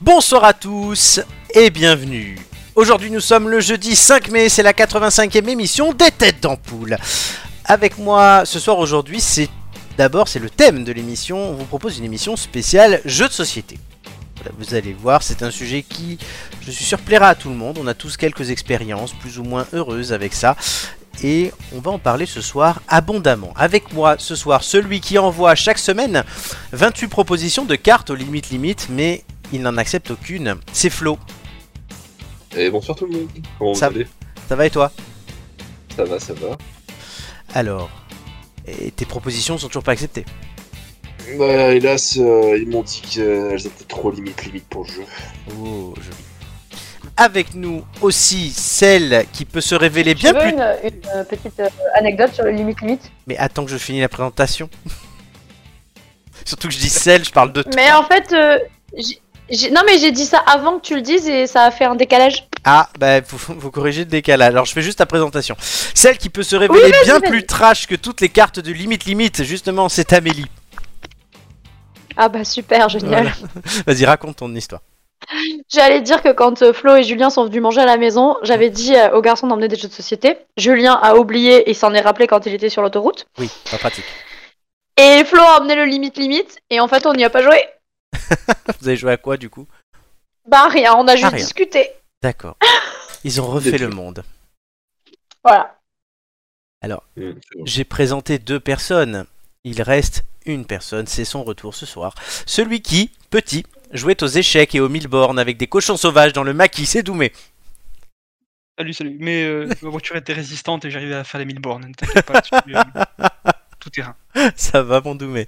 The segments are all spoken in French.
Bonsoir à tous et bienvenue. Aujourd'hui nous sommes le jeudi 5 mai, c'est la 85e émission des têtes d'ampoule. Avec moi ce soir aujourd'hui, c'est d'abord c'est le thème de l'émission, on vous propose une émission spéciale jeux de société. Voilà, vous allez voir, c'est un sujet qui, je suis sûr, plaira à tout le monde. On a tous quelques expériences plus ou moins heureuses avec ça. Et on va en parler ce soir abondamment. Avec moi ce soir, celui qui envoie chaque semaine 28 propositions de cartes aux limites limites, mais il n'en accepte aucune. C'est Flo. Et bonsoir tout le monde. Comment Ça- vous allez Ça va et toi Ça va, ça va. Alors, et tes propositions sont toujours pas acceptées. Bah, hélas, euh, ils m'ont dit qu'elles étaient trop limite limite pour le jeu. Oh, joli. Avec nous aussi celle qui peut se révéler bien Tu veux plus. une, une, euh, petite euh, anecdote sur le limite limite Mais attends que je finis la présentation. Surtout que je dis celle, je parle de. Mais en fait, euh, j'ai- j'ai- non mais j'ai dit ça avant que tu le dises et ça a fait un décalage. Ah, bah, vous, vous corrigez le décalage. Alors, je fais juste la présentation. Celle qui peut se révéler Oui, vas-y, bien vas-y. plus trash que toutes les cartes de limite limite, justement, c'est Amélie. Ah bah super, génial. Voilà. Vas-y, raconte ton histoire. J'allais dire que quand euh, Flo et Julien sont venus manger à la maison, j'avais dit euh, aux garçons d'emmener des jeux de société. Julien a oublié et s'en est rappelé quand il était sur l'autoroute. Oui, pas pratique. Et Flo a emmené le limite limite et en fait on n'y a pas joué. Vous avez joué à quoi, du coup Bah rien, on a juste Ah, rien. discuté. D'accord. Ils ont refait le monde. Voilà. Mmh. J'ai présenté deux personnes. Il reste une personne, c'est son retour ce soir. Celui qui, petit, jouait aux échecs et aux mille bornes avec des cochons sauvages dans le maquis, c'est Doumé. Salut, salut. Mais euh, ma voiture était résistante et j'arrivais à faire les 1000 bornes. Ne t'inquiète pas, je suis, euh, tout terrain. Ça va, mon Doumé.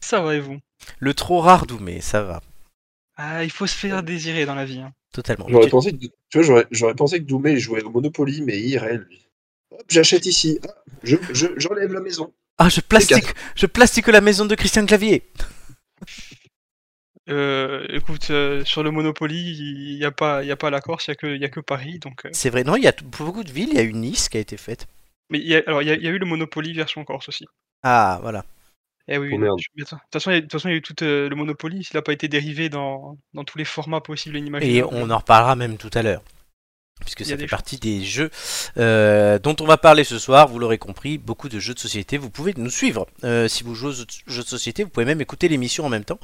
Ça va et vous Le trop rare Doumé, ça va. ah, Il faut se faire désirer dans la vie. hein. Totalement. J'aurais Tu- pensé, que, tu vois, j'aurais, j'aurais pensé que Doumé jouait au Monopoly, mais IRL, lui. Hop, j'achète ici. Ah, je, je, j'enlève la maison. Ah, je plastique, je plastique la maison de Christian Clavier. Euh, écoute, euh, sur le Monopoly, il n'y a pas, il y a pas la Corse, il n'y a, que- il y a que Paris. Donc, euh, C'est vrai, non, il y a t- beaucoup de villes, il y a eu Nice qui a été faite. Mais il y a, alors, il y, a- il y a eu le Monopoly version Corse aussi. Ah, voilà. Eh oui, Oh, non, merde. je- mais attends. de toute façon, il y a- de toute façon, il y a eu tout euh, le Monopoly. Il n'a pas été dérivé dans, dans tous les formats possibles et Et inimaginables. on en reparlera même tout à l'heure. Puisque Il y ça a des fait partie des jeux euh, dont on va parler ce soir, vous l'aurez compris, beaucoup de jeux de société, vous pouvez nous suivre. Euh, si vous jouez aux jeux de société, vous pouvez même écouter l'émission en même temps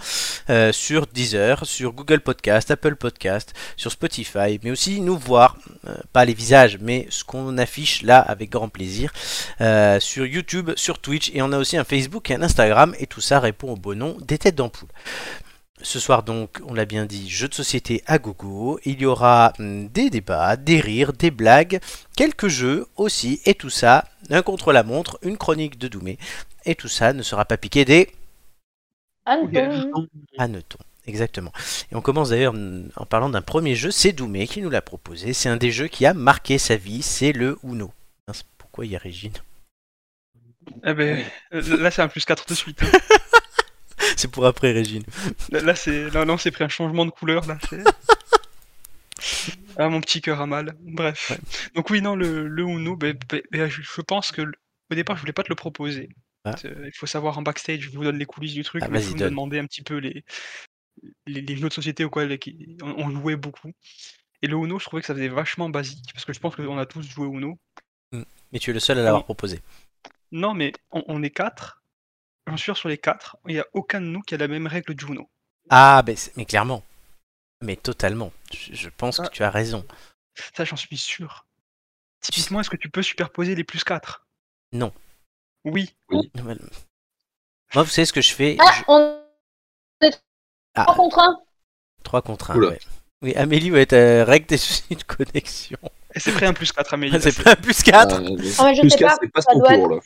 euh, sur Deezer, sur Google Podcast, Apple Podcast, sur Spotify, mais aussi nous voir, euh, pas les visages, mais ce qu'on affiche là avec grand plaisir, euh, sur YouTube, sur Twitch, et on a aussi un Facebook et un Instagram, et tout ça répond au beau nom des têtes d'ampoule. Ce soir donc, on l'a bien dit, jeu de société à gogo. Il y aura hum, des débats, des rires, des blagues, quelques jeux aussi, et tout ça, un contre la montre, une chronique de Doumé, et tout ça ne sera pas piqué des Anton. hannetons. Exactement. Et on commence d'ailleurs hum, en parlant d'un premier jeu, c'est Doumé qui nous l'a proposé. C'est un des jeux qui a marqué sa vie, c'est le Uno. Mince, Pourquoi il y a Régine Eh ben, euh, là, c'est un plus 4 de suite. hein. C'est pour après Régine. Là, là, c'est... là, non, c'est pris un changement de couleur, là. c'est- ah, mon petit cœur a mal. Bref. Donc oui, non, le, le Uno, ben, ben, ben, je, je pense que... le- Au départ, je voulais pas te le proposer. Ah. Euh, Il faut savoir en backstage, je vous donne les coulisses du truc, Ah, mais je vas-y, vous donne. demander un petit peu les, les, les jeux de société auxquels lesquels on, on jouait beaucoup. Et le Uno, je trouvais que ça faisait vachement basique, parce que je pense qu'on a tous joué au Uno. Mais tu es le seul à l'avoir proposé. Non, mais on, on est quatre. J'en suis sûr, sur les quatre, il n'y a aucun de nous qui a la même règle du Uno. Ah, ben, c'est- mais clairement. Mais totalement. Je, je pense que Ah. tu as raison. Ça, j'en suis sûr. Typiquement, est-ce que tu peux superposer les plus 4 Non. Oui. Moi, vous savez ce que je fais Ah, on est Ah. trois contre un. 3 contre 1. Oula. Oui, Amélie va être euh, règle des soucis de connexion. Et c'est prêt un plus 4, Amélie. c'est pas un plus 4. Ah, mais je plus sais pas, c'est pas ce ça doit concours, là.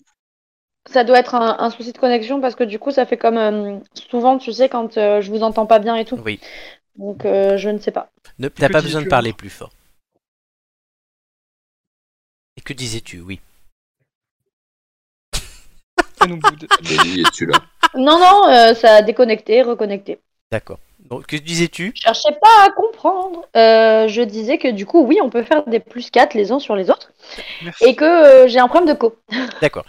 Ça doit être un, un souci de connexion parce que du coup, ça fait comme euh, souvent, tu sais, quand euh, je vous entends pas bien et tout. Oui. Donc, euh, je ne sais pas. Ne- T'as que pas disais-tu, besoin de Laurent parler plus fort. Et que disais-tu Oui. Ça nous boude. Vas-y, es-tu là Non, non, euh, ça a déconnecté, reconnecté. D'accord. Donc, que disais-tu Je cherchais pas à comprendre. Euh, je disais que du coup, oui, on peut faire des plus 4 les uns sur les autres Merci. et que euh, j'ai un problème de co. D'accord.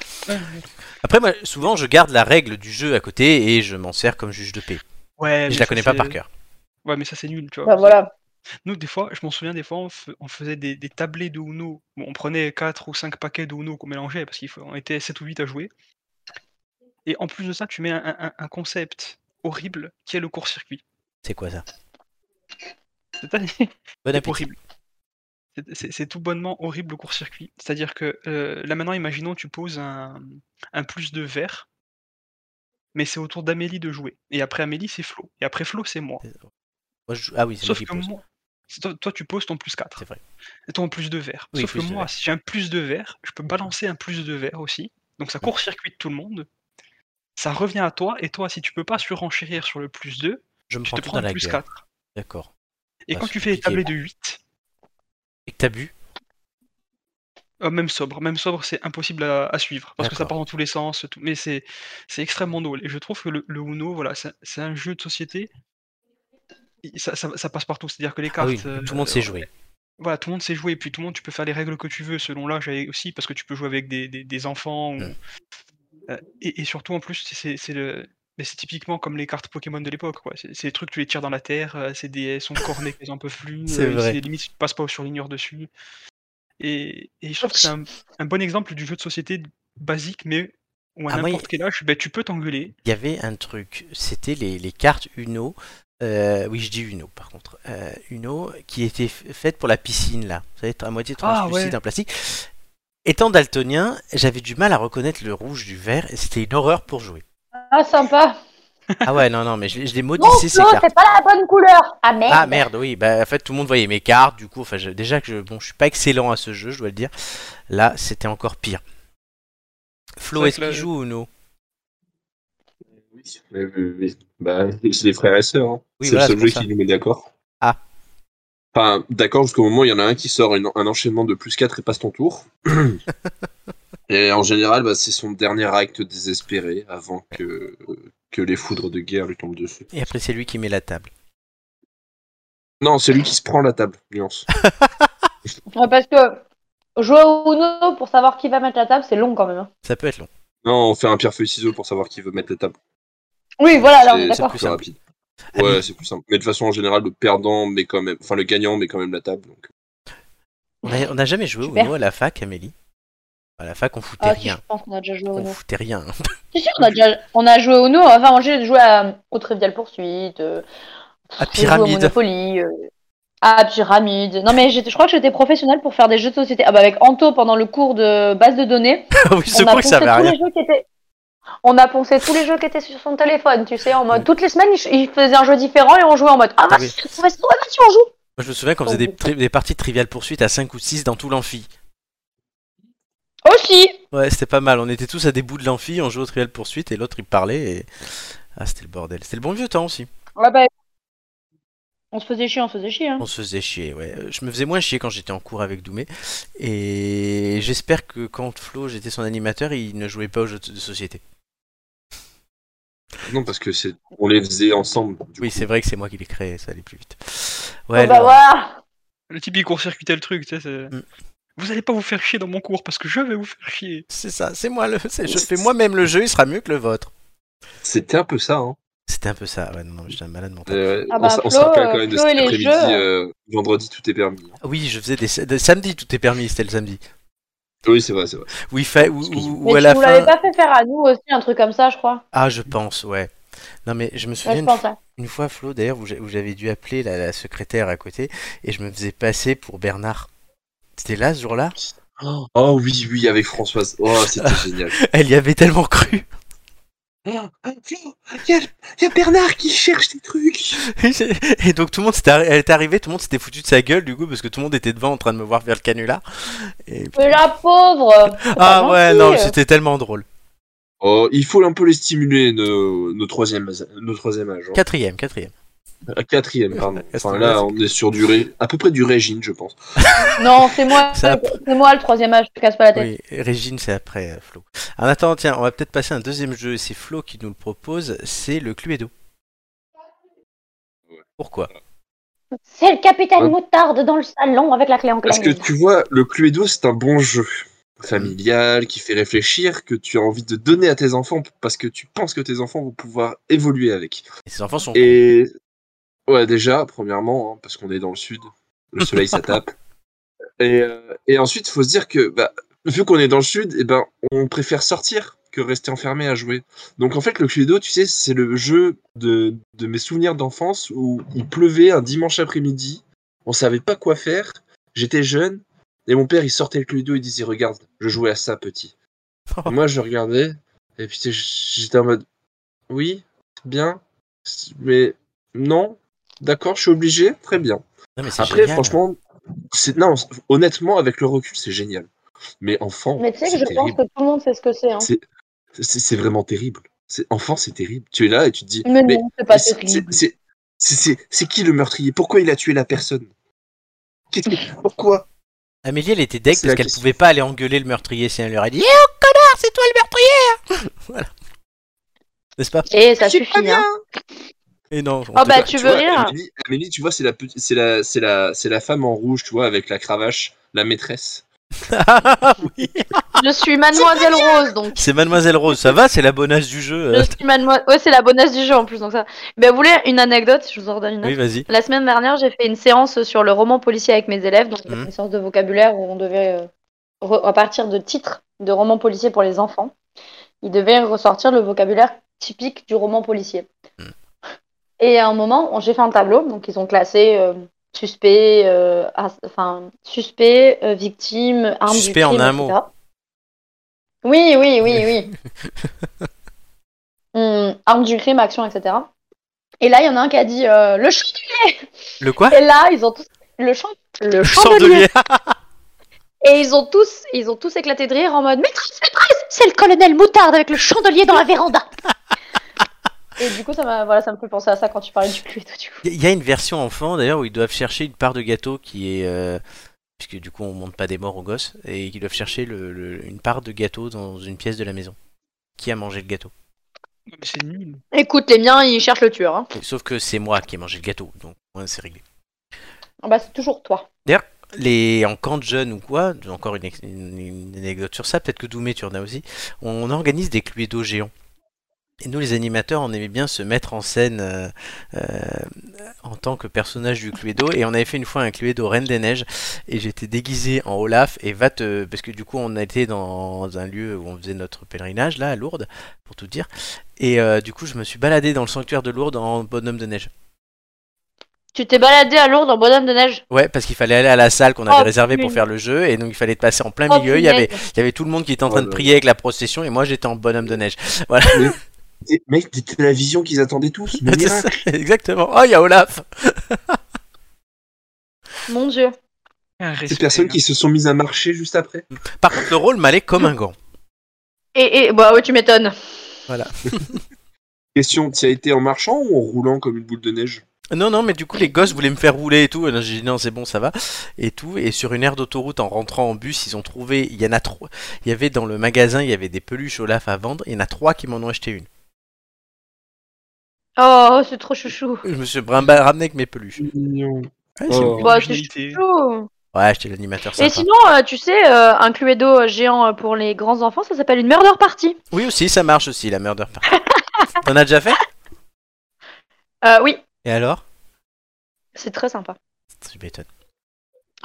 Après, moi, souvent, je garde la règle du jeu à côté et je m'en sers comme juge de paix. Ouais, mais Je la Ah ça, connais pas c'est- par cœur. Ouais, mais ça c'est nul, tu vois. Bah voilà. Nous, des fois, je m'en souviens, des fois, on, fe- on faisait des, des tablés de Uno. Bon, on prenait 4 ou 5 paquets de Uno qu'on mélangeait parce qu'il faut- on était 7 ou 8 à jouer. Et en plus de ça, tu mets un, un- un concept horrible qui est le court-circuit. C'est quoi ça C'est un- Bon c'est appétit. horrible. C'est- C'est c'est tout bonnement horrible le court-circuit. C'est-à-dire que euh, là maintenant, imaginons tu poses un, un plus de vert, mais c'est au tour d'Amélie de jouer. Et après Amélie, c'est Flo. Et après Flo, c'est moi. Moi, je- Ah oui, c'est moi Sauf qui que pose. moi, c'est toi, toi, tu poses ton plus 4. C'est vrai. Et ton plus de verre. Oui, Sauf que plus de moi, verre. si j'ai un plus de verre, je peux balancer un plus de verre aussi. Donc Mm. ça court-circuite tout le monde. Ça revient à toi, et toi, si tu peux pas surenchérir sur le plus 2, Je me tu prends te tout prends dans le la plus gueule. 4. D'accord. Et Ah, quand c'est tu fais les compliqué. tablés de 8, Et que t'as bu Ah, même sobre, même sobre, c'est impossible à, à suivre. Parce que ça D'accord. part dans tous les sens, tout- mais c'est c'est extrêmement drôle. Et je trouve que le, le Uno, voilà, c'est c'est un jeu de société. Il- Ça, ça- ça passe partout, c'est-à-dire que les Ah cartes. oui, tout le monde euh, s'est joué. voilà, tout le monde sait jouer, et puis tout le monde, tu peux faire les règles que tu veux selon l'âge et aussi, parce que tu peux jouer avec des, des- des enfants. ou- Mm. Euh, et, et surtout, en plus, c'est c'est le. mais c'est typiquement comme les cartes Pokémon de l'époque, quoi. C'est c'est des trucs, tu les tires dans la terre, euh, c'est des. Elles sont cornées, elles en peuvent plus. C'est euh, vrai. des limites, tu passes pas sur l'ignore dessus. Et, et je trouve que c'est un, un bon exemple du jeu de société basique, mais où à Ah, moi, n'importe quel âge, ben, tu peux t'engueuler. Il y avait un truc, c'était les, les cartes Uno. euh, oui, je dis Uno par contre. euh, Uno qui était f- faite pour la piscine là. Vous savez, à moitié Ah, translucide ouais. en plastique. Étant daltonien, j'avais du mal à reconnaître le rouge du vert et c'était une horreur pour jouer. Ah, sympa. Ah ouais, non, non, mais je, les- je les Non, maudissais ces Flo, cartes. c'est pas la bonne couleur. Ah merde. Ah merde, oui, bah en fait tout le monde voyait mes cartes, du coup, enfin je- déjà que je, bon, je suis pas excellent à ce jeu, je dois le dire. Là, c'était encore pire. Flo, C'est vrai est-ce que là- qu'il joue ou non Oui, oui, oui, oui. Bah, c'est les frères et sœurs. hein. Oui, c'est voilà, le seul c'est jeu pour ça. qui nous met d'accord. Ah. Enfin, d'accord jusqu'au moment où il y en a un qui sort une- un enchaînement de plus 4 et passe ton tour. et en général, bah, c'est son dernier acte désespéré avant que, que les foudres de guerre lui tombent dessus. Et après c'est lui qui met la table. Non, c'est lui qui se prend la table, nuance. Ouais, Parce que jouer au Uno pour savoir qui va mettre la table, c'est long quand même. hein. Ça peut être long. Non, on fait un pierre-feuille-ciseau pour savoir qui veut mettre la table. Oui, voilà, là on est C'est- c'est d'accord. plus plus simple. rapide. Ah, Ouais, c'est plus simple. Mais de façon en général, le perdant, mais quand même, enfin le gagnant, mais quand même la table. Donc. On a, on a jamais joué au Super. Uno à la fac, Amélie. À la fac, on foutait Ah, si, rien. je pense qu'on a déjà joué au On Uno. foutait rien. Si, si, on a déjà on a joué au Uno. Enfin, moi, j'ai joué à, au Trivial Poursuite, euh, À j'ai joué au pyramide. Monopoly, euh, à Pyramide. Non, mais j'étais- je crois que j'étais professionnelle pour faire des jeux de société. Ah, bah, avec Anto pendant le cours de base de données. Ah oui, je on a crois que poncé ça avait tous rien. les jeux qui étaient. On a poncé tous les jeux qui étaient sur son téléphone, tu sais, en mode. Toutes les semaines, il- il faisait un jeu différent et on jouait en mode. Ah, Ah bah, oui. c'est- c'est- c'est- ouais, vas-y, on joue Moi, je me souviens qu'on faisait des, tri- des parties de trivial poursuite à 5 ou 6 dans tout l'amphi. Aussi Ouais, c'était pas mal. On était tous à des bouts de l'amphi, on jouait au trivial poursuite et l'autre il parlait et. Ah, c'était le bordel. C'était le bon vieux temps aussi. Ouais, bah, On se faisait chier, on se faisait chier. hein. On se faisait chier, ouais. Euh, Je me faisais moins chier quand j'étais en cours avec Doumé. Et j'espère que quand Flo, j'étais son animateur, il ne jouait pas aux jeux de de société. Non, parce que c'est, on les faisait ensemble. du Oui, coup. c'est vrai que c'est moi qui l'ai créé, ça allait plus vite. Oh, Ouais, bah, le- voilà. Le type, il court-circuitait le truc, tu sais. c'est- Mm. Vous allez pas vous faire chier dans mon cours parce que je vais vous faire chier. c'est ça. C'est moi le. c'est- Je fais moi-même le jeu, il sera mieux que le vôtre. C'était un peu ça. Hein. C'était un peu ça, ouais, non, non, mais j'étais un malade mental. Euh, Ah on bah, s- on se Flo, rappelle quand euh, même de Flo et cet les après-midi. jeux. euh, vendredi, tout est permis. hein. Ah Oui, je faisais des, des samedis, tout est permis, c'était le samedi. Oui, c'est vrai, c'est vrai. Où, il fa- où, Excuse-moi. où- où à Mais tu la nous l'avais fin. pas fait faire à nous aussi, un truc comme ça, je crois. Ah, je pense, ouais. Non, mais je me Ouais, souviens je une, pense. hein. une fois, Flo, d'ailleurs, où j'ai- où j'avais dû appeler la, la secrétaire à côté et je me faisais passer pour Bernard. C'était là, ce jour-là Oh, oh oui, oui, avec Françoise. Oh, c'était génial. Elle y avait tellement cru. Hein, Il y, a Bernard qui cherche des trucs. Et donc, tout le monde s'était arri- elle était arrivée, tout le monde s'était foutu de sa gueule, du coup, parce que tout le monde était devant en train de me voir vers le canular. Et- Mais la pauvre euh. c'est pas Ah, ouais, gentil. non, c'était tellement drôle. Oh, il faut un peu les stimuler, nos, nos troisième, nos troisième âge. hein. Quatrième, quatrième. Ah, Quatrième, pardon. Enfin, Quatrième, là, on est sur du ré- à peu près du Régine, je pense. Non, c'est moi, Ça- c'est moi le troisième âge, je te casse pas la tête. Oui, Régine, c'est après euh, Flo. En attendant, tiens, on va peut-être passer à un deuxième jeu, et c'est Flo qui nous le propose, c'est le Cluedo. Pourquoi C'est le capitaine Ouais. moutarde dans le salon avec la clé en Parce que tu vois, le Cluedo, c'est un bon jeu familial qui fait réfléchir, que tu as envie de donner à tes enfants parce que tu penses que tes enfants vont pouvoir évoluer avec. Et Ces enfants sont... Et Ouais, déjà, premièrement, hein, parce qu'on est dans le sud, le soleil ça tape. Et, euh, et ensuite, il faut se dire que, bah, vu qu'on est dans le sud, et ben, on préfère sortir que rester enfermé à jouer. Donc en fait, le Cluedo, tu sais, c'est le jeu de, de mes souvenirs d'enfance où il pleuvait un dimanche après-midi, on savait pas quoi faire, j'étais jeune, et mon père, il sortait le Cluedo, il disait, regarde, je jouais à ça petit. Oh. Moi, je regardais, et puis tu sais, j'étais en mode, oui, bien, mais non, d'accord, je suis obligé, très bien. Non, mais c'est Après, génial. franchement, c'est non, honnêtement, avec le recul, c'est génial. Mais enfant, Mais tu sais que c'est je pense terrible. que tout le monde sait ce que c'est. Hein. C'est- C'est c'est vraiment terrible. C'est- Enfant, c'est terrible. Tu es là et tu te dis, Mais mais- non, c'est pas mais c'est- terrible. c'est- c'est- c'est- c'est qui le meurtrier Pourquoi il a tué la personne Qu'est-ce que- Pourquoi Amélie, elle était deg C'est parce la qu'elle question. pouvait pas aller engueuler le meurtrier si elle leur a dit Eh oh connard, c'est toi le meurtrier hein. Voilà. N'est-ce pas Et ça Je suis pas suffit. Hein. Et non. on Oh te- bah tu veux vois, rire Amélie, Amélie, tu vois, c'est la, petite- c'est la, c'est la, c'est la femme en rouge, tu vois, avec la cravache, la maîtresse. Ah, oui. Je suis Mademoiselle Rose donc. C'est Mademoiselle Rose, ça va C'est la bonasse du jeu Je euh. suis mademoiselle. Ouais, c'est la bonesse du jeu en plus donc ça. Ben vous voulez une anecdote Je vous en donne une. Oui, vas-y. La semaine dernière, j'ai fait une séance sur le roman policier avec mes élèves, donc Mhm. une séance de vocabulaire où on devait euh, re- à partir de titres de romans policiers pour les enfants, ils devaient ressortir le vocabulaire typique du roman policier. Mhm. Et à un moment, on- j'ai fait un tableau, donc ils ont classé euh, suspect, euh, ass- enfin suspect, euh, victime, arme Suspect du en crime, un etc. mot. Oui, oui, oui, oui. Hum, arme du crime, action, etc. Et là, il y en a un qui a dit euh, le chien Le quoi et là, ils ont tous le chant, le Chandelier chandelier. Et ils ont tous, ils ont tous éclaté de rire en mode maîtresse, maîtresse, c'est le colonel Moutarde avec le chandelier dans la véranda. et du coup, ça m'a, voilà, ça me fait penser à ça quand tu parlais du Cluedo. Du coup. Il y a une version enfant d'ailleurs où ils doivent chercher une part de gâteau qui est. euh, Puisque du coup on monte pas des morts aux gosses, et ils doivent chercher le- le- une part de gâteau dans une pièce de la maison. Qui a mangé le gâteau Mais c'est nul. Écoute, les miens, ils cherchent le tueur. Hein. Sauf que c'est moi qui ai mangé le gâteau, donc ouais, c'est réglé. Ah bah, c'est toujours toi. les en camp de jeunes ou quoi, encore une, ex- une- une anecdote sur ça, peut-être que Doumé tu en as aussi, on organise des cluedos géants. Et nous les animateurs, on aimait bien se mettre en scène euh, euh, en tant que personnage du cluedo. Et on avait fait une fois un cluedo Reine des Neiges, et j'étais déguisé en Olaf, et va te... Parce que du coup, on était dans un lieu où on faisait notre pèlerinage, là, à Lourdes, pour tout dire. Et euh, du coup, je me suis baladé dans le sanctuaire de Lourdes en bonhomme de neige. Tu t'es baladé à Lourdes en bonhomme de neige. Ouais, parce qu'il fallait aller à la salle qu'on avait Oh, réservée pour punaise. faire le jeu, et donc il fallait passer en plein Oh, milieu. Il y avait punaise. il y avait tout le monde qui était en train de Ouais, prier avec la procession et moi j'étais en bonhomme de neige. Et, Mec, t'étais la vision qu'ils attendaient tous. le C'est miracle. ça, Exactement. Oh, il y a Olaf. Mon Dieu. Un Ces respect, personnes hein. qui se sont mises à marcher juste après. Par contre, le rôle m'allait comme un gant. Et, et bah ouais, tu m'étonnes. Question, t'y as été en marchant ou en roulant comme une boule de neige Non, non, mais du coup, les gosses voulaient me faire rouler et tout. Et là, j'ai dit non, c'est bon, ça va. Et tout. Et sur une aire d'autoroute, en rentrant en bus, ils ont trouvé. Il y en a trois. Il y avait dans le magasin, il y avait des peluches Olaf à vendre. Il y en a trois qui m'en ont acheté une. Oh, c'est trop chouchou. Je me suis brimba- ramené avec mes peluches. Ouais, c'est- Oh. Bah, c'est Virginité. chouchou. ouais j'étais l'animateur Et sympa. sinon, euh, tu sais, euh, un Cluedo géant euh, pour les grands enfants, ça s'appelle une murder party. Oui, aussi, ça marche aussi, la murder party. T'en as déjà fait Euh, oui, Et alors c'est très sympa. Tu m'étonnes.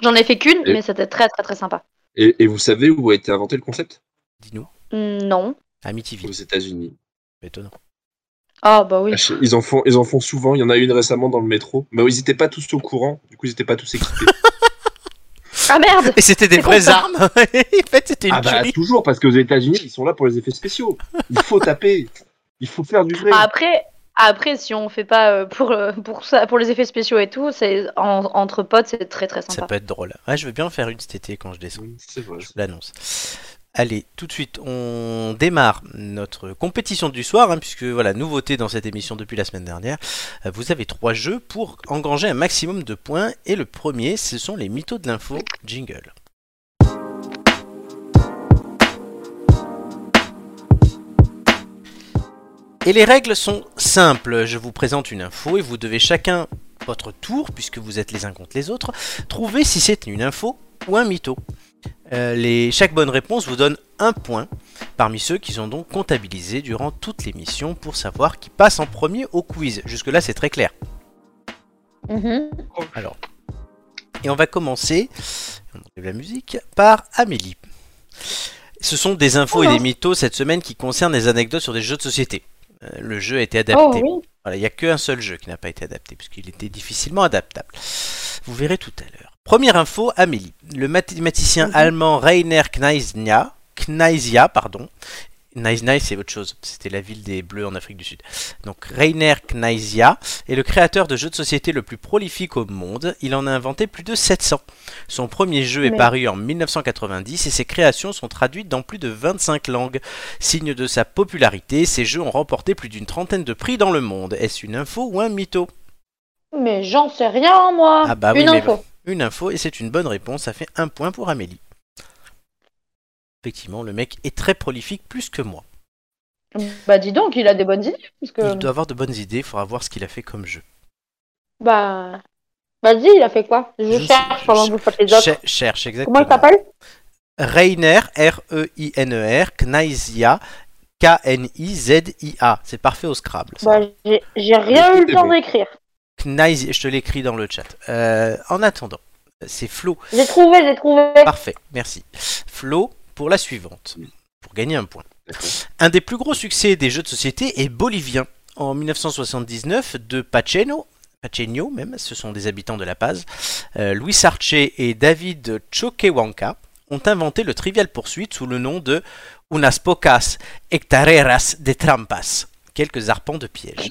J'en ai fait qu'une, Et- mais c'était très très très sympa. Et, et vous savez où a été inventé le concept Dis-nous. Mm, Non. Amityville. Aux États-Unis. Étonnant. Ah bah oui. Ils en font, ils en font souvent. Il y en a une récemment dans le métro, mais ils n'étaient pas tous au courant. Du coup, ils n'étaient pas tous équipés. Ah merde Et c'était des C'est vraies con, ça. armes. en fait, c'était une ah bah tuerie. toujours, parce qu'aux États-Unis, ils sont là pour les effets spéciaux. Il faut taper. Il faut faire du vrai. Bah, Après, après, si on fait pas euh, pour, euh, pour ça, pour les effets spéciaux et tout, c'est en- entre potes, c'est très très Ça sympa. peut être drôle. Ouais, je veux bien en faire une cet été quand je descends. C'est vrai. Je vous l'annonce. Allez, tout de suite, on démarre notre compétition du soir, hein, puisque voilà, nouveauté dans cette émission depuis la semaine dernière. Euh, Vous avez trois jeux pour engranger un maximum de points, et le premier, ce sont les mythos de l'info, jingle. Et les règles sont simples. Je vous présente une info et vous devez chacun votre tour, puisque vous êtes les uns contre les autres, trouver si c'est une info ou un mytho. Euh, les- chaque bonne réponse vous donne un point parmi ceux qu'ils ont donc comptabilisé durant toute l'émission pour savoir qui passe en premier au quiz. Jusque-là, c'est très clair. Mhm. Alors, et on va commencer, on enlève la musique, par Amélie. Ce sont des infos et Bonjour. des mythos cette semaine qui concernent des anecdotes sur des jeux de société. Euh, Le jeu a été Oh adapté. oui. Voilà, il n'y a qu'un seul jeu qui n'a pas été adapté, puisqu'il était difficilement adaptable. Vous verrez tout à l'heure. Première info, Amélie. Le mathématicien Mhm. allemand Rainer Knizia, Knizia pardon. Knizia, c'est autre chose. C'était la ville des Bleus en Afrique du Sud. Donc Rainer Knizia est le créateur de jeux de société le plus prolifique au monde. Il en a inventé plus de 700. Son premier jeu est Mais- paru en 1990 et ses créations sont traduites dans plus de 25 langues. Signe de sa popularité, ces jeux ont remporté plus d'une trentaine de prix dans le monde. Est-ce une info ou un mytho Mais j'en sais rien, moi. Ah bah oui, Une mais info. Une info et c'est une bonne réponse. Ça fait un point pour Amélie. Effectivement, le mec est très prolifique plus que moi. Bah dis donc, il a des bonnes idées. Parce que... Il doit avoir de bonnes idées, il faudra voir ce qu'il a fait comme jeu. Bah... Vas-y, il a fait quoi Je, Je cherche sais- pendant je- que vous faites les autres. Cher- cherche, exactement. Comment il s'appelle Reiner, E R-E-I-N-E-R, Kneizia, K-N-I-Z-I-A. C'est parfait au Scrabble. ça. Bah j'ai- j'ai rien tout eu le est temps bon. d'écrire. Kneizia, je te l'écris dans le chat. Euh, en attendant, c'est Flo. J'ai trouvé, j'ai trouvé. Parfait, merci. Flo, pour la suivante, pour gagner un point. D'accord. Un des plus gros succès des jeux de société est bolivien. En 1979, de Pacheno, Pacheno même, ce sont des habitants de La Paz, euh, Luis Arce et David Choquehuanca ont inventé le Trivial Poursuite sous le nom de Unas pocas hectareras de trampas, quelques arpents de pièges.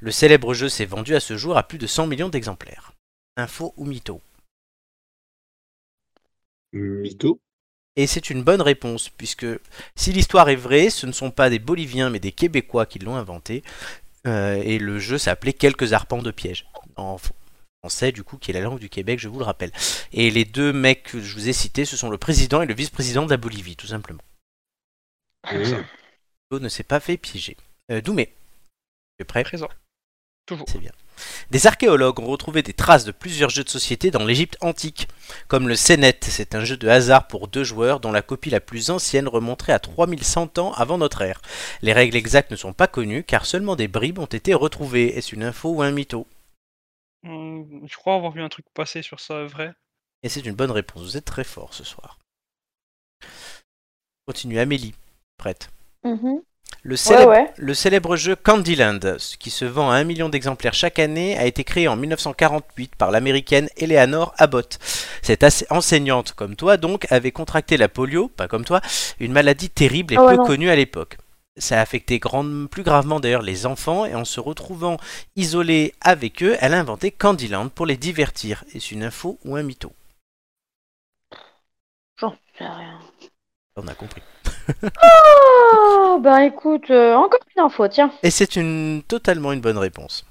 Le célèbre jeu s'est vendu à ce jour à plus de 100 millions d'exemplaires. Info ou mytho Mytho Et c'est une bonne réponse, puisque si l'histoire est vraie, ce ne sont pas des Boliviens, mais des Québécois qui l'ont inventé. Euh, et le jeu s'appelait Quelques arpents de piège. En f- français, du coup, qui est la langue du Québec, je vous le rappelle. Et les deux mecs que je vous ai cités, ce sont le président et le vice-président de la Bolivie, tout simplement. Mmh. L'eau ne s'est pas fait piéger. Euh, Doumé, tu es prêt Présent. Toujours. C'est bien. Des archéologues ont retrouvé des traces de plusieurs jeux de société dans l'Égypte antique, comme le Sénet, c'est un jeu de hasard pour deux joueurs dont la copie la plus ancienne remonterait à 3100 ans avant notre ère. Les règles exactes ne sont pas connues car seulement des bribes ont été retrouvées. Est-ce une info ou un mytho Hum, je crois avoir vu un truc passer sur ça, vrai. Et c'est une bonne réponse, vous êtes très fort ce soir. Continue Amélie, prête. Mhm. Le Ouais, célèbre, ouais. le célèbre jeu Candyland, ce qui se vend à un million d'exemplaires chaque année, a été créé en 1948 par l'américaine Eleanor Abbott. Cette ass- enseignante, comme toi donc, avait contracté la polio, pas comme toi, une maladie terrible et Ah ouais, peu non. connue à l'époque. Ça a affecté grande- plus gravement d'ailleurs les enfants, et en se retrouvant isolée avec eux, elle a inventé Candyland pour les divertir. Est-ce une info ou un mytho J'en sais rien. On a compris. Ah, bah écoute, euh, encore une info, tiens. Et c'est une totalement une bonne réponse.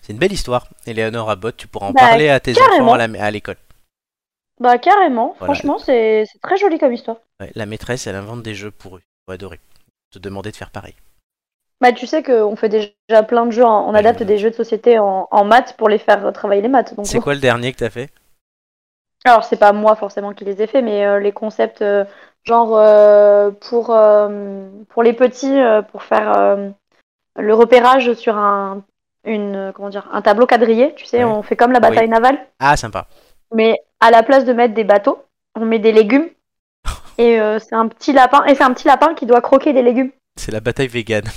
C'est une belle histoire. Eleanor Abbott, tu pourras en Bah, parler à tes carrément. enfants à la- à l'école. Bah carrément, Voilà. franchement, c'est c'est très joli comme histoire. Ouais, la maîtresse, elle invente des jeux pour eux. Ils vont adorer. Te demander de faire pareil. Bah tu sais qu'on fait déjà plein de jeux, en- on Ouais, adapte ouais. des jeux de société en, en maths pour les faire travailler les maths. Donc C'est quoi le dernier que t'as fait Alors, c'est pas moi forcément qui les ai faits, mais euh, les concepts, euh, genre euh, pour, euh, pour les petits, euh, pour faire euh, le repérage sur un, une, euh, comment dire, un tableau quadrillé, tu sais, Ouais. on fait comme la bataille navale, Ah, sympa. mais à la place de mettre des bateaux, on met des légumes. Et euh, c'est un petit lapin, et c'est un petit lapin qui doit croquer des légumes. C'est la bataille végane.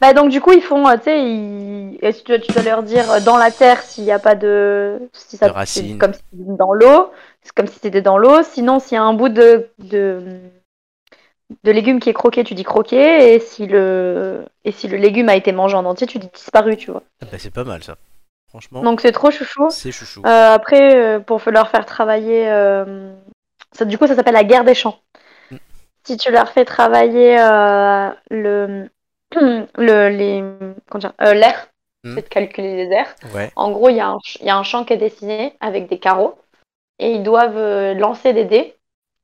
Bah donc du coup ils font, euh, tu sais, ils... et tu, dois, tu dois leur dire euh, dans la terre s'il n'y a pas de, si ça, De racines. c'est comme si c'était dans l'eau, c'est comme si c'était dans l'eau. Sinon s'il y a un bout de de, de légume qui est croqué, tu dis croqué, et si le et si le légume a été mangé en entier, tu dis disparu, tu vois. Ah bah, c'est pas mal ça. Franchement, Donc c'est trop chouchou. c'est chouchou. Euh, après euh, pour leur faire travailler, euh, ça, du coup ça s'appelle la guerre des champs. Mm. Si tu leur fais travailler euh, le le les comment dire, euh, l'air Mm. c'est de calculer les airs. Ouais. En gros, il y, a un ch- il y a un champ qui est dessiné avec des carreaux et ils doivent euh, lancer des dés.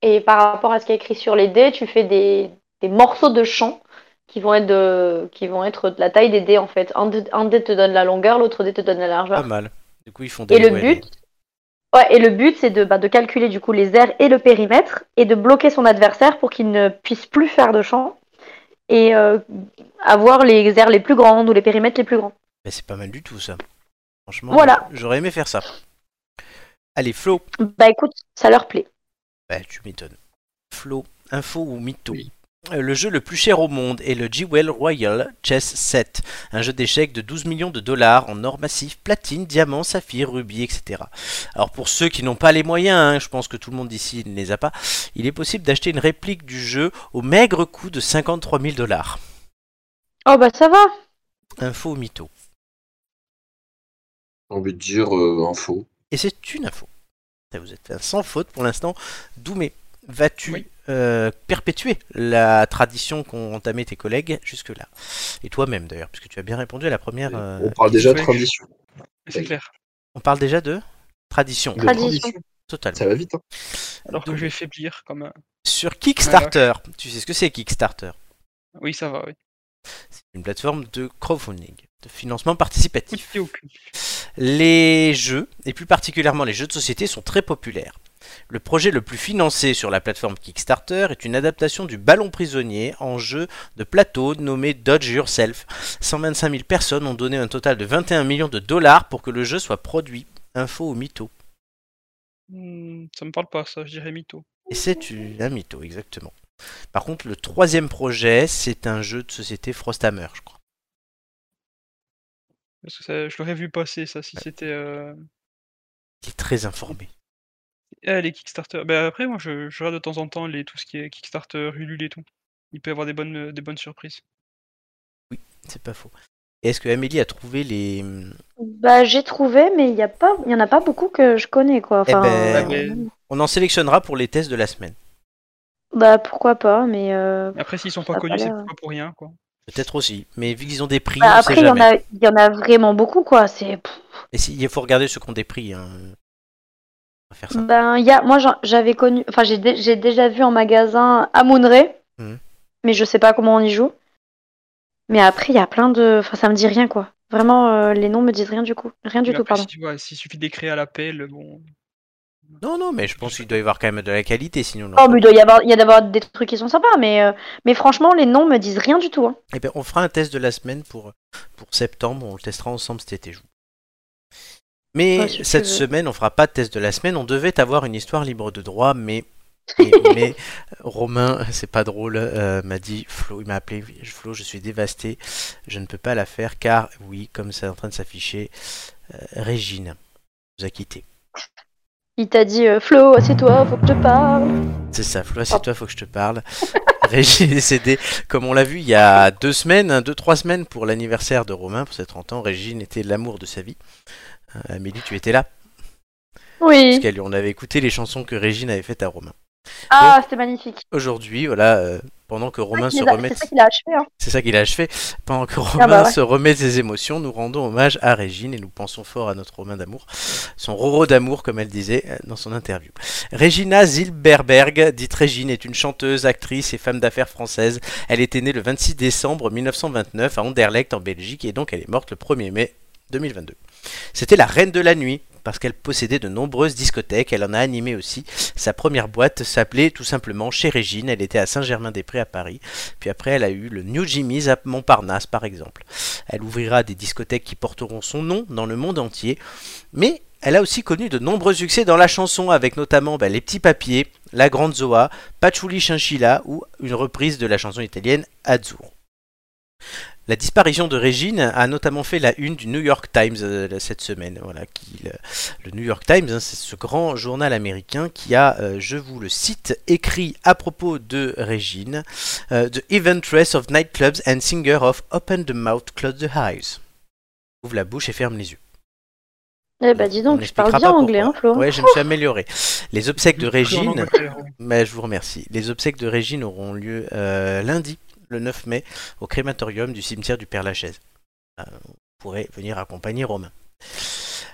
Et par rapport à ce qui est écrit sur les dés, tu fais des, des morceaux de champ qui vont, être de, qui vont être de la taille des dés en fait. Un, dé- un dé te donne la longueur, l'autre dé te donne la largeur. Pas mal. Du coup, ils font des Ah. Et le ouais, but, ouais, et le but, c'est de, bah, de calculer du coup les airs et le périmètre et de bloquer son adversaire pour qu'il ne puisse plus faire de champ et euh, avoir les airs les plus grandes ou les périmètres les plus grands. Bah, c'est pas mal du tout ça. Franchement, Voilà. j'aurais aimé faire ça. Allez, Flo. Bah écoute, ça leur plaît. Bah, tu m'étonnes. Flo, info ou mytho Oui. Euh, Le jeu le plus cher au monde est le Jewel Royal Chess 7, un jeu d'échecs de 12 millions de dollars en or massif, platine, diamant, saphir, rubis, etc. Alors pour ceux qui n'ont pas les moyens, hein, je pense que tout le monde ici ne les a pas, il est possible d'acheter une réplique du jeu au maigre coût de 53 000 dollars. Oh bah ça va. Info ou mytho J'ai envie de dire euh, info. Et c'est une info. Ça vous êtes fait sans faute pour l'instant. Doumé, vas-tu Oui. euh, perpétuer la tradition qu'ont entamé tes collègues jusque-là Et toi-même d'ailleurs, puisque tu as bien répondu à la première. euh, On parle déjà de oui. tradition. C'est clair. on parle déjà de tradition, De Tradition. totalement. Ça va vite. hein. Alors que Donc, je vais faiblir comme un. Sur Kickstarter, tu sais ce que c'est Kickstarter Oui, ça va, oui. C'est une plateforme de crowdfunding, de financement participatif. Petit au cul. Les jeux, et plus particulièrement les jeux de société, sont très populaires. Le projet le plus financé sur la plateforme Kickstarter est une adaptation du Ballon Prisonnier en jeu de plateau nommé Dodge Yourself. 125 000 personnes ont donné un total de 21 millions de dollars pour que le jeu soit produit. Info ou mytho Hmm, ça me parle pas, ça, je dirais mytho. Et c'est une- un mytho, exactement. Par contre, le troisième projet, c'est un jeu de société Frosthammer, je crois. Parce que ça- je l'aurais vu passer, ça, si c'était. euh, Il est très informé. Ah, les Kickstarter. Ben après, moi, je, je regarde de temps en temps les, tout ce qui est Kickstarter, Ulule et tout. Il peut y avoir des bonnes, euh, des bonnes surprises. C'est pas faux. Et Est-ce que Amélie a trouvé les... hum, Bah j'ai trouvé, mais il y a pas, il y en a pas beaucoup que je connais quoi. Eh Enfin, ben, euh, Ouais, On en sélectionnera pour les tests de la semaine. bah pourquoi pas, mais euh, Après, s'ils sont Ça pas a pas connus, c'est l'air. pas pour rien, quoi. Peut-être aussi, mais vu qu'ils ont des prix, bah, on après sait il y en jamais. a, il y en a vraiment beaucoup quoi. C'est pff, Et si- il faut regarder ceux qui ont des prix. hein. On va faire ça. ben il y a, moi j'en- j'avais connu, enfin j'ai dé- j'ai déjà vu en magasin Amounré, Mhm. mais je sais pas comment on y joue. Mais après il y a plein de, enfin ça me dit rien quoi. Vraiment euh, les noms me disent rien du coup, rien du Mais tout après, pardon. si tu vois, s'il suffit d'écrire à l'appel, bon. Non, non, mais je pense qu'il doit y avoir quand même de la qualité, sinon. Oh, mais il doit y avoir, il y a d'abord des trucs qui sont sympas, mais euh, mais franchement les noms me disent rien du tout. hein. Eh ben, on fera un test de la semaine pour, pour septembre. On le testera ensemble cet été. je vous- Mais Ouais, si tu cette veux. semaine, on fera pas de test de la semaine. On devait avoir une histoire libre de droit, mais. mais- mais euh, Romain, c'est pas drôle, euh, m'a dit Flo, il m'a appelé Flo, je suis dévasté, je ne peux pas la faire car, oui, comme c'est en train de s'afficher, euh, Régine nous a quitté. Il t'a dit euh, Flo, c'est toi, faut que je te parle. C'est ça, Oh. Flo, c'est toi, faut que je te parle. Régine est décédée, comme on l'a vu il y a deux semaines, hein, deux, trois semaines pour l'anniversaire de Romain, pour ses 30 ans. Régine était l'amour de sa vie. Euh, Amélie, tu étais là, parce Oui. qu'elle- on avait écouté les chansons que Régine avait faites à Romain. Ah, c'était magnifique. Aujourd'hui, voilà, euh, pendant que Romain C'est se ça qu'il a- remet, C'est ça qu'il a achevé. Hein. c'est ça qu'il a achevé, pendant que Romain bah ouais. se remet de ses émotions, nous rendons hommage à Régine et nous pensons fort à notre Romain d'amour, son Roro d'amour, comme elle disait euh, dans son interview. Regina Zilberberg, dite Régine, est une chanteuse, actrice et femme d'affaires française. Elle était née le 26 décembre 1929 à Anderlecht en Belgique et donc elle est morte le 1er mai 2022. C'était la reine de la nuit parce qu'elle possédait de nombreuses discothèques, elle en a animé aussi. Sa première boîte s'appelait tout simplement Chez Régine, elle était à Saint-Germain-des-Prés à Paris. Puis après, elle a eu le New Jimmy's à Montparnasse, par exemple. Elle ouvrira des discothèques qui porteront son nom dans le monde entier. Mais elle a aussi connu de nombreux succès dans la chanson, avec notamment bah, Les Petits Papiers, La Grande Zoa, Patchouli Chinchilla ou une reprise de la chanson italienne Azzurro. La disparition de Régine a notamment fait la une du New York Times euh, cette semaine. Voilà, qui, le, le New York Times, hein, c'est ce grand journal américain qui a, euh, je vous le cite, écrit à propos de Régine euh, The Eventress of Nightclubs and Singer of Open the Mouth, Close the Eyes. Ouvre la bouche et ferme les yeux. Eh bah dis On donc, tu expliquera parles bien pas anglais, hein, pourquoi. Flo. Ouais, je me suis amélioré. Les obsèques de Plus en Régine, Angleterre, ouais. mais je vous remercie. Les obsèques de Régine auront lieu euh, lundi, le 9 mai, au crématorium du cimetière du Père Lachaise. Euh, on pourrait venir accompagner Romain.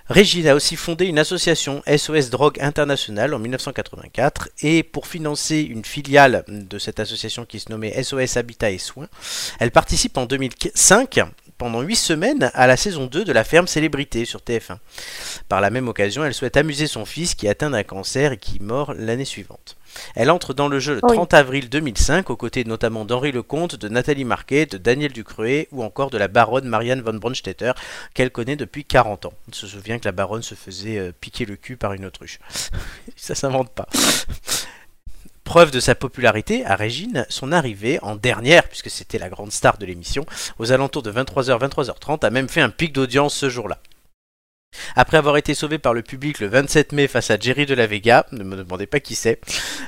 Régine a aussi fondé une association SOS Drogue Internationale en 1984 et pour financer une filiale de cette association qui se nommait SOS Habitat et Soins, elle participe en 2005 pendant 8 semaines à la saison 2 de la ferme célébrité sur TF1. Par la même occasion, elle souhaite amuser son fils qui est atteint d'un cancer et qui mord l'année suivante. Elle entre dans le jeu le Oui. 30 avril 2005, aux côtés notamment d'Henri Lecomte, de Nathalie Marquet, de Daniel Ducruet ou encore de la baronne Marianne von Brandstetter, qu'elle connaît depuis 40 ans. Elle se souvient que la baronne se faisait euh, piquer le cul par une autruche. Ça s'invente pas. Preuve de sa popularité à Régine, son arrivée en dernière, puisque c'était la grande star de l'émission, aux alentours de 23h, 23h30, a même fait un pic d'audience ce jour-là. Après avoir été sauvée par le public le 27 mai face à Jerry de la Vega, ne me demandez pas qui c'est,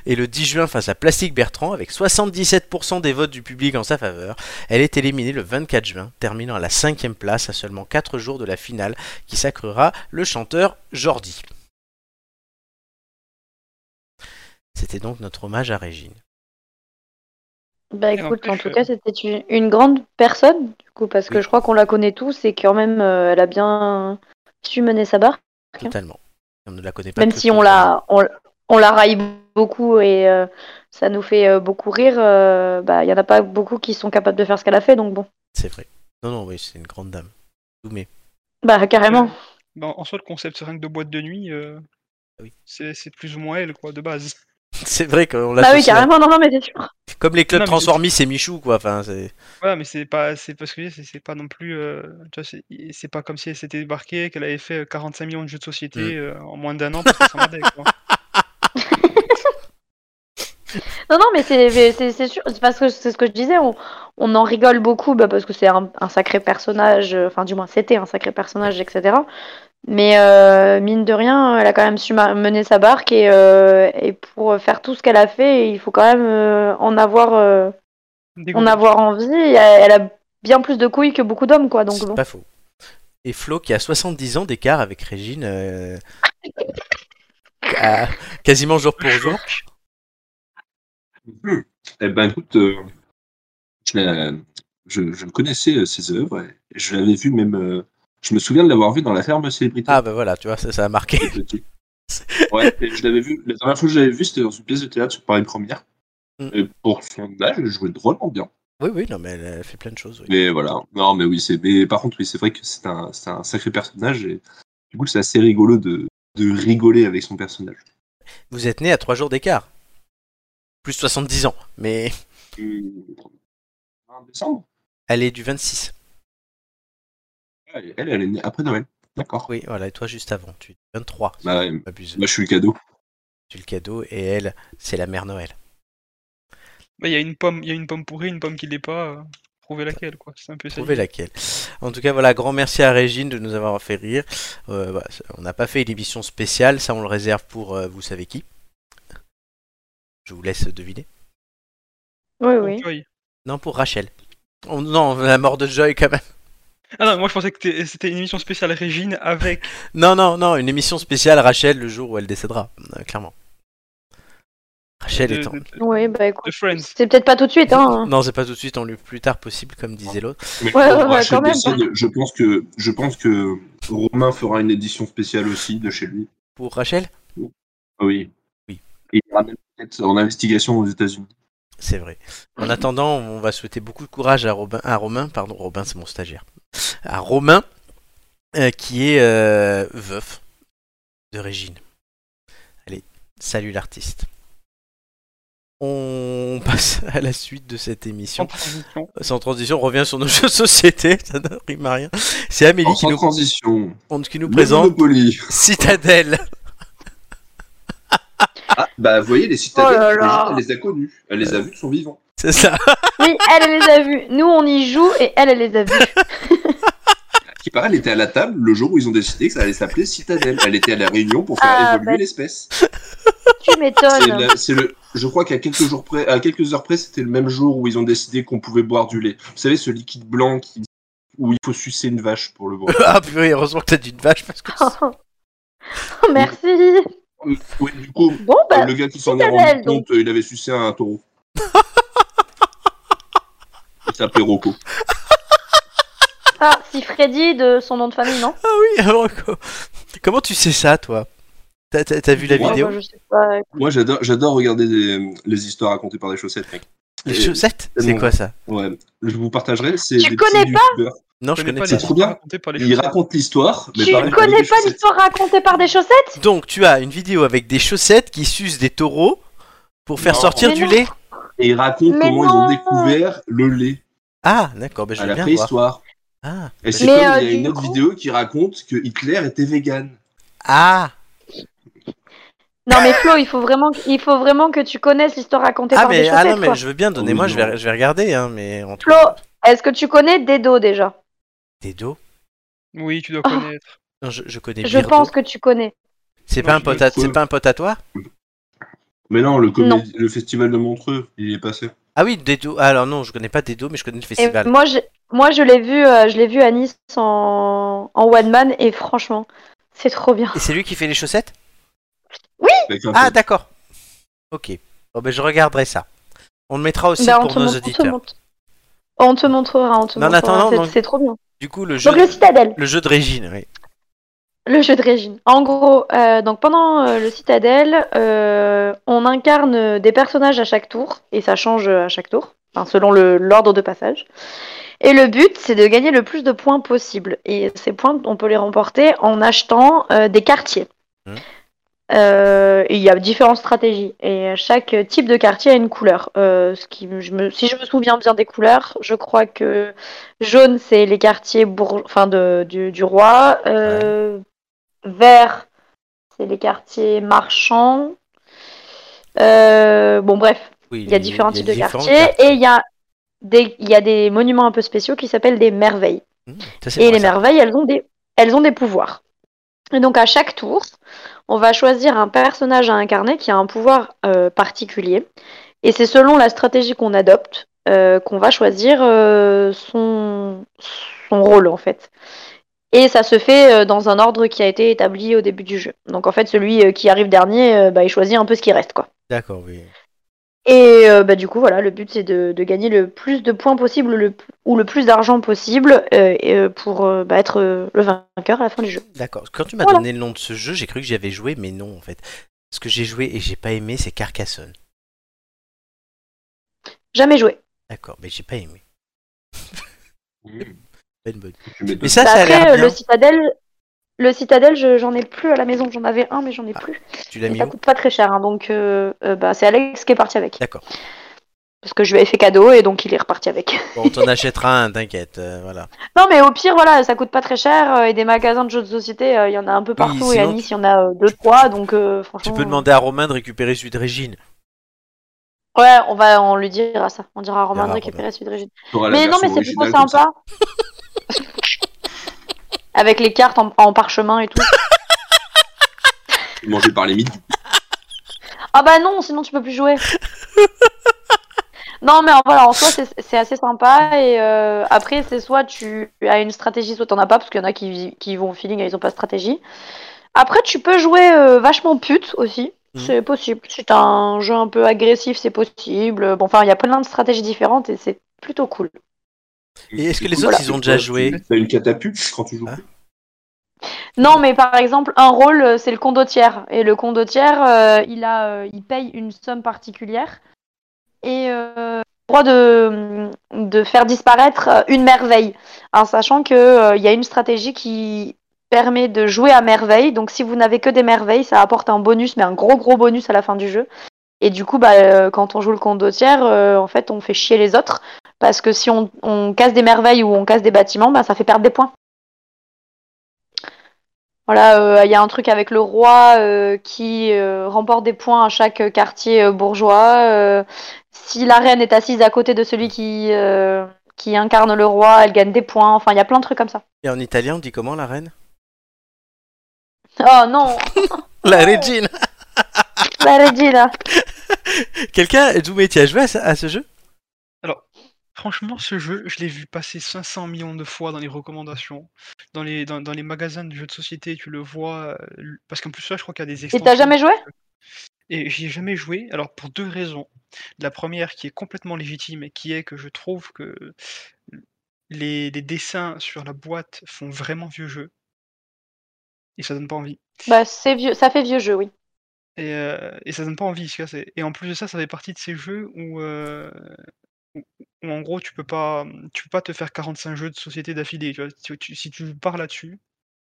et le 10 juin face à Plastique Bertrand, avec 77% des votes du public en sa faveur, elle est éliminée le 24 juin, terminant à la 5 place à seulement 4 jours de la finale qui sacrera le chanteur Jordi. C'était donc notre hommage à Régine. Bah Et en écoute, plus, en tout euh, cas, c'était une, une grande personne, du coup, parce que Oui. je crois qu'on la connaît tous et quand même, euh, elle a bien su mener sa barre, Bien. Totalement. On ne la connaît pas. même que si pour- on la, on, on la raille beaucoup et euh, ça nous fait euh, beaucoup rire. euh, bah, il y en a pas beaucoup qui sont capables de faire ce qu'elle a fait, donc bon, C'est vrai. Non, non, oui, c'est une grande dame. Doumé. bah carrément. Bah, en soi, le concept seringue de boîte de nuit, euh, Ah oui. c'est c'est plus ou moins elle, quoi, de base. C'est vrai qu'on l'a Bah oui, carrément, non, non, mais c'est sûr. Comme les clubs Non, mais- transformistes et Michou, quoi. Enfin, c'est... Voilà, mais c'est pas, c'est parce que c'est c'est pas non plus. euh, tu vois, c'est- i- c'est pas comme si elle s'était débarquée, qu'elle avait fait euh, 45 millions de jeux de société Mm. euh, en moins d'un an parce que ça m'aidait, quoi. Non, non, mais c'est c'est- c'est sûr, c'est parce que c'est ce que je disais, on, on en rigole beaucoup bah, parce que c'est un, un sacré personnage, euh, enfin, du moins, c'était un sacré personnage, etc. Mais euh, mine de rien, elle a quand même su ma- mener sa barque et, euh, et pour faire tout ce qu'elle a fait, il faut quand même euh, en, avoir, euh, en Dégoûtant. avoir envie. Et Elle elle a bien plus de couilles que beaucoup d'hommes, quoi, donc c'est bon. pas faux. Et Flo, qui a 70 ans d'écart avec Régine, euh, à- quasiment jour pour jour. Hmm. Eh ben écoute, euh, je, la- je- je connaissais euh, ses œuvres, et je l'avais vu même. euh, je me souviens de l'avoir vu dans la ferme célébrité. Ah bah voilà, tu vois, ça, ça a marqué. J'étais petit. ouais, et je l'avais vu. La dernière fois que je l'avais vu, c'était dans une pièce de théâtre sur Paris Première. Hmm. Et pour son âge, elle jouait drôlement bien. Oui, oui, non, mais elle, elle fait plein de choses. oui. Mais voilà. Non, mais oui, c'est. Mais par contre, oui, c'est vrai que c'est un, c'est un sacré personnage et du coup, c'est assez rigolo de, de rigoler avec son personnage. Vous êtes né à 3 jours d'écart. Plus 70 ans. Mais Hum, En décembre elle est du 26. Elle, elle elle est née après Noël. D'accord. Oui, voilà, et toi juste avant. Tu es 23. si Bah, je ouais. m'abuse. Moi, je suis le cadeau. Tu es le cadeau et elle, c'est la mère Noël. Bah, Il y a une pomme, il y a une pomme pourrie, une pomme qui l'est pas. euh, trouvez laquelle, quoi. C'est un peu ça. Trouvez laquelle. En tout cas, voilà, grand merci à Régine de nous avoir fait rire. Euh, voilà, ça- on n'a pas fait une émission spéciale, ça on le réserve pour euh, vous savez qui. Je vous laisse deviner. Oui, Bon, oui. tu vois, il- Non, pour Rachel. Oh, non, la mort de Joy quand même. Ah non, moi je pensais que t'es- c'était une émission spéciale Régine avec. Non, non, non, une émission spéciale Rachel le jour où elle décédera, euh, clairement. Rachel de, étant. de- de- Oui, bah écoute. de Friends. C'est peut-être pas tout de suite, hein. Non, c'est pas tout de suite, on le plus tard possible, comme disait l'autre. Mais Ouais, ouais, pour ouais, Rachel quand même, Dessade, je pense que je pense que Romain fera une édition spéciale aussi de chez lui. Pour Rachel Oui. Oui. Et il ira même peut-être en investigation aux États-Unis. C'est vrai. En attendant, on va souhaiter beaucoup de courage à, Robin, à Romain, pardon, Robin c'est mon stagiaire, à Romain, euh, qui est euh, veuf de Régine. Allez, salut l'artiste. On passe à la suite de cette Sans émission. transition. Sans transition, on revient sur nos jeux de société, ça ne rime à rien. C'est Amélie En qui sans nous, transition. qui nous le présente Monopoly. Citadelle. Ah bah vous voyez les citadelles, Oh là elle là. les a connues, elle les a vues de son vivant. C'est ça. Oui, elle, elle les a vus. Nous, on y joue et elle, elle les a vus. Qui paraît, elle était à la table le jour où ils ont décidé que ça allait s'appeler citadelle. Elle était à la réunion pour faire Ah, évoluer bah. l'espèce. tu C'est m'étonnes. la- c'est le, je crois qu'à quelques jours près, à quelques heures près, c'était le même jour où ils ont décidé qu'on pouvait boire du lait. Vous savez ce liquide blanc qui, où il faut sucer une vache pour le boire. Ah purée, heureusement que t'as dit une vache parce que Ah. Oh, merci. Euh, Oui, du coup, Bon, bah, euh, le gars qui s'en est citadelle, rendu donc. compte, euh, il avait sucé un taureau. Il s'appelait Rocco. Ah, si Freddy de son nom de famille, non oui, alors, co- comment tu sais ça, toi T'as- T'as t'as vu la Moi, vidéo Ah, bah, Je sais pas. Moi, j'adore j'adore regarder des- les histoires racontées par des chaussettes, mec. Les Et- chaussettes et C'est bon. quoi ça Ouais, je vous partagerai. C'est Tu des connais petits youtubeurs. Non, je connais connais pas pas. ça. les C'est trop histoires bien. racontées par les Ils chaussettes. racontent l'histoire, mais tu pareil, avec connais des pas chaussettes. l'histoire racontée par des chaussettes Donc, tu as une vidéo avec des chaussettes qui sucent des taureaux pour faire Non. sortir Mais du non. lait Et ils racontent Mais comment ils ont non. découvert le lait Ah, d'accord, ben, je à veux la bien voir. préhistoire. Ah, Et c'est Mais, comme il y euh, a du une autre coup- vidéo qui raconte que Hitler était vegan. ah, Non mais Flo, il faut vraiment, il faut vraiment que tu connaisses l'histoire racontée ah par des mais, chaussettes. ah non, mais quoi. je veux bien, donnez-moi, Oui, je, vais, non. je vais regarder, hein, mais en tout Flo, cas, est-ce que tu connais Dedo déjà des dos. Oui, tu dois Oh. connaître. Non, je, je connais Je Birdo. pense que tu connais. C'est Non, pas, un je pote l'ai à- trouvé. c'est pas un pote à toi Mais non, le, comé- Non. le festival de Montreux, il est passé. Ah oui, des dos. Alors non, je connais pas des dos, mais je connais le Et festival. moi, je, moi, je l'ai vu, euh, je l'ai vu à Nice en, en one man et franchement, c'est trop bien. Et c'est lui qui fait les chaussettes Avec un Ah, pote. d'accord. Ok. Bon, ben, je regarderai ça. On le mettra aussi Bah, on, pour te nos montre- on te auditeurs. montre- on te montrera, on te Non, en montrera. attendant, c'est- donc- c'est trop bien. Du coup, le jeu, Donc le Citadel, le jeu de Régine, oui. le jeu de régime. En gros, euh, donc pendant euh, le Citadel, euh, on incarne des personnages à chaque tour et ça change euh, à chaque tour, enfin, selon le- l'ordre de passage. Et le but, c'est de gagner le plus de points possible. Et ces points, on peut les remporter en achetant euh, des quartiers. Mhm. Euh, il y a différentes stratégies et chaque type de quartier a une couleur. Euh, ce qui, je me- si je me souviens bien des couleurs, je crois que jaune c'est les quartiers bourg- enfin de, du, du roi, euh, vert c'est les quartiers marchands. Euh, bon bref, Oui, il y a différents types de différents quartiers et il y a des, il y a des monuments un peu spéciaux qui s'appellent des merveilles. Mmh, ça, c'est Et moi, les ça. merveilles, elles ont des, elles ont des pouvoirs. Et donc à chaque tour, on va choisir un personnage à incarner qui a un pouvoir euh, particulier. Et c'est selon la stratégie qu'on adopte euh, qu'on va choisir euh, son, son rôle en fait. Et ça se fait euh, dans un ordre qui a été établi au début du jeu. Donc en fait, celui euh, qui arrive dernier, euh, bah, il choisit un peu ce qui reste quoi. D'accord, oui. Et euh, bah, du coup, voilà, le but c'est de, de gagner le plus de points possible le, ou le plus d'argent possible euh, et, euh, pour euh, bah, être euh, le vainqueur à la fin du jeu. D'accord. Quand tu m'as Voilà. donné le nom de ce jeu, j'ai cru que j'y avais joué, mais non, en fait. Ce que j'ai joué et j'ai pas aimé, c'est Carcassonne. Jamais joué. D'accord, mais j'ai pas aimé. Mmh, Bonne, bonne. tu m'étonnes. Mais ça, Bah, ça a après, l'air euh, bien. le citadel, le citadel, je- j'en ai plus à la maison. J'en avais un, mais j'en ai Ah, plus. Tu l'as Et mis ça où coûte pas très cher, hein, donc euh, euh, bah, c'est Alex qui est parti avec. D'accord. Parce que je lui avais fait cadeau et donc il est reparti avec. Bon, on t'en achètera un, t'inquiète. euh, voilà. non, mais au pire, voilà, ça coûte pas très cher. euh, et des magasins de jeux de société, euh, il y en a un peu partout. et à sinon, Nice, il y en a euh, deux, trois. Donc euh, Tu franchement. peux demander à Romain de récupérer celui de Régine. Ouais, on va, on lui dira ça. On dira à Romain de Romain. récupérer celui de Régine. T'auras Ah, la Mais non, version mais c'est plutôt originale comme ça. sympa. Avec les cartes en, en parchemin et tout. Mangé par les mythes. Ah bah non, sinon tu peux plus jouer. Non mais en- voilà, en soi c'est- c'est assez sympa et euh, après c'est soit tu as une stratégie, soit t'en as pas parce qu'il y en a qui, qui vont au feeling et ils ont pas de stratégie. Après tu peux jouer euh, vachement pute aussi, Mhm. c'est possible. C'est un jeu un peu agressif, c'est possible. Bon enfin il y a plein de stratégies différentes et c'est plutôt cool. Et est-ce que les autres, ils ont déjà joué euh, T'as une catapulte quand tu joues. Hein Non, mais par exemple, un rôle, euh, c'est le condottière. Et le condottière, euh, il, a, euh, il paye une somme particulière et euh, le droit de, mm, de faire disparaître euh, une merveille. En sachant qu'il y a une stratégie qui permet de jouer à merveille. Donc, si vous n'avez que des merveilles, ça apporte un bonus, mais un gros, gros bonus à la fin du jeu. Et du coup, bah, euh, quand on joue le condottière, euh, en fait, on fait chier les autres. Parce que si on, on casse des merveilles ou on casse des bâtiments, bah, ça fait perdre des points. Voilà, euh, il y a un truc avec le roi euh, qui euh, remporte des points à chaque quartier euh, bourgeois. Euh, si la reine est assise à côté de celui qui, euh, qui incarne le roi, elle gagne des points. Enfin, il y a plein de trucs comme ça. Et en italien, on dit comment la reine Oh non, La Regina la hein. Regina. Quelqu'un, Doumé, tu as joué à, ça- à ce jeu Franchement, ce jeu, je l'ai vu passer 500 millions de fois dans les recommandations, dans les, dans, dans les magasins de jeux de société, tu le vois. euh, l- Parce qu'en plus, ça, je crois qu'il y a des Et extensions. t'as jamais joué Et j'y ai jamais joué, alors pour deux raisons. La première qui est complètement légitime, et qui est que je trouve que les, les dessins sur la boîte font vraiment vieux jeu. Et ça donne pas envie. Bah, c'est vieux, ça fait vieux jeu, oui. Et, euh, et ça donne pas envie. tu vois, c'est- Et en plus de ça, ça fait partie de ces jeux où, euh, où en gros, tu peux pas, mmh, tu peux pas te faire 45 jeux de société d'affilée. tu vois. Tu- tu- Si tu pars là-dessus,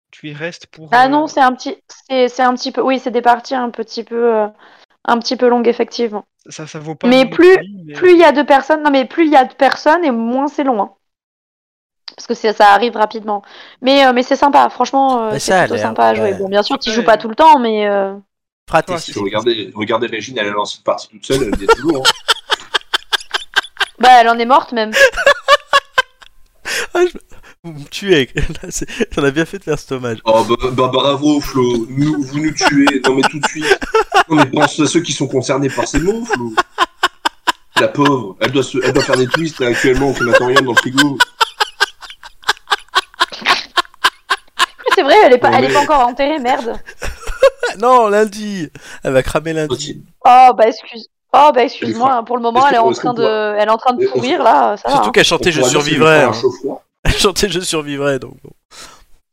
tu y restes pour. Ah euh, non, c'est un petit, c'est c'est un petit peu, oui, c'est des parties un petit peu, euh, un petit peu longues effectivement. ça, ça vaut pas. mais le nom de plus- folie, mais- Plus il y a de personnes, non mais plus il y a de personnes et moins c'est long. hein. Parce que c'est- ça arrive rapidement. Mais, euh, mais c'est sympa, franchement, euh, Bah, ça c'est a plutôt l'air, sympa à jouer. ouais. Bon, bien sûr, tu Ouais. joues pas tout le temps, mais euh, Frat, Toi, est-ce- Si vous regardez, regardez Régine, elle a lancé une partie toute seule, elle était toujours. hein. bah, elle en est morte même. vous me tuez. avec- Là, c'est- J'en ai bien fait de faire cet hommage. Oh, bah, bah, bravo, Flo, nous, vous nous tuez. Non, mais tout de suite. Non, mais pense à ceux qui sont concernés par ces mots, Flo. La pauvre, elle doit, se, elle doit faire des twists là, actuellement, qu'on n'attend rien dans le frigo. C'est vrai, elle est pas, Ouais, elle est mais- pas encore enterrée, merde. Ah, non, lundi Elle va cramer lundi. Surtout Oh bah excuse. Oh bah Elle excuse-moi, hein, pour le moment Est-ce elle est qu'on- en est-ce train qu'on de, elle est en train de Est-ce qu'on- pourrir là, ça va. Surtout hein. qu'elle chantait Je survivrai. hein. Elle chantait Je survivrai donc. bon.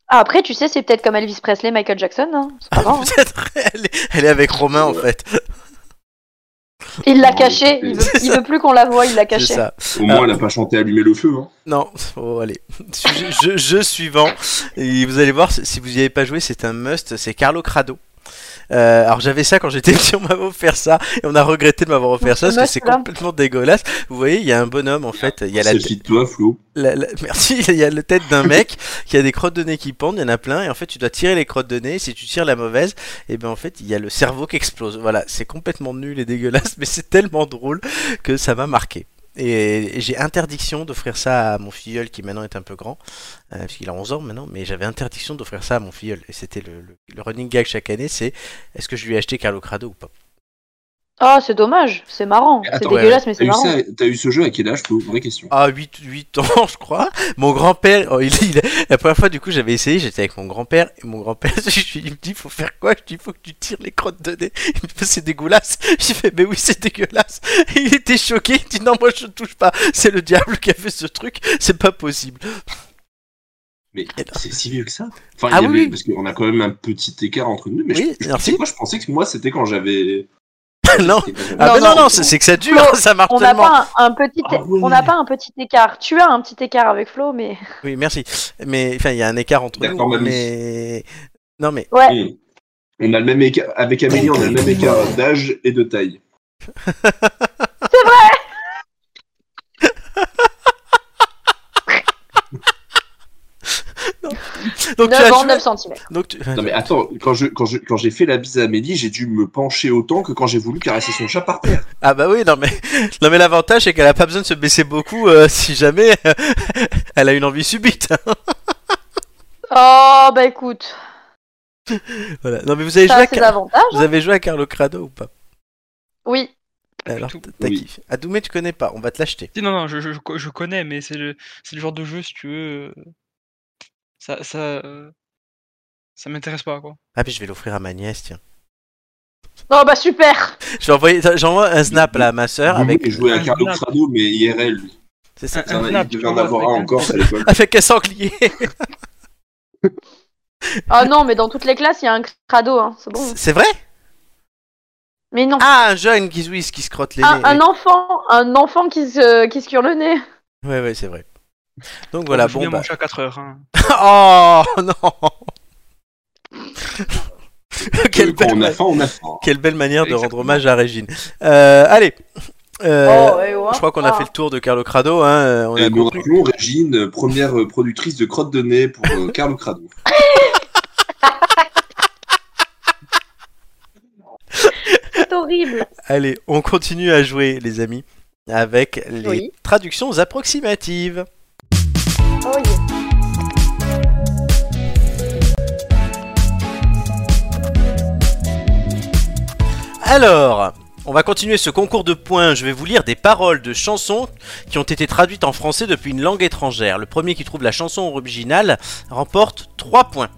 Ah, après tu sais c'est peut-être comme Elvis Presley, Michael Jackson, hein, c'est Ah, pas grave. hein. Peut-être elle, est- elle est avec Romain en Ouais. fait. Il l'a Ouais, caché, il veut, c'est il ça. veut plus qu'on la voie, il l'a C'est caché. ça. Au moins, elle a pas chanté Allumer le feu. Hein. Non, bon, allez. Sujet- jeu, jeu suivant. Et vous allez voir, si vous n'y avez pas joué, c'est un must. C'est Carlo Crado. Euh, alors j'avais ça quand j'étais petit, on m'avait offert ça et on a regretté de m'avoir offert ça Ce parce que c'est must-là. complètement dégueulasse. Vous voyez, il y a un bonhomme en fait, il y a la, C'est tête aussi toi, Flo. la- la- merci, il y a la tête d'un mec qui a des crottes de nez qui pendent, il y en a plein, et en fait tu dois tirer les crottes de nez, si tu tires la mauvaise, et ben en fait il y a le cerveau qui explose. Voilà, c'est complètement nul et dégueulasse, mais c'est tellement drôle que ça m'a marqué. Et et j'ai interdiction d'offrir ça à mon filleul qui maintenant est un peu grand, euh, parce qu'il a 11 ans maintenant, mais j'avais interdiction d'offrir ça à mon filleul. Et c'était le, le- le running gag chaque année, c'est est-ce que je lui ai acheté Carlo Crado ou pas Oh c'est dommage, c'est marrant, Mais c'est attends, dégueulasse mais T'as c'est eu, marrant. ça- t'as eu ce jeu à quel âge, Flo Vraie question. Ah, 8, 8 ans, je crois. Mon grand-père, oh, il, il- la première fois, du coup, j'avais essayé, j'étais avec mon grand-père, et mon grand-père, je lui- il me dit, faut faire quoi Je lui dis, faut que tu tires les crottes de nez. Il me dit, c'est dégueulasse. J'ai fait, mais oui, c'est dégueulasse. Et il était choqué, il dit, non, moi, je ne touche pas. C'est le diable qui a fait ce truc, c'est pas possible. Mais Et là- c'est si vieux que ça Eh Enfin, ben. Ah il oui, y avait- oui. parce qu'on a quand même un petit écart entre nous. Mais Oui, je, je, merci. tu sais quoi, je pensais que moi, c'était quand j'avais. non. c'était quand j'avais- Ah, Non, mais non, non. non, c'est c'est que ça dure, ça marche On n'a tellement. pas un, un petit, Ah ouais. on n'a pas un petit écart. Tu as un petit écart avec Flo, mais Oui, merci. Mais, enfin, il y a un écart entre D'accord, bah nous, mamie. mais. Non, mais. ouais. Mmh. On a le même écart, avec Amélie, on a le même écart d'âge et de taille. Donc, tu 9 as ans, joué- 9 cm. Donc, tu- Non mais attends, quand je quand je quand j'ai fait la bise à Amélie, j'ai dû me pencher autant que quand j'ai voulu caresser son chat par terre. Ah bah oui, non mais, non mais l'avantage c'est qu'elle a pas besoin de se baisser beaucoup euh, si jamais euh, elle a une envie subite. hein. Oh bah écoute, voilà. Non mais vous avez ça joué à a ses Car- avantages. vous avez joué à Carlo Crado ou pas Oui, Pas du Alors tout. t'as Oui. kiffé. Adoumé tu connais pas, on va te l'acheter. Si, non, non, je, je, je co- je connais, mais c'est le, c'est le genre de jeu, si tu veux. euh, Ça. Ça, euh, ça m'intéresse pas, quoi. Ah mais je vais l'offrir à ma nièce tiens. oh bah super. Je vais envoyer- J'envoie un snap là à ma sœur Vous avec. voulez jouer à un Carlo snap. Crado mais IRL. lui. C'est ça. Il en a- snap, il devait en tu vois, avoir un avec un- encore à l'école. Avec un sanglier. Ah non, mais dans toutes les classes, il y a un crado, hein. c'est bon. C'est vrai Mais non. Ah un jeune qui Ah, oui, qui se crotte les Un, nez. un enfant, un enfant qui se, qui se cure le nez. Ouais ouais c'est vrai. Oh, Donc voilà je bon bah. à 4 heures. hein. oh non. Quelle Quand belle on a faim, on a faim. Quelle belle manière de rendre Exactement. hommage à Régine. Euh, allez, Euh, eh ouais. je crois qu'on a Ah. fait le tour de Carlo Crado. Hein. euh, On a Et nous compris. rappelons Régine, euh, première euh, productrice de crottes de nez pour euh, Carlo Crado. C'est horrible. Allez, on continue à jouer, les amis, avec les Oui. traductions approximatives. Oh, yeah. Alors, on va continuer ce concours de points. Je vais vous lire des paroles de chansons qui ont été traduites en français depuis une langue étrangère. Le premier qui trouve la chanson originale remporte 3 points.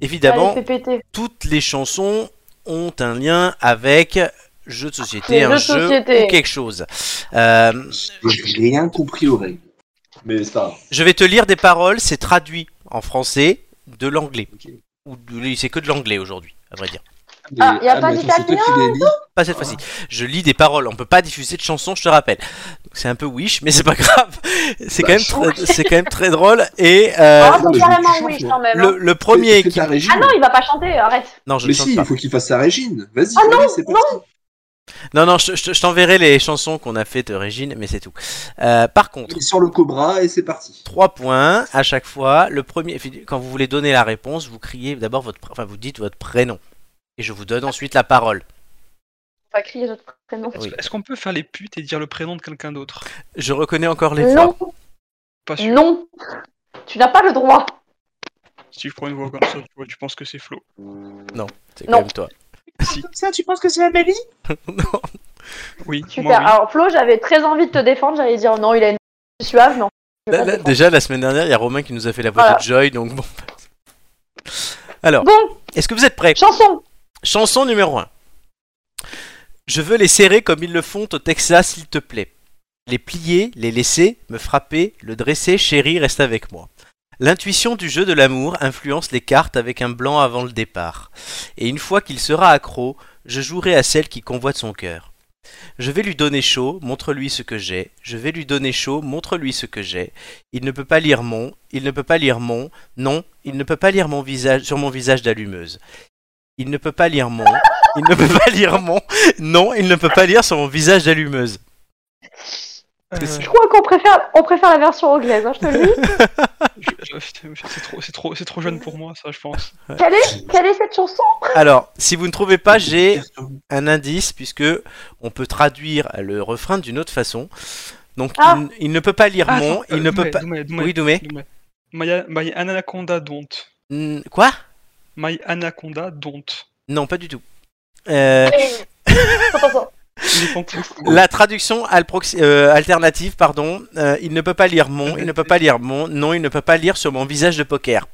Évidemment, Allez, fais péter. toutes les chansons ont un lien avec jeu de société, Les un jeux de jeu société. ou quelque chose. Euh, J'ai rien compris aux règles. Mais c'est pas grave. je vais te lire des paroles, c'est traduit en français de l'anglais. Ou de- C'est que de l'anglais aujourd'hui, à vrai dire. Ah, y a pas mais attends, c'est toi d'italien, qui les lis. Pas cette fois-ci. Je lis des paroles. On peut pas diffuser de chansons, je te rappelle. Donc, C'est un peu wish, mais c'est pas grave. Bah, C'est quand même, très, c'est quand même très drôle. Et euh, Ah, non, mais c'est carrément tu oui, changes, quand même. hein. le, le premier Fais- fais qui. ta Régine. Ah non, il va pas chanter, arrête. Non, je ne mais chante si, pas. il faut qu'il fasse sa Régine. Vas-y. Ah non, allez, c'est parti. Non, non, je, je- je t'enverrai les chansons qu'on a faites, Régine, mais c'est tout. Euh, par contre. Il sort le cobra et c'est parti. 3 points à chaque fois. Le premier, quand vous voulez donner la réponse, vous criez d'abord votre, enfin vous dites votre prénom et je vous donne ensuite la parole. On va crier notre prénom. Oui. Est-ce qu'on peut faire les putes et dire le prénom de quelqu'un d'autre Je reconnais encore les Non, Pas sûr. non. Tu n'as pas le droit. Si je prends une voix comme ça, tu vois, tu penses que c'est Flo. C'est Non. quand même toi. Ah, Si. Ça, tu penses que c'est Amélie Non. Oui. Super. Moi, Alors Flo, j'avais très envie de te défendre, j'allais dire non, il a une suave, non. je Là, vais pas là, te défendre. déjà la semaine dernière, il y a Romain qui nous a fait la voix Voilà. de Joy, donc bon. Alors, Bon, est-ce que vous êtes prêts chanson. Chanson numéro 1. Je veux les serrer comme ils le font au Texas, s'il te plaît. Les plier, les laisser, me frapper, le dresser, chérie, reste avec moi. L'intuition du jeu de l'amour influence les cartes avec un blanc avant le départ. Et une fois qu'il sera accro, je jouerai à celle qui convoite son cœur. Je vais lui donner chaud, montre-lui ce que j'ai. Je vais lui donner chaud, montre-lui ce que j'ai. Il ne peut pas lire mon, il ne peut pas lire mon, non, il ne peut pas lire mon visage sur mon visage d'allumeuse. Il ne peut pas lire mon. Il ne peut pas lire mon. Non, il ne peut pas lire sur mon visage d'allumeuse. oui. Euh, Je crois qu'on préfère, on préfère la version anglaise, hein, je te le dis. je- euh, putain, C'est trop, c'est trop, c'est trop jeune pour moi, ça, je pense. quelle, est, quelle est cette chanson Alors, si vous ne trouvez pas, Euh, j'ai un indice puisque on peut traduire le refrain d'une autre façon. Donc, Ah. il, il ne peut pas lire Ah, mon. attends, Il euh, ne peut Doumé, pas. Doumé, Doumé, Oui, Doumé. Doumé. My, my anaconda don't. Hmm, Quoi My anaconda don't. Non, pas du tout. Euh, Il est en plus. la traduction alproxi- euh, alternative, pardon. euh, il ne peut pas lire mon. Il ne peut pas lire mon. Non, il ne peut pas lire sur mon visage de poker.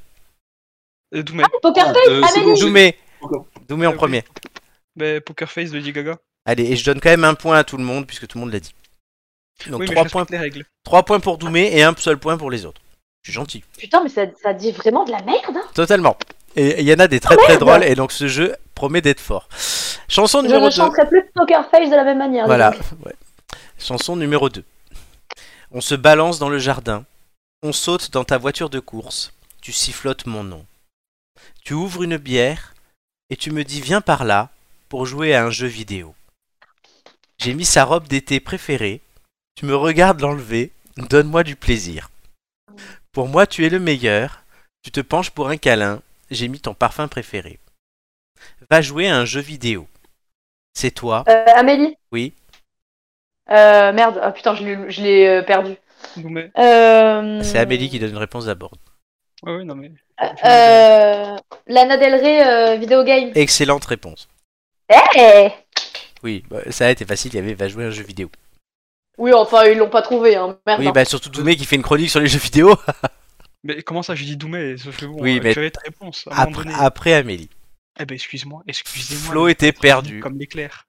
Euh, Doumé. Poker Ah, Face, euh, c'est Amélie. bon. Doumé. Encore. Doumé en Euh, premier. Ben, Poker Face de Lady Gaga. Allez, et je donne quand même un point à tout le monde puisque tout le monde l'a dit. Donc oui, mais je 3, respecte points, les règles. 3 points pour Doumé et un seul point pour les autres. Je suis gentil. Putain, mais ça, ça dit vraiment de la merde. hein. Totalement. Et il y en a des très très merde drôles et donc ce jeu promet d'être fort. Chanson Je numéro ne 2. chanterai plus Poker Face de la même manière. Voilà. dis donc. ouais. Chanson numéro 2. On se balance dans le jardin. On saute dans ta voiture de course. Tu sifflotes mon nom. Tu ouvres une bière et tu me dis viens par là pour jouer à un jeu vidéo. J'ai mis sa robe d'été préférée. Tu me regardes l'enlever. Donne-moi du plaisir. Pour moi, tu es le meilleur. Tu te penches pour un câlin. J'ai mis ton parfum préféré. Va jouer à un jeu vidéo. C'est toi. Euh, Amélie. Oui. Euh, merde, ah, putain, je l'ai- je l'ai euh, perdu. Doumé. Euh, C'est Amélie qui donne une réponse d'abord. Ouais, ouais, non, mais. Euh, Lana Del Rey, euh, Video Game. Excellente réponse. Eh Oui, bah, ça a été facile, il y avait va jouer à un jeu vidéo. Oui, enfin, ils l'ont pas trouvé, hein. Ah, Merde. Oui, hein. bah surtout Doumé qui fait une chronique sur les jeux vidéo Mais comment ça, j'ai dit Doumé Sauf que bon, Oui, euh, mais- tu avais ta réponse. À un moment après, donné. après Amélie. Eh ben, excuse-moi, excusez-moi. Flo mais était je suis perdu. Comme l'éclair.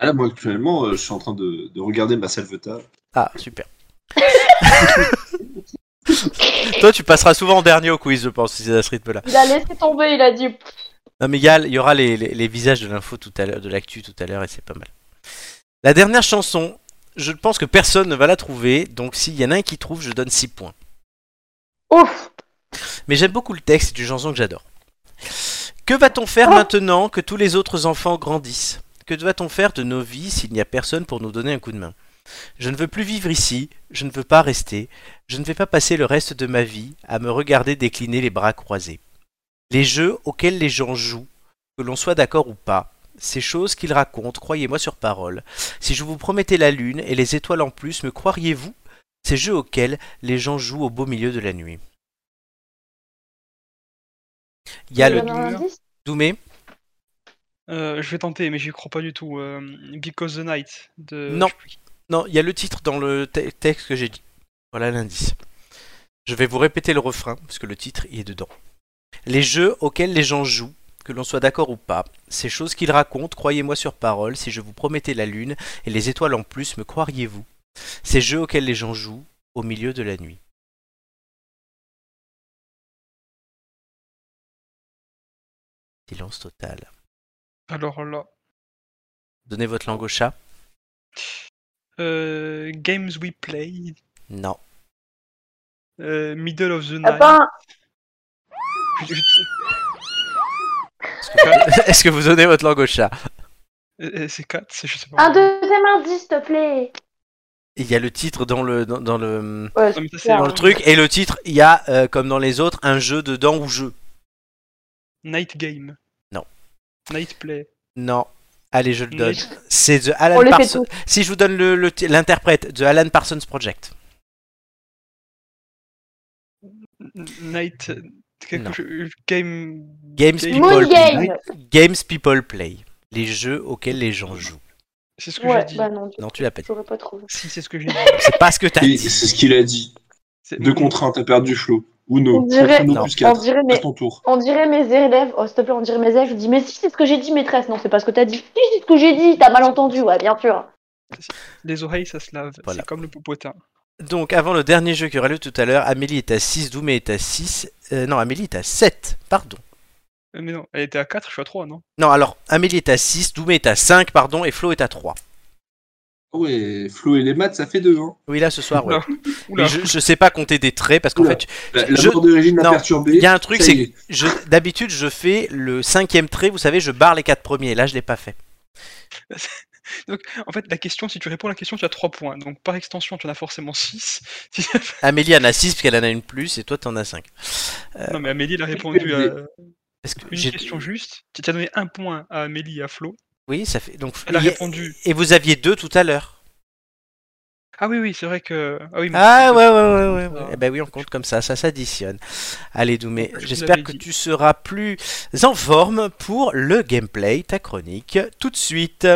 Ah, là, moi, actuellement, euh, je suis en train de, de regarder ma salvetage. Ah, super. Toi, tu passeras souvent en dernier au quiz, je pense, si c'est à ce rythme-là. Il a laissé tomber, il a dit. pff, Non, mais il y, a- il y aura les, les- les visages de l'info tout à l'heure, de l'actu tout à l'heure, et c'est pas mal. La dernière chanson, je pense que personne ne va la trouver, donc s'il y en a un qui trouve, je donne 6 points. Ouf Mais j'aime beaucoup le texte, c'est une chanson que j'adore. Que va-t-on faire maintenant que tous les autres enfants grandissent Que va-t-on faire de nos vies s'il n'y a personne pour nous donner un coup de main Je ne veux plus vivre ici, je ne veux pas rester, je ne vais pas passer le reste de ma vie à me regarder décliner les bras croisés. Les jeux auxquels les gens jouent, que l'on soit d'accord ou pas, ces choses qu'ils racontent, croyez-moi sur parole, si je vous promettais la lune et les étoiles en plus, me croiriez-vous Ces jeux auxquels les gens jouent au beau milieu de la nuit. Il y a il le donne un indice. Doumé Euh, je vais tenter, mais j'y crois pas du tout. euh, Because the Night de. Non. je sais plus qui. Non, il y a le titre dans le te- texte que j'ai dit. Voilà l'indice. Je vais vous répéter le refrain, parce que le titre y est dedans. Les jeux auxquels les gens jouent, que l'on soit d'accord ou pas, ces choses qu'ils racontent, croyez-moi sur parole, si je vous promettais la lune et les étoiles en plus, me croiriez-vous Ces jeux auxquels les gens jouent au milieu de la nuit. Silence total. Alors là. Donnez votre langue au chat Euh, games we play. Non. Euh, middle of the night. Lapin, ben Est-ce que vous donnez votre langue au chat Euh, c'est 4, c'est je sais pas. un deuxième indice, s'il te plaît. Il y a le titre dans le, dans, dans le, Ouais, Non, mais ça, c'est c'est clair. dans le truc, et le titre, il y a, euh, comme dans les autres, un jeu dedans ou jeu. Night game. Non. Night play. Non. Non. Allez, je le donne. Night- C'est The On Alan les fait Parsons. Si je vous donne le- le ti- l'interprète, The Alan Parsons Project. Night. euh, quelque Non. chose- euh, Game. Games Game- People Moon Game. Play. Games People Play. Les jeux auxquels les gens jouent. C'est ce que Ouais, j'ai dit. bah non, du Non, coup, tu l'as pas dit. j'aurais pas trouvé. Si, c'est ce que j'ai dit. C'est pas ce que t'as Oui, dit. C'est ce qu'il a dit. C'est- Deux contre un, t'as perdu Flo. Uno. On dirait- Uno Non. plus On 4. dirait, À mes... ton tour. on dirait mes élèves, oh s'il te plaît, on dirait mes élèves, je dis, mais si c'est ce que j'ai dit, maîtresse, non, c'est pas ce que t'as dit. Si, c'est ce que j'ai dit, t'as mal entendu, ouais, bien sûr. Les oreilles, ça se lave. Voilà. C'est comme le popotin. Donc, avant le dernier jeu qui aura lieu tout à l'heure, Amélie est à 6, Doumé est à 6. euh, non, Amélie est à 7, pardon. Euh, Mais non, elle était à 4, je suis à 3, non Non, alors, Amélie est à 6, Doumé est à 5, pardon, et Flo est à 3. Ah Ouais, Flo et les maths, ça fait deux. Hein. Oui, là, ce soir, ouais. Oula. Oula. Mais je, je sais pas compter des traits, parce qu'en Oula. fait, La, la Je- mort de Régine m'a Non, perturbé. il y a un truc, Ça y c'est est. que je- d'habitude, je fais le cinquième trait, vous savez, je barre les quatre premiers. Là, je l'ai pas fait. En fait, la question, si tu réponds à la question, tu as 3 points. Donc par extension, tu en as forcément 6. Amélie en a 6, parce qu'elle en a une plus, et toi, t'en as 5. Euh, non, mais Amélie, elle a répondu à Parce que une j'ai- question juste. Tu as donné un point à Amélie et à Flo. Oui, ça fait. Donc, Elle a il y a- répondu. Et vous aviez deux tout à l'heure. Ah oui, oui, c'est vrai que. Ah oui, mais- Ah ouais, ouais, ouais, ouais. ouais. Ah. Eh ben oui, on compte comme ça, ça s'additionne. Allez, Doumé, Je vous j'espère avais que dit. tu seras plus en forme pour le gameplay, ta chronique, tout de suite.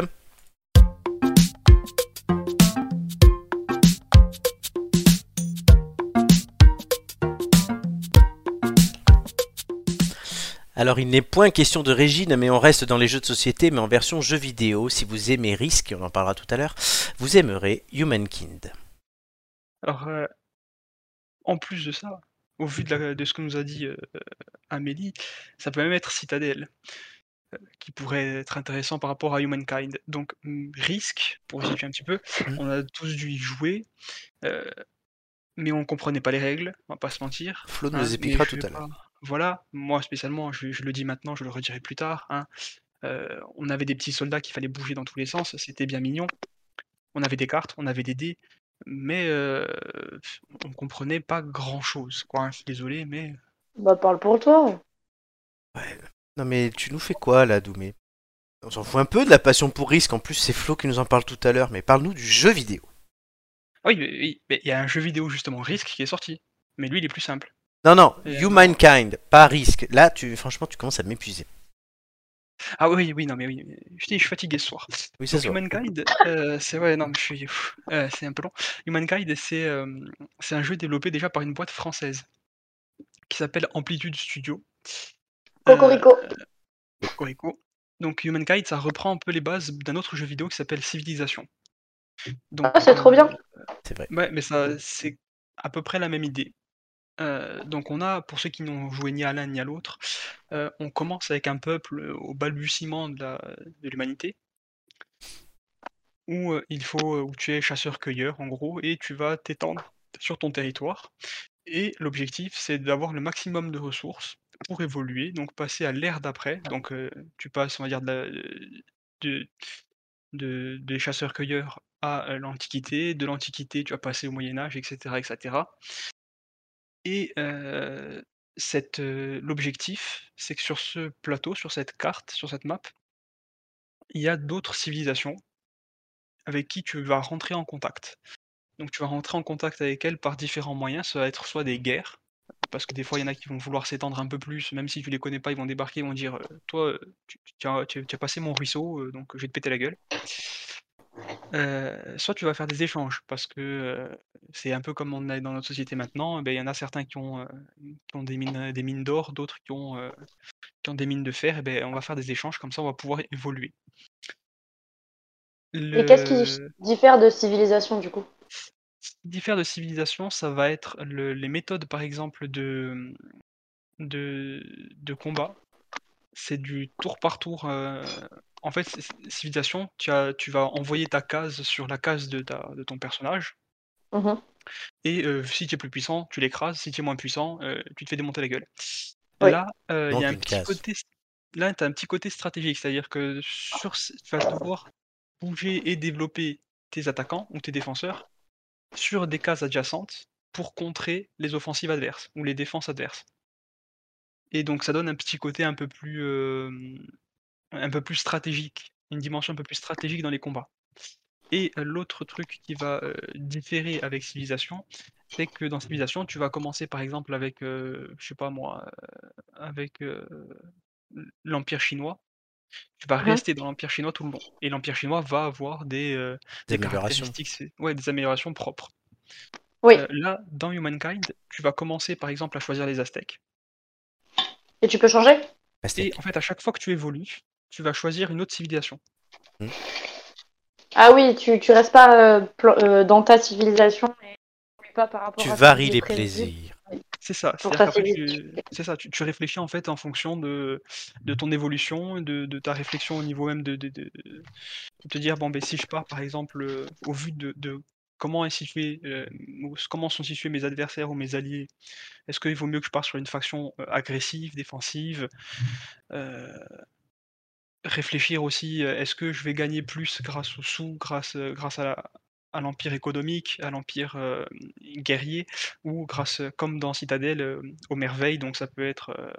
Alors il n'est point question de Régine, mais on reste dans les jeux de société, mais en version jeu vidéo. Si vous aimez Risk, et on en parlera tout à l'heure, vous aimerez Humankind. Alors, euh, en plus de ça, au vu de, la- de ce que nous a dit euh, Amélie, ça peut même être Citadel, euh, qui pourrait être intéressant par rapport à Humankind. Donc, hum, risque, pour justifier un petit peu, Mhm. on a tous dû y jouer, euh, mais on comprenait pas les règles, on va pas se mentir. Flo hein, nous mais expliquera je tout vais à l'heure. pas- Voilà, moi spécialement, je, je le dis maintenant, je le redirai plus tard. hein, euh, on avait des petits soldats qu'il fallait bouger dans tous les sens, c'était bien mignon. On avait des cartes, on avait des dés, mais euh, on comprenait pas grand-chose. Quoi, hein, je suis désolé, mais Bah, parle pour toi. Non mais tu nous fais quoi là, Doumé On s'en fout un peu de la passion pour risque, en plus c'est Flo qui nous en parle tout à l'heure, mais parle-nous du jeu vidéo. Ah oui, mais- oui, mais il y a un jeu vidéo justement Risk qui est sorti, mais lui il est plus simple. Non, non, Euh, Humankind, pas risque. Là, tu, franchement, tu commences à m'épuiser. Ah oui, oui, non, mais oui, je dis, je suis fatigué ce soir. Oui, ça Donc, se voit. Humankind, euh, c'est ouais, non, mais je suis, pff, euh, c'est un peu long. Humankind, c'est euh, c'est un jeu développé déjà par une boîte française qui s'appelle Amplitude Studio. Euh, Cocorico. Cocorico. Donc Humankind, ça reprend un peu les bases d'un autre jeu vidéo qui s'appelle Civilization. Donc, Ah, c'est trop bien. C'est vrai. Ouais, Bah, mais ça, c'est à peu près la même idée. Euh, donc on a, pour ceux qui n'ont joué ni à l'un ni à l'autre, euh, on commence avec un peuple euh, au balbutiement de la- de l'humanité, où euh, il faut, euh, où tu es chasseur-cueilleur en gros, et tu vas t'étendre sur ton territoire. Et l'objectif, c'est d'avoir le maximum de ressources pour évoluer, donc passer à l'ère d'après. Donc euh, tu passes, on va dire, de, la- de- de- des chasseurs-cueilleurs à euh, l'Antiquité, de l'Antiquité tu vas passer au Moyen Âge, etc. etc. Et euh, cette, euh, l'objectif, c'est que sur ce plateau, sur cette carte, sur cette map, il y a d'autres civilisations avec qui tu vas rentrer en contact. Donc tu vas rentrer en contact avec elles par différents moyens, ça va être soit des guerres, parce que des fois il y en a qui vont vouloir s'étendre un peu plus, même si tu les connais pas, ils vont débarquer, ils vont dire, euh, toi, euh, tu, tu- tu as, tu as- tu as passé mon ruisseau, euh, donc je vais te péter la gueule. Euh, soit tu vas faire des échanges, parce que euh, c'est un peu comme on est dans notre société maintenant, eh ben, il y en a certains qui ont, euh, qui ont des mines, des mines d'or, d'autres qui ont, euh, qui ont des mines de fer, eh ben, on va faire des échanges, comme ça on va pouvoir évoluer. Et qu'est-ce qui Le- diffère de civilisation, du coup ce qui diffère de civilisation, ça va être le- les méthodes, par exemple, de, de, de combat. c'est du tour par tour. euh, En fait, c'est- c'est- civilisation, tu, as, tu vas envoyer ta case sur la case de, ta, de ton personnage. Mhm. Et euh, si tu es plus puissant, tu l'écrases. Si tu es moins puissant, euh, tu te fais démonter la gueule. Ouais. Là, euh, il Donc y a un une petit case. côté. Là, tu as un petit côté stratégique, c'est-à-dire que sur... ce- tu vas devoir bouger et développer tes attaquants ou tes défenseurs sur des cases adjacentes pour contrer les offensives adverses ou les défenses adverses. Et donc ça donne un petit côté un peu plus, euh, un peu plus stratégique, une dimension un peu plus stratégique dans les combats. Et euh, l'autre truc qui va euh, différer avec Civilisation, c'est que dans Civilisation, tu vas commencer par exemple avec, euh, je sais pas moi, euh, avec euh, l'Empire chinois. Tu vas Mhm. rester dans l'Empire chinois tout le long. Et l'Empire chinois va avoir des, euh, Des améliorations. caractéristiques, c'est- ouais, des améliorations propres. Oui. Euh, là, dans Humankind, tu vas commencer par exemple à choisir les Aztèques. Et tu peux changer Aztèque. Et en fait, à chaque fois que tu évolues, tu vas choisir une autre civilisation. Ah oui, tu, tu restes pas euh, pl- euh, dans ta civilisation et tu vas par rapport Tu à ce varies qui est les prévu. plaisirs. C'est ça. Pour c'est-à-dire faciliter. qu'après, tu, c'est ça tu, tu réfléchis en fait en fonction de, de ton évolution, de, de ta réflexion au niveau même de, de, de- de te dire bon ben si je pars par exemple euh, au vu de, de comment est situé, euh, ou s- comment sont situés mes adversaires ou mes alliés, est-ce qu'il vaut mieux que je parte sur une faction euh, agressive, défensive euh, Réfléchir aussi, euh, est-ce que je vais gagner plus grâce aux sous, grâce, euh, grâce à la- à l'empire économique, à l'empire euh, guerrier, ou grâce, euh, comme dans Citadel, euh, aux merveilles, donc ça peut être euh,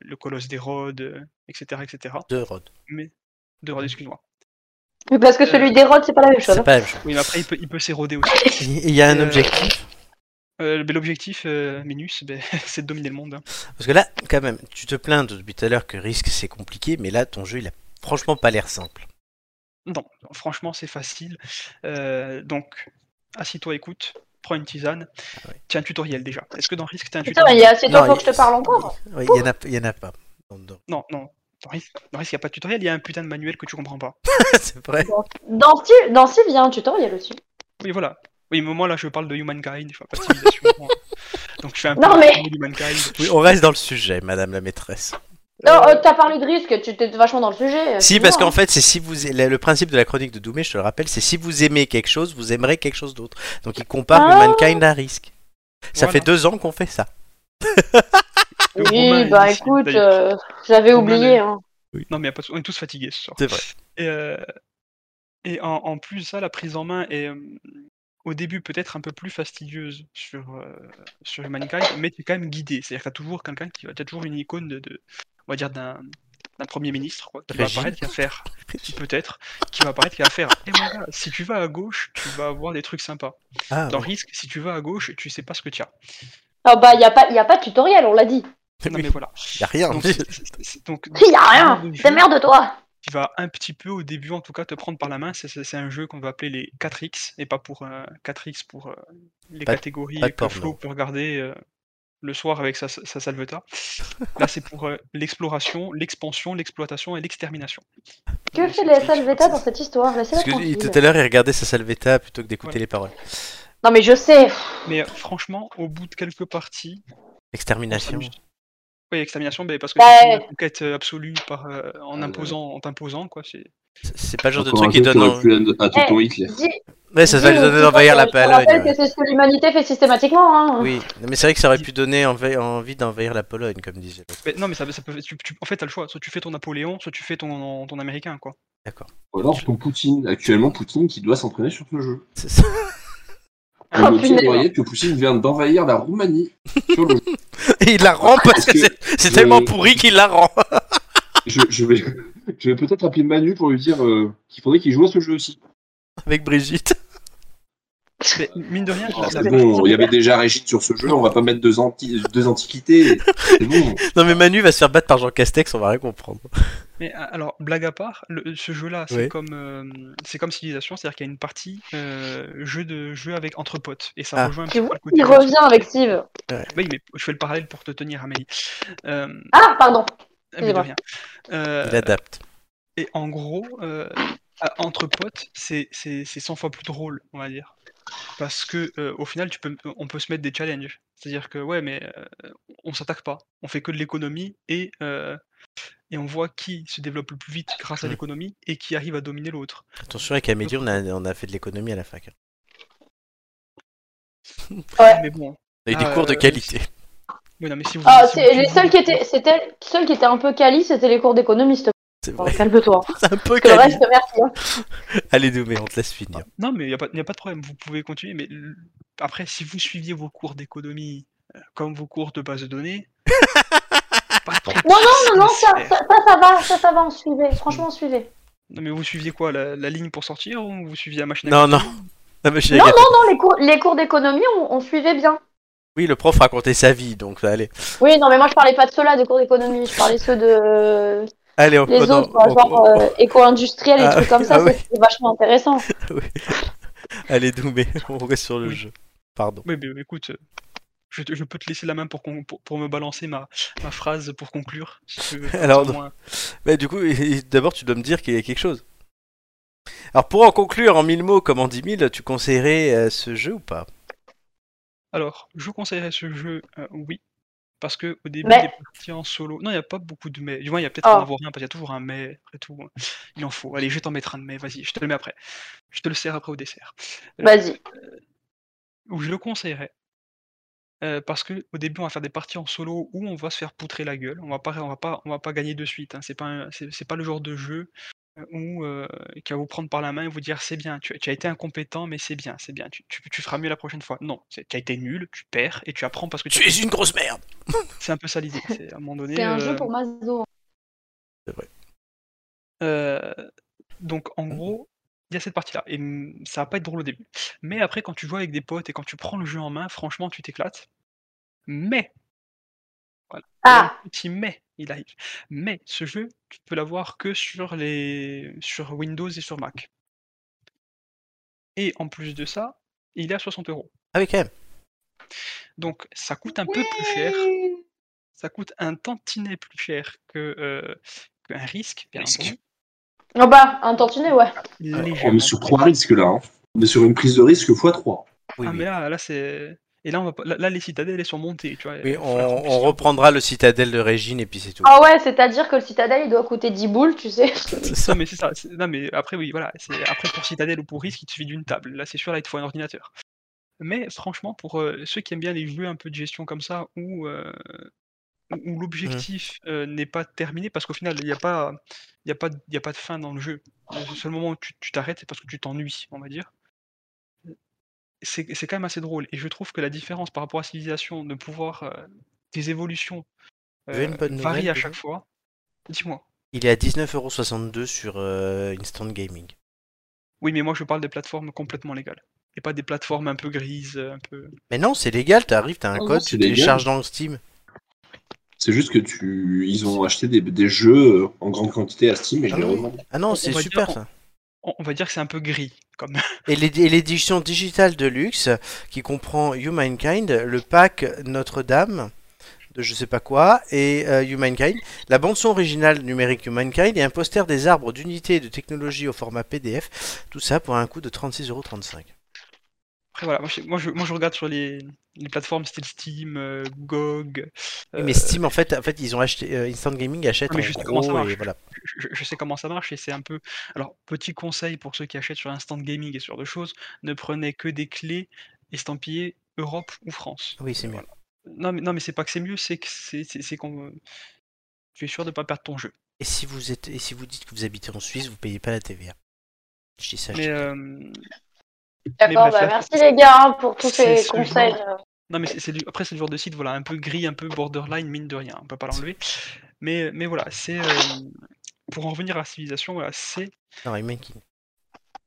le colosse d'Hérode, euh, etc., etc. Deux Rhodes. D'Hérode, excuse-moi. Oui, parce que celui d'Hérode, Euh, c'est pas la même chose. C'est pas la même chose. Oui, mais après, il peut, il peut s'éroder aussi. Il y a un Euh, objectif. Euh, ben, L'objectif, euh, Minus, ben, c'est de dominer le monde. hein. Parce que là, quand même, tu te plains depuis tout à l'heure que risque c'est compliqué, mais là, ton jeu, il a franchement pas l'air simple. Non, franchement, c'est facile. Euh, donc, assis-toi, écoute, prends une tisane. ouais. T'as un tutoriel déjà. Est-ce que dans Risk, t'as un Putain, mais il tutoriel y a assez de Non, temps pour il- que je te parle encore. Oui, il y en a, il y en a pas. Dans- dans- Non, non. Dans Risk, dans Risk, il n'y a pas de tutoriel, il y a un putain de manuel que tu comprends pas. c'est vrai. Dans Civ, dans Civ, il y a un tutoriel aussi. Oui, voilà. Oui, mais moi, là, je parle de Humankind, je parle pas de civilisation. moi. donc, je fais un peu Non, mais- de Humankind. Oui, on reste dans le sujet, madame la maîtresse. Non, euh, t'as parlé de risque, tu t'es vachement dans le sujet. euh, Si, c'est parce bien. qu'en fait, c'est si vous le le principe de la chronique de Doumé, je te le rappelle, c'est si vous aimez quelque chose, vous aimerez quelque chose d'autre. Donc il compare Ah. Humankind à risque. Ça Voilà. fait deux ans qu'on fait ça. Le Romain, Oui, il bah décide écoute, d'ailleurs. euh, j'avais Romain, oublié. Hein. Non, mais y a pas de sou- on est tous fatigués ce soir. C'est vrai. Et, euh, et en, en plus, ça, la prise en main est euh, au début peut-être un peu plus fastidieuse sur, euh, sur Humankind, mais tu es quand même guidé. C'est-à-dire que tu as toujours quelqu'un qui va. t'as toujours une icône de. de- on va dire d'un d'un premier ministre quoi, qui va Régime. apparaître, qui va faire. Peut-être, qui va apparaître, qui va faire. Et voilà, si tu vas à gauche, tu vas avoir des trucs sympas. Ah, Dans oui. Risk, si tu vas à gauche, tu sais pas ce que tu as. Ah bah, il n'y a, pas- y a pas de tutoriel, on l'a dit. Non, mais voilà. y a rien. Donc, c'est- c'est- c'est- donc, Il a rien, Dans le jeu, démerde-toi. qui va un petit peu au début en tout cas te prendre par la main. C'est- C'est c'est un jeu qu'on va appeler les 4X et pas pour euh, 4X pour euh, les Pas de- catégories pas de que porno. Flo peut regarder euh, le soir avec sa, sa salveta. Là c'est pour euh, l'exploration, l'expansion, l'exploitation et l'extermination. Que fait les Salvetta dans cette histoire Laissez-la Parce que il- tranquille. tout à l'heure, il regardait sa salvetta plutôt que d'écouter Ouais. les paroles. Non mais je sais. Mais euh, franchement, au bout de quelques parties, on Extermination. s'amuse. Oui, extermination, mais parce que Bah, Ouais. c'est une conquête euh, absolue par, euh, en Ah, imposant, en t'imposant quoi. C'est C'est- C'est pas le genre de Encore un truc qui jeu donne. aurait en- pu être à Eh. tonton Hitler. Dis- Ouais, ça va dis lui aux donner gens d'envahir la que- je te rappelle Pologne. que c'est ce que l'humanité fait systématiquement. Hein. Oui, mais c'est vrai que ça aurait pu donner envie, envie d'envahir la Pologne, comme disait l'autre. Mais non, mais ça, ça peut. tu- tu- en fait, t'as le choix. Soit tu fais ton Napoléon, soit tu fais ton, ton américain quoi. Ou alors ton Poutine, actuellement Poutine qui doit s'entraîner sur ce jeu. C'est ça. Oh, Ah, On notait punaise. Henriette que Poutine vient d'envahir la Roumanie sur le jeu. Et il la rend parce Parce que que c'est c'est je- tellement pourri qu'il la rend. Je, je vais, je vais peut-être appeler Manu pour lui dire euh, qu'il faudrait qu'il joue à ce jeu aussi. Avec Brigitte. Mais mine de Ah, rien, Alors, la- Ah, c'est bon, il y avait déjà Régine sur ce jeu, on va pas mettre deux, anti- deux antiquités. C'est bon. Non, mais Manu va se faire battre par Jean Castex, on va rien comprendre. Mais a- alors, blague à part, le- ce jeu-là, c'est Ouais. comme, euh, c'est comme Civilization, c'est-à-dire qu'il y a une partie euh, jeu de jeu avec entre potes, et ça Ah. rejoint un Tu petit peu vois, le côté. il versus- revient avec Steve. Oui, mais je fais le parallèle pour te tenir, Amélie. Euh, Ah, pardon. mais de Excusez-moi. rien. Euh, Il adapte. et en gros, euh, à- entre potes, c'est c'est- c'est 100 fois plus drôle, on va dire. Parce que euh, au final, tu peux, on peut se mettre des challenges. C'est-à-dire que ouais, mais euh, on s'attaque pas, on fait que de l'économie et euh, et on voit qui se développe le plus vite grâce à Mm. l'économie et qui arrive à dominer l'autre. Attention, avec Amélie, on a, on a fait de l'économie à la fac. hein. Ouais. Mais bon, On a eu des Ah, cours de euh, qualité. oui, non, mais si vous. Ah, si c'est- vous- les seuls qui étaient, c'était, seuls qui étaient un peu quali, c'était les cours d'économiste. C'est Bon, vrai. Calme-toi. C'est un peu Que le quali. reste, merci. hein. Allez, Doumé, on te laisse finir. Non, mais il n'y a, pas- y a pas de problème, vous pouvez continuer. Mais l- après, si vous suiviez vos cours d'économie euh, comme vos cours de base de données. pas Eh, de problème, Non, non, non, non, c'est ça, clair. ça, ça, ça va, ça, ça va, on suivait. Franchement, on suivait. Non, mais vous suiviez quoi la, la ligne pour sortir ou vous suiviez la machine à Non, non. Ah, mais j'ai Non, gâté. non, non, les cours, les cours d'économie, on, on suivait bien. Oui, le prof racontait sa vie, donc allez. Oui, non, mais moi, je parlais pas de ceux-là, des cours d'économie. Je parlais ceux de. Allez, on Les on- autres, on- genre on- euh, éco-industriel et Oh, Ah, trucs comme ça, ah oui. c'est vachement intéressant. Allez, Doumé, on reste sur le Oui. jeu. Pardon. Oui, mais écoute, euh, je, te- je peux te laisser la main pour, qu'on- pour, pour me balancer ma, ma phrase pour conclure. si tu veux, comme ça, Alors, au non. moins. Mais du coup, d'abord, tu dois me dire qu'il y a quelque chose. Alors, pour en conclure en mille mots comme en dix mille, tu conseillerais euh, ce jeu ou pas Alors, je vous conseillerais ce jeu, euh, oui, parce que au début, Mais- des parties en solo. Non, il n'y a pas beaucoup de mais. Du moins, il y a peut-être en Ah. avoir un, parce qu'il y a toujours un mais, après tout. hein. Il en faut. Allez, je vais t'en mettre un de mais, vas-y, je te le mets après. Je te le sers après au dessert. Vas-y. Ou je le conseillerais. Euh, parce que au début, on va faire des parties en solo où on va se faire poutrer la gueule. On va pas, on va pas, on va pas gagner de suite. hein. C'est pas, un- c'est c'est pas le genre de jeu euh, où euh, qui va vous prendre par la main et vous dire c'est bien, tu, tu as été incompétent, mais c'est bien, c'est bien. Tu, tu- tu feras mieux la prochaine fois. Non, c'est- tu as été nul, tu perds et tu apprends parce que tu. as- une grosse merde C'est un peu ça l'idée. C'est à un moment donné. C'est un euh, jeu pour Mazo. Euh, donc Mmh. en gros, il y a cette partie-là. Et mm, ça va pas être drôle au début. Mais après, quand tu joues avec des potes et quand tu prends le jeu en main, franchement, tu t'éclates. Mais, il y a Ah, un petit mais, il arrive. Mais ce jeu, tu peux l'avoir que sur les sur Windows et sur Mac. Et en plus de ça, il est à 60 euros. Ah oui, quand même. Donc ça coûte un peu plus cher. Ça coûte un tantinet plus cher que euh, qu'un risque, bien Risque. entendu. oh bah, un tantinet, ouais. Euh, oh, On légèrement est sur plus trois risques là. hein. On est sur une prise de risque x3. Oui, ah, oui. mais là, là c'est. Et là, on va pas- là, là, les citadelles, elles sont montées, tu vois. Oui, il va on, falloir qu'on on puisse y- reprendra le citadelle de Régine et puis c'est tout. Ah ouais, c'est-à-dire que le citadel, il doit coûter 10 boules, tu sais. C'est Non, ça. mais c'est ça. c'est- Non, mais après, oui, voilà. c'est- Après, pour citadelle ou pour risque, il te suffit d'une table. Là, c'est sûr, là, il te faut un ordinateur. Mais franchement, pour euh, ceux qui aiment bien les jeux un peu de gestion comme ça, où, euh, où- où l'objectif euh, n'est pas terminé, parce qu'au final, il n'y a, pas- il y a, pas de- il y a pas de fin dans le jeu. Le seul moment où tu tu t'arrêtes, c'est parce que tu t'ennuies, on va dire. C'est c'est quand même assez drôle. Et je trouve que la différence par rapport à Civilisation, de pouvoir euh, des évolutions J'ai une euh, bonne varient nouvelle déjà à chaque fois. Dis-moi. Il est à 19,62€ sur euh, Instant Gaming. Oui, mais moi je parle des plateformes complètement légales. Et pas des plateformes un peu grises, euh, un peu. Mais non, c'est légal, t'arrives, t'as un Oh, Ah non, code, c'est tu légal. télécharges dans Steam. C'est juste que tu, ils ont acheté des, des jeux euh, en grande quantité à Steam et je Ah les oui. revends. Ah non, On c'est va dire super en- ça. On on va dire que c'est un peu gris. Comme... Et l'éd- et l'édition digitale de luxe qui comprend Humankind, le pack Notre-Dame de je sais pas quoi et euh, Humankind, la bande son originale numérique Humankind et un poster des arbres d'unité et de technologie au format PDF, tout ça pour un coût de 36,35€. Après voilà, moi je, moi, je- moi, je regarde sur les, les plateformes style Steam, euh, GOG. Oui, euh, Mais Steam en fait, en fait ils ont acheté euh, Instant Gaming achète Ah, mais en juste comment ça gros et marche voilà. je, je- je sais comment ça marche et c'est un peu. Alors, petit conseil pour ceux qui achètent sur Instant Gaming et sur de choses, ne prenez que des clés estampillées Europe ou France. Oui, c'est mieux. Voilà. Non, mais, non, mais c'est pas que c'est mieux, c'est que c'est c'est- c'est qu'on. Tu es sûr de pas perdre ton jeu. Et si vous êtes et si vous dites que vous habitez en Suisse, vous payez pas la TVA. Je dis ça. je Mais dis- euh, D'accord, bref, bah là, merci les gars hein, pour tous c'est ces ce conseils. Non, mais c'est, c'est du- après, c'est le genre de site, voilà, un peu gris, un peu borderline, mine de rien, on peut pas l'enlever. Mais, mais voilà, c'est. euh, pour en revenir à Civilisation, voilà, c'est. Non, Humankind.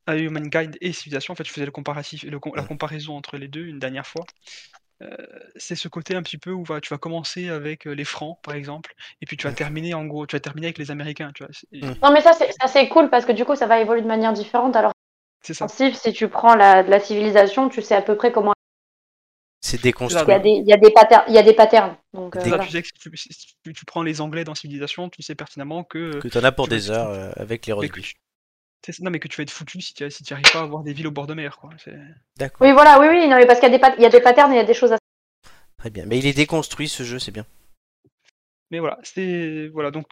À Humankind et Civilisation, en fait, je faisais le comparatif, le com- la comparaison entre les deux une dernière fois. Euh, c'est ce côté un petit peu où va, tu vas commencer avec euh, les Francs, par exemple, et puis tu vas Mm. terminer, en gros, tu vas terminer avec les Américains, tu vois. C'est, Mm. Non, mais ça, c'est ça, c'est cool parce que du coup, ça va évoluer de manière différente. Alors, c'est ça. en principe, si tu prends la, de la civilisation, tu sais à peu près comment. C'est Il y a déconstruit. des, il y a des, pater- il y a des patterns. Donc, euh, Ah Des- C'est ça, voilà. tu sais que si tu, si tu- tu prends les Anglais dans Civilisation, tu sais pertinemment que. euh, Que t'en as pour tu vas- des heures euh, avec les mais que rugby. tu- c'est ça, non, mais que tu vas être foutu si tu si tu arrives pas à avoir des villes au bord de mer, quoi. C'est- D'accord. Oui, voilà, oui, oui, non, mais parce qu'il y, a des pat- il y a des patterns et il y a des choses à. Très bien. Mais il est déconstruit ce jeu, c'est bien. Mais voilà, c'est voilà donc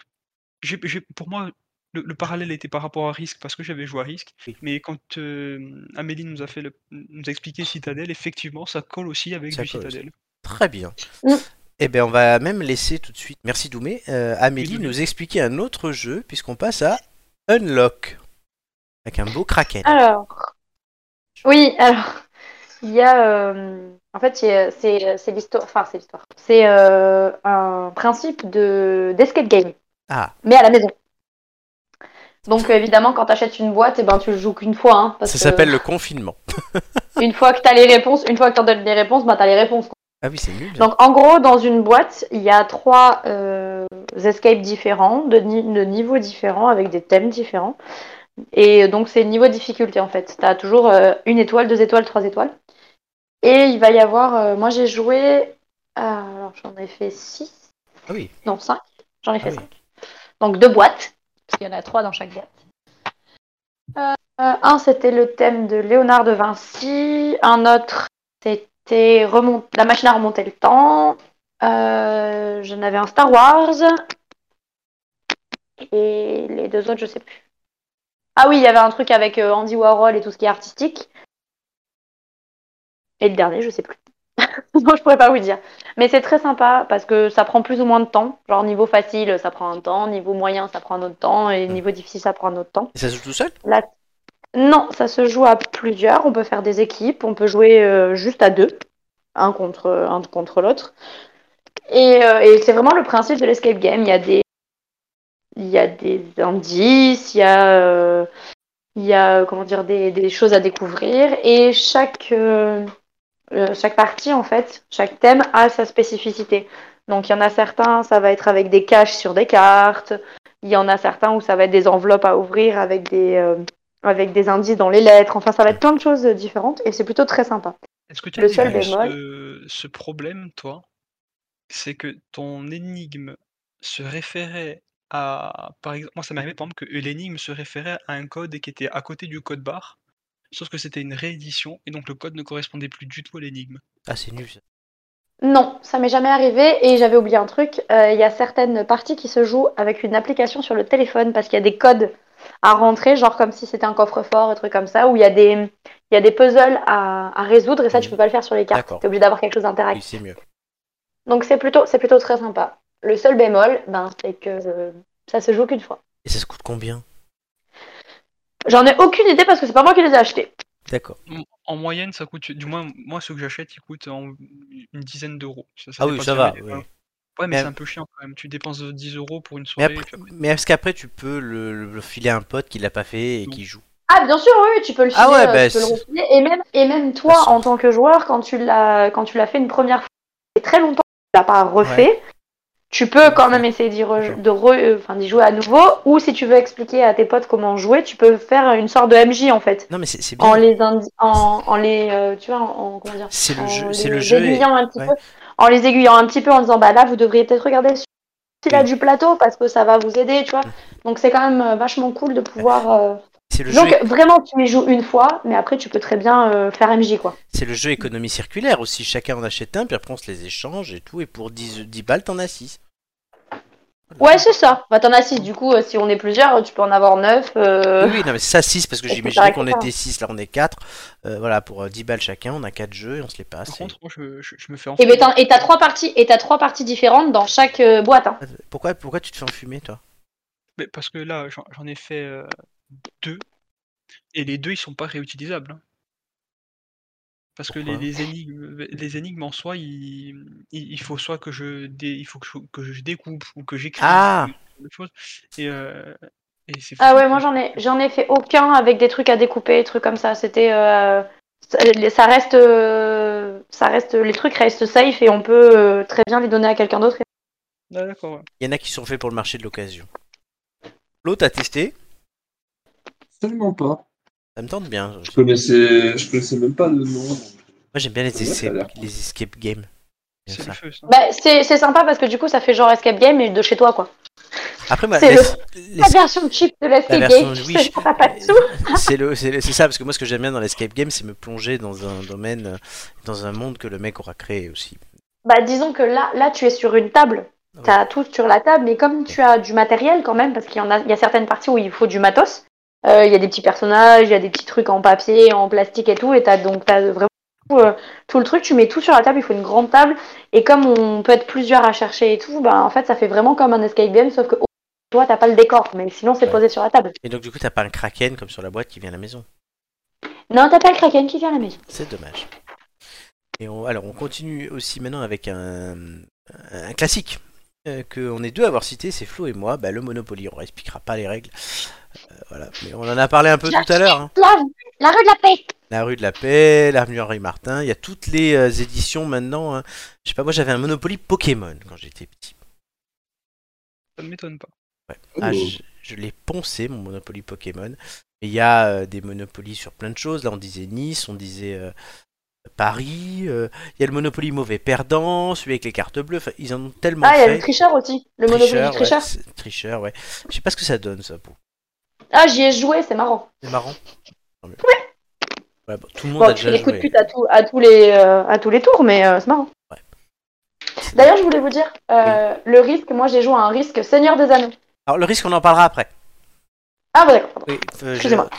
j'ai- j'ai- pour moi, le, le parallèle était par rapport à Risk, parce que j'avais joué à Risk. Oui. Mais quand euh, Amélie nous a, fait le- nous a expliqué Citadel, effectivement, ça colle aussi avec Ça du colle aussi. Citadel. Très bien. Mm. Eh bien, on va même laisser tout de suite, merci Doumé, euh, Amélie Oui, Doumé. nous expliquer un autre jeu, puisqu'on passe à Unlock, avec un beau kraken. Ah, Alors, oui, alors, il y a. euh, en fait, il y a- c'est c'est l'histoire. Enfin, c'est l'histoire. C'est euh, un principe de d'escape game. Ah. Mais à la maison. Donc, évidemment, quand t'achètes une boîte, et ben, tu le joues qu'une fois. hein, parce Ça que s'appelle le confinement. Une fois que t'as les réponses, une fois que t'en donnes les réponses, ben, t'as les réponses. quoi. Ah oui, c'est nul. ça. Donc, en gros, dans une boîte, il y a trois euh, escapes différents, de, ni- de niveaux différents, avec des thèmes différents. Et donc, c'est le niveau de difficulté, en fait. Tu as toujours euh, une étoile, deux étoiles, trois étoiles. Et il va y avoir... euh, moi, j'ai joué... à- alors, j'en ai fait six. Ah oui. Non, cinq. J'en ai fait oui. cinq. Donc, deux boîtes. Parce qu'il y en a trois dans chaque boîte. Euh, euh, un, c'était le thème de Léonard de Vinci. Un autre, c'était remon- la machine à remonter le temps. Euh, J'en avais un Star Wars. Et les deux autres, je sais plus. Ah oui, il y avait un truc avec euh, Andy Warhol et tout ce qui est artistique. Et le dernier, je sais plus. non, je pourrais pas vous dire. Mais c'est très sympa parce que ça prend plus ou moins de temps. Genre niveau facile, ça prend un temps, niveau moyen, ça prend un autre temps, et niveau difficile, ça prend un autre temps. Et ça se joue tout seul La- Non, ça se joue à plusieurs. On peut faire des équipes. On peut jouer euh, juste à deux, un contre un contre l'autre. Et, euh, et c'est vraiment le principe de l'escape game. Il y a des il y a des indices, il y a euh, il y a euh, comment dire des, des choses à découvrir et chaque euh, euh, chaque partie en fait, chaque thème a sa spécificité. Donc il y en a certains, ça va être avec des caches sur des cartes. Il y en a certains où ça va être des enveloppes à ouvrir avec des euh, avec des indices dans les lettres. Enfin, ça va être plein de choses euh, différentes et c'est plutôt très sympa. Est-ce que tu as Le déjà seul eu bémol- ce, ce problème, toi, c'est que ton énigme se référait à, par exemple, moi ça m'arrivait par exemple que l'énigme se référait à un code qui était à côté du code barre, sauf que c'était une réédition et donc le code ne correspondait plus du tout à l'énigme. Ah, c'est nul. ça. Non, ça m'est jamais arrivé et j'avais oublié un truc. Euh, Il y a certaines parties qui se jouent avec une application sur le téléphone parce qu'il y a des codes à rentrer, genre comme si c'était un coffre-fort, un truc comme ça, où il y a des, il y a des puzzles à, à résoudre et ça, tu peux pas le faire sur les Mm. cartes. D'accord. T'es obligé d'avoir quelque chose d'interactif. Oui, c'est mieux. Donc c'est plutôt, c'est plutôt très sympa. Le seul bémol, ben, c'est que euh, ça se joue qu'une fois. Et ça se coûte combien J'en ai aucune idée parce que c'est pas moi qui les ai achetés. D'accord. En moyenne, ça coûte, du moins, moi, ceux que j'achète, ils coûtent en une dizaine d'euros. Ça, Ah oui, dépend ça du va, tarif, oui. hein. Ouais, mais Mais- c'est un peu chiant quand même. Tu dépenses 10 euros pour une Mais, soirée. après, et puis après- mais est-ce qu'après tu peux le, le filer à un pote qui l'a pas fait et qui joue Ah bien sûr, oui, tu peux le filer, Ah ouais, euh, bah, tu peux le c'est- refiler. Et même, et même toi, Parce- en tant que joueur, quand tu l'as, quand tu l'as fait une première fois, et très longtemps, que tu l'as pas refait. Tu peux quand même essayer d'y re- de re- euh, enfin, d'y jouer à nouveau, ou si tu veux expliquer à tes potes comment jouer, tu peux faire une sorte de MJ en fait, Non, mais c'est c'est bien. en les indi- en, en les, euh, tu vois, en, en- comment dire, C'est le en jeu. C'est les le jeu. et- aiguillant un petit ouais. peu, en les aiguillant un petit peu en disant bah là vous devriez peut-être regarder celui Mm. là du plateau parce que ça va vous aider tu vois donc c'est quand même euh, vachement cool de pouvoir euh, C'est le, donc jeu- vraiment tu y joues une fois mais après tu peux très bien euh, faire MJ quoi c'est le jeu économie circulaire aussi. Chacun en achète un, puis après on se les échange et tout. Et pour 10, 10 balles, t'en as 6. ouais c'est ça bah t'en as six du coup euh, si on est plusieurs tu peux en avoir neuf euh, Oui, oui, non, mais c'est ça 6 parce que Et j'imaginais c'est qu'on vrai que ça. était 6, là on est 4. voilà, pour euh, 10 balles chacun, on a 4 jeux et on se les passe. Par et- contre, moi, je, je- je me fais et ben, enfumer. t'en- et t'as trois parties et t'as trois parties différentes dans chaque euh, boîte hein. Pourquoi, pourquoi tu te fais enfumer, toi Mais parce que là, j'en j'en ai fait euh, deux, et les deux, ils sont pas réutilisables. hein. Parce que les, Pourquoi les énigmes, les énigmes en soi, il, il, il faut soit que je, dé- il faut que je, que je découpe ou que j'écris Ah ou autre chose. Et, euh, et c'est ah fou, ouais quoi. moi j'en ai j'en ai fait aucun avec des trucs à découper des trucs comme ça c'était euh, ça- les- ça reste euh, ça reste les trucs restent safe et on peut euh, très bien les donner à quelqu'un d'autre Ah, d'accord. ouais. Il y en a qui sont faits pour le marché de l'occasion. L'autre a testé, Absolument pas. ça me tente bien. Je connaissais, je connaissais même pas le nom. Moi j'aime bien les Ouais, ça a escape, l'air. les escape games. J'aime C'est le ça. feu, ça. Bah, c'est c'est sympa parce que du coup, ça fait genre escape game mais de chez toi, quoi. Après, moi, C'est Ah, les- les- La version cheap de l'escape la game, version- tu oui, sais, je- t'as pas de sous. c'est le, c'est le- c'est ça, parce que moi, ce que j'aime bien dans l'escape game, c'est me plonger dans un domaine, euh, dans un monde que le mec aura créé aussi. Ah Bah, disons que là, là, tu es sur une table. Tu as tout sur la table, mais comme tu as du matériel quand même, parce qu'il y, en a, il y a certaines parties où il faut du matos, euh, il y a des petits personnages, il y a des petits trucs en papier, en plastique et tout, et tu as donc t'as vraiment euh, tout le truc, tu mets tout sur la table, il faut une grande table, et comme on peut être plusieurs à chercher et tout, bah, en fait ça fait vraiment comme un escape game, sauf que oh, toi t'as pas le décor, mais sinon c'est Ouais. posé sur la table. Et donc, du coup, t'as pas un kraken comme sur la boîte qui vient à la maison. Non, t'as pas le kraken qui vient à la maison. C'est dommage. Et on, alors, on continue aussi maintenant avec un, un classique euh, qu'on est deux à avoir cité, c'est Flo et moi. Bah, le Monopoly, on expliquera pas les règles. Euh, voilà. Mais on en a parlé un peu tout à l'heure. hein. La, la rue de la paix La rue de la paix, l'avenue Henri Martin, il y a toutes les euh, éditions maintenant. hein. Je sais pas, moi j'avais un Monopoly Pokémon quand j'étais petit. Ça ne m'étonne pas. Ah, Oh. je je l'ai poncé, mon Monopoly Pokémon. Et Il y a euh, des Monopolies sur plein de choses. Là, on disait Nice, on disait euh, Paris. euh, il y a le Monopoly mauvais perdant, celui avec les cartes bleues. Enfin, ils en ont tellement Ah, il y a le fait. tricheur aussi, le monopole du ouais, tricheur. c'est- tricheur, ouais. Je sais pas ce que ça donne, ça, pour. Ah, j'y ai joué, c'est marrant. C'est marrant. Tant mieux. Ouais, bon, tout le monde Bon, a tu déjà fais des coups de joué. pute à, tout- à tous, les, euh, à tous les tours, mais euh, c'est marrant. D'ailleurs, je voulais vous dire, euh, le risque, moi j'ai joué à un risque Seigneur des Anneaux. Alors, le risque, on en parlera après. Ah, bah d'accord. pardon. Oui, euh, je- Excusez-moi.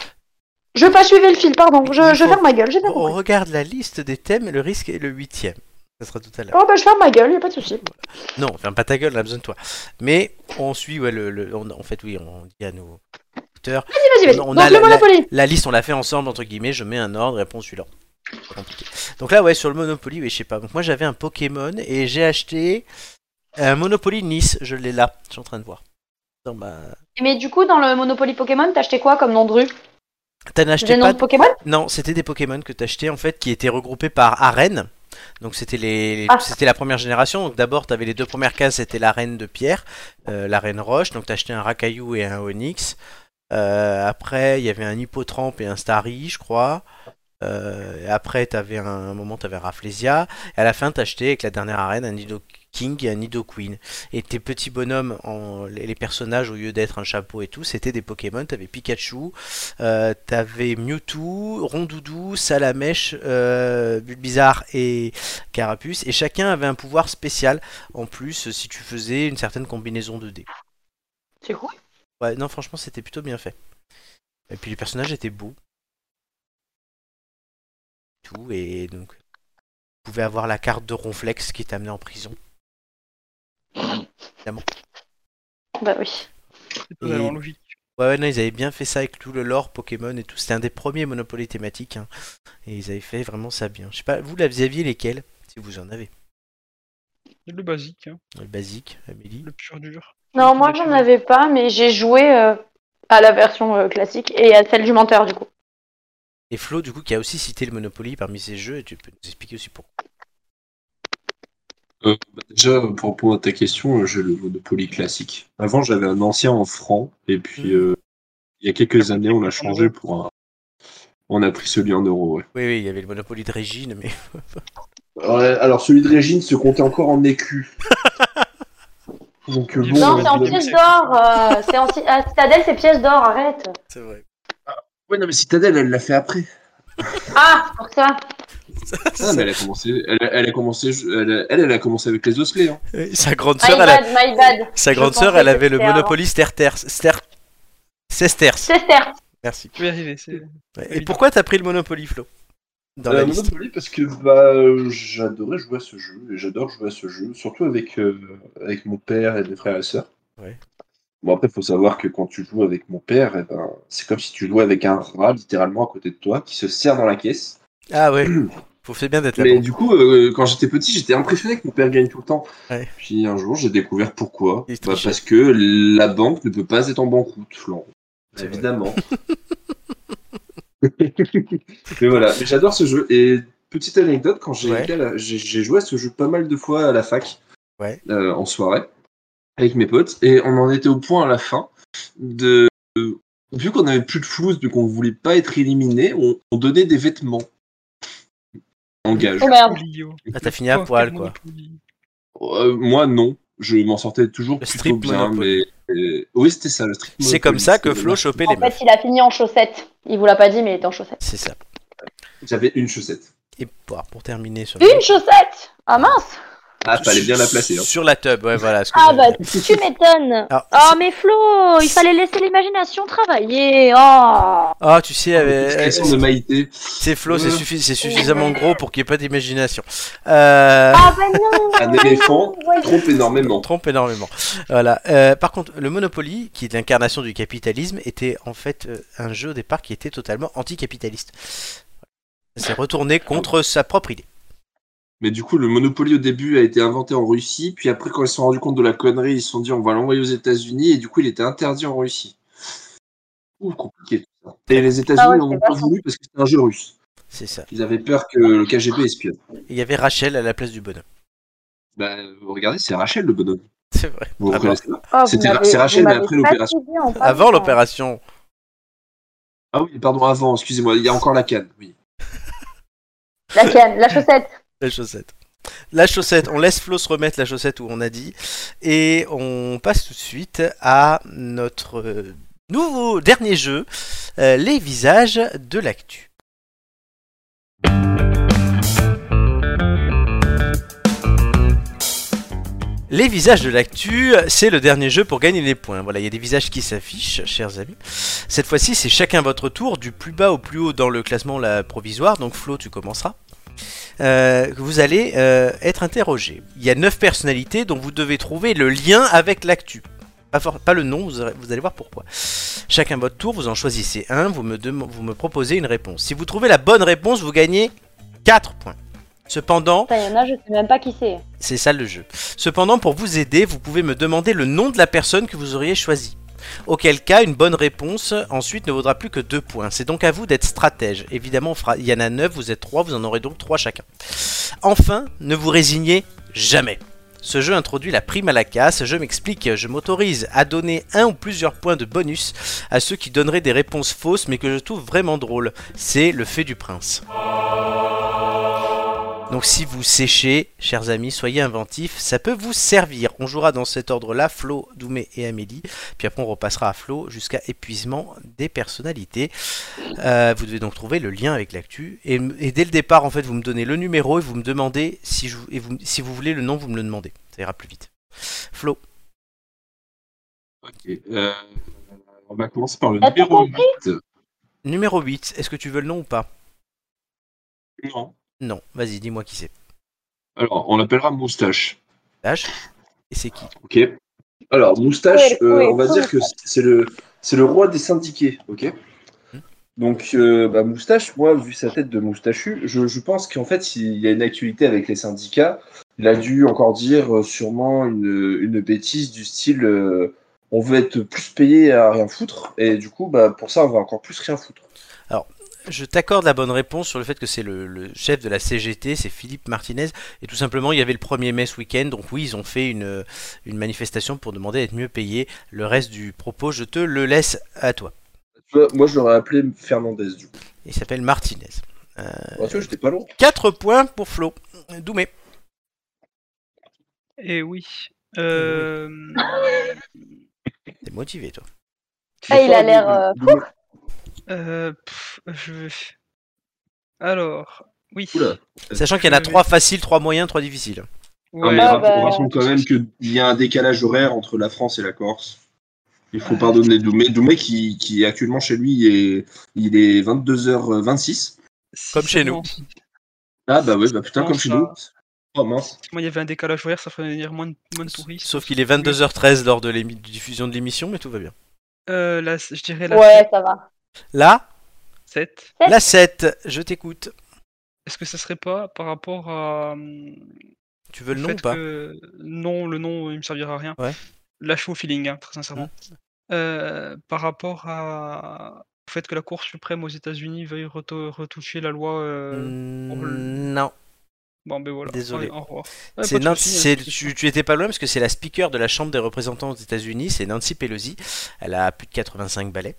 Je veux pas suivre le fil, pardon. Je, je ferme ma gueule, j'ai pas On compris. Oh, regarde la liste des thèmes, le risque est le huitième. Ça sera tout à l'heure. Oh, bah je ferme ma gueule, y a pas de souci. Non, ferme pas ta gueule, on a besoin de toi. Mais on suit, ouais, le, le- on- en fait, oui, on dit à nos auteurs. Vas-y, vas-y. On- on Donc a la- le Monopoly. La liste, on l'a fait ensemble, entre guillemets, je mets un ordre, réponse suivante. C'est compliqué. Donc là, ouais, sur le Monopoly, oui, je sais pas. Donc moi, j'avais un Pokémon et j'ai acheté un Monopoly Nice, je l'ai là, je suis en train de voir. Dans ma- Mais du coup, dans le Monopoly Pokémon, t'as acheté quoi comme nom de rue T'en as Des acheté noms pas de Pokémon Non, c'était des Pokémon que t'achetais en fait qui étaient regroupés par arène. Donc c'était les, Ah. c'était la première génération. Donc d'abord t'avais les deux premières cases, c'était l'arène de pierre, euh, l'arène roche. Donc t'achetais un Rakayu et un Onyx. Euh, après il y avait un Hippotrampe et un Starry, je crois. Euh, et après t'avais un, un moment t'avais un Rafflesia. Et à la fin t'achetais avec la dernière arène un Nido King et un Nido Queen. Et tes petits bonhommes, en, les, les personnages au lieu d'être un chapeau et tout, c'était des Pokémon. T'avais Pikachu, euh, t'avais Mewtwo, Rondoudou, Salamèche, euh, Bulbizarre et Carapuce, et chacun avait un pouvoir spécial en plus euh, si tu faisais une certaine combinaison de dés. C'est cool. Ouais, non, franchement, c'était plutôt bien fait. Et puis les personnages étaient beaux. Tout, et donc, tu pouvais avoir la carte de Ronflex qui t'amenait en prison. Bah oui. C'est totalement Et- logique. Ouais, ouais, non, ils avaient bien fait ça avec tout le lore Pokémon et tout. C'était un des premiers Monopoly thématiques. hein. Et ils avaient fait vraiment ça bien. Je sais pas, vous, la- vous aviez lesquels Si vous en avez. Le basique, hein, Le basique, Amélie. le pur dur. Non, moi j'en avais pas, mais j'ai joué euh, à la version euh, classique et à celle du menteur, du coup. Et Flo, du coup, qui a aussi cité le Monopoly parmi ces jeux. Et tu peux nous expliquer aussi pourquoi. Euh, bah, déjà, pour répondre à ta question, euh, j'ai le Monopoly classique. Avant, j'avais un ancien en franc, et puis Mm. Mhm. euh, il y a quelques années, on l'a changé pour un. On a pris celui en euros, ouais. Oui, oui, il y avait le Monopoly de Régine, mais. alors, celui de Régine se comptait encore en écus. Donc, Oh, euh, bon, Non, Ouais, c'est en ouais, pièces ouais. d'or. euh, c'est en ci- à Citadelle, c'est pièces d'or, arrête. C'est vrai. Ouais, non, mais Citadel, elle l'a fait après. Ah, c'est pour ça. Ah, mais elle a commencé, elle, elle a commencé, elle, a- elle, elle a commencé avec les osselets. Hein. Sa grande My sœur, elle, a- bad, my bad. sa Je grande sœur, pensais elle que avait le c'était avant. Monopoly Sterters. Ster... Sesterce. Chester. Merci. Tu peux y arriver, c'est Ouais. Et pourquoi t'as pris le Monopoly, Flo Dans la Euh, liste. Monopoly parce que bah, euh, j'adorais jouer à ce jeu et j'adore jouer à ce jeu, surtout avec, euh, avec mon père et mes frères et sœurs. Ouais. Bon après, il faut savoir que quand tu joues avec mon père, eh ben, c'est comme si tu jouais avec un rat littéralement à côté de toi qui se serre dans la caisse. Ah ouais. Faut faire bien d'être là. Mais pour- du coup, euh, quand j'étais petit, j'étais impressionné que mon père gagne tout le temps. Ouais. Puis un jour, j'ai découvert pourquoi. Il se Bah, trichait. parce que la banque ne peut pas être en banqueroute, Florent. C'est vrai. Évidemment. Mais voilà, mais j'adore ce jeu. Et petite anecdote, quand j'ai Ouais. été à la- j'ai j'ai joué à ce jeu pas mal de fois à la fac, Ouais. euh, en soirée, avec mes potes, et on en était au point à la fin de. euh, Vu qu'on avait plus de flouze, vu qu'on voulait pas être éliminé, on, on donnait des vêtements. En gage. Oh merde. Polio. Ah, t'as fini à Oh, poil, tellement quoi. de polio. Euh, moi, non. Je m'en sortais Le toujours plutôt strip bien, Monopoly. mais euh, oui, c'était ça le strip. C'est Monopoly, comme ça c'était que Flo le- chopait les En meufs. fait, il a fini en chaussettes. Il vous l'a pas dit, mais il était en chaussettes. C'est ça. J'avais une chaussette. Et pour, pour terminer sur le- Une chaussette Ah mince Ah, fallait bien la placer. Hein. Sur la tub, ouais, voilà. Ah, ce que Ah j'allais bah dire. tu m'étonnes. Alors, Oh mais Flo, il fallait laisser l'imagination travailler. Oh. Ah, tu sais, avec- Petite question de Maïté. c'est Flo, c'est suffi- c'est suffisamment gros pour qu'il n'y ait pas d'imagination. Euh... Ah bah non. Un éléphant Ouais. trompe énormément. trompe énormément. Voilà. Euh, par contre, le Monopoly, qui est l'incarnation du capitalisme, était en fait euh, un jeu au départ qui était totalement anticapitaliste. C'est retourné contre sa propre idée. Mais du coup, le Monopoly au début a été inventé en Russie, puis après, quand ils se sont rendus compte de la connerie, ils se sont dit on va l'envoyer aux États-Unis, et du coup, il était interdit en Russie. Ouh, compliqué tout ça. Et les Ah ouais, États-Unis n'ont c'est pas vachement. voulu parce que c'était un jeu russe. C'est ça. Ils avaient peur que le KGB espionne. Et Il y avait Rachel à la place du bonhomme. Bah, vous regardez, c'est Rachel le bonhomme. C'est vrai. Vous Ah reconnaissez pas Oh, vous C'était- m'avez- c'est Rachel, vous mais m'avez après l'opération. fatigué en parlant. Avant l'opération. Ah oui, pardon, avant, excusez-moi, il y a encore la canne. Oui. La canne, la chaussette. La chaussette. La chaussette, on laisse Flo se remettre la chaussette où on a dit. Et on passe tout de suite à notre euh, nouveau dernier jeu, euh, les visages de l'actu. Les visages de l'actu, c'est le dernier jeu pour gagner des points. Voilà, il y a des visages qui s'affichent, chers amis. Cette fois-ci, c'est chacun votre tour, du plus bas au plus haut dans le classement là, provisoire. Donc Flo, tu commenceras euh, que vous allez euh, être interrogé. Il y a 9 personnalités dont vous devez trouver le lien avec l'actu. Pas, for- pas le nom, vous, aurez- vous allez voir pourquoi. Chacun votre tour, vous en choisissez un, vous me, dem- vous me proposez une réponse. Si vous trouvez la bonne réponse, vous gagnez 4 points. Cependant, Putain, il y en a, je sais même pas qui c'est. c'est ça le jeu. Cependant, pour vous aider, vous pouvez me demander le nom de la personne que vous auriez choisi. Auquel cas, une bonne réponse ensuite ne vaudra plus que 2 points. C'est donc à vous d'être stratège. Évidemment, on fera- il y en a 9, vous êtes 3, vous en aurez donc 3 chacun. Enfin, ne vous résignez jamais. Ce jeu introduit la prime à la casse, je m'explique, je m'autorise à donner un ou plusieurs points de bonus à ceux qui donneraient des réponses fausses mais que je trouve vraiment drôles. C'est le fait du prince. Donc si vous séchez, chers amis, soyez inventifs, ça peut vous servir. On jouera dans cet ordre-là, Flo, Doumé et Amélie, puis après on repassera à Flo jusqu'à épuisement des personnalités. Euh, vous devez donc trouver le lien avec l'actu. Et, et dès le départ, en fait, vous me donnez le numéro et vous me demandez si, je, et vous- si vous voulez le nom, vous me le demandez. Ça ira plus vite. Flo, Ok. Euh, on va commencer par le T'as tout numéro 8. numéro 8, est-ce que tu veux le nom ou pas Non. Non, vas-y, dis-moi qui c'est. Alors, on l'appellera Moustache. Lâche. Et c'est qui Ok. Alors, Moustache, Oui, euh, oui, on va oui. dire que c'est le, c'est le roi des syndiqués, ok Donc, euh, bah, Moustache, moi, vu sa tête de moustachu, je, je pense qu'en fait, il y a une actualité avec les syndicats. Il a dû encore dire euh, sûrement une, une bêtise du style euh, on veut être plus payé à rien foutre, et du coup, bah, pour ça, on va encore plus rien foutre. Je t'accorde la bonne réponse sur le fait que c'est le, le chef de la CGT, c'est Philippe Martinez. Et tout simplement, il y avait le 1er mai ce week-end. Donc oui, ils ont fait une, une manifestation pour demander à être mieux payés. Le reste du propos, je te le laisse à toi. Tu vois, moi, je l'aurais appelé Fernandez, du coup. Il s'appelle Martinez. Ah, tu vois, j'étais pas loin. 4 points pour Flo. Doumé. Eh oui. Euh... T'es motivé, toi. Ah, il a l'air, euh, euh, pff, je vais. Alors. Oui. Oula. Sachant qu'il y en a Je- 3 faciles, 3 moyens, 3 difficiles. Non, Ouais, mais Ah, rapp- bah. rappelons quand même qu'il y a un décalage horaire entre la France et la Corse. Il faut pardonner Doumé. Doumé qui, qui est actuellement chez lui, et il est 22h26. Comme chez nous. Bon, Si Ah bah ouais, bah putain, Non, comme chez ça- nous. Oh mince. moi il y avait un décalage horaire, ça ferait venir moins de, moins de touristes. Sauf qu'il est 22h13 lors de la diffusion de l'émission, mais tout va bien. Euh, la- je dirais la Ouais, ça va. Là, 7. la 7. Je t'écoute. Est-ce que ça serait pas par rapport à. hum, Tu veux le Le nom fait ou pas que- Non, le nom, il me servira à rien. Ouais. Mmh. Lâche au feeling, hein, très sincèrement. Euh, par rapport à... au fait que la Cour suprême aux États-Unis veuille reto- retoucher la loi. euh, on le- Mm, Non. Bon, ben voilà. Mmh. désolé. Allez, au revoir. Ouais, C'est pas de Nancy, souci, hein, c'est- pas de souci. tu, tu étais pas loin parce que c'est la speaker de la Chambre des représentants aux États-Unis, c'est Nancy Pelosi. Elle a plus de 85 balais.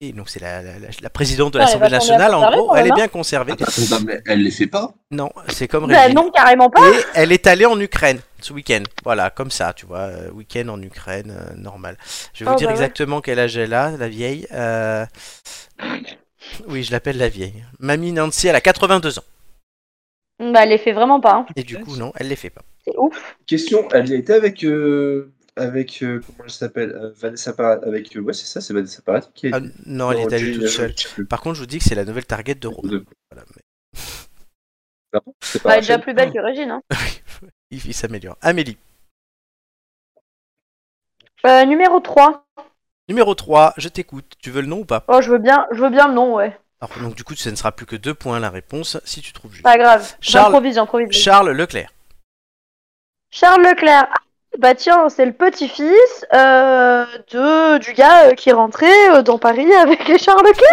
Et donc c'est la, la- la- la présidente de Ouais, Ah, elle est l'Assemblée vachement bien nationale, en conservée, gros, quand elle même, est bien conservée. Attends, Ah, bah, mais elle les fait pas. Non, c'est comme Bah, Régine. non, carrément pas. Et elle est allée en Ukraine ce week-end. Voilà, comme ça, tu vois, euh, week-end en Ukraine, euh, normal. Je vais vous Oh, dire bah ouais. exactement quel âge elle a, la vieille. euh, Oui, je l'appelle la vieille. Mamie Nancy, elle a 82 ans. Bah, elle les fait vraiment pas. hein. Et du coup, non, elle les fait pas. C'est ouf. Question, elle y a été avec. euh, avec. euh, comment elle s'appelle euh, Vanessa Paradis. Avec, euh, ouais, c'est ça, c'est Vanessa Paradis qui a Ah, non, elle est allée Jane- toute seule. je sais plus. Par contre, je vous dis que c'est la nouvelle target de Roman. De- Voilà, mais Ah bon C'est pas Bah, elle Rachel est déjà plus belle que Régine. Hein. il, il s'améliore. Amélie. Euh, numéro 3. Numéro 3, je t'écoute. Tu veux le nom ou pas Oh, je veux bien, je veux bien le nom, ouais. Alors, donc, du coup, ça ne sera plus que 2 points la réponse si tu trouves juste. Pas grave. Charles- J'improvise, j'improvise. Charles Leclerc. Charles Leclerc. Ah, Bah tiens, c'est le petit-fils euh, de, du gars euh, qui rentrait euh, dans Paris avec les Charles Leclerc.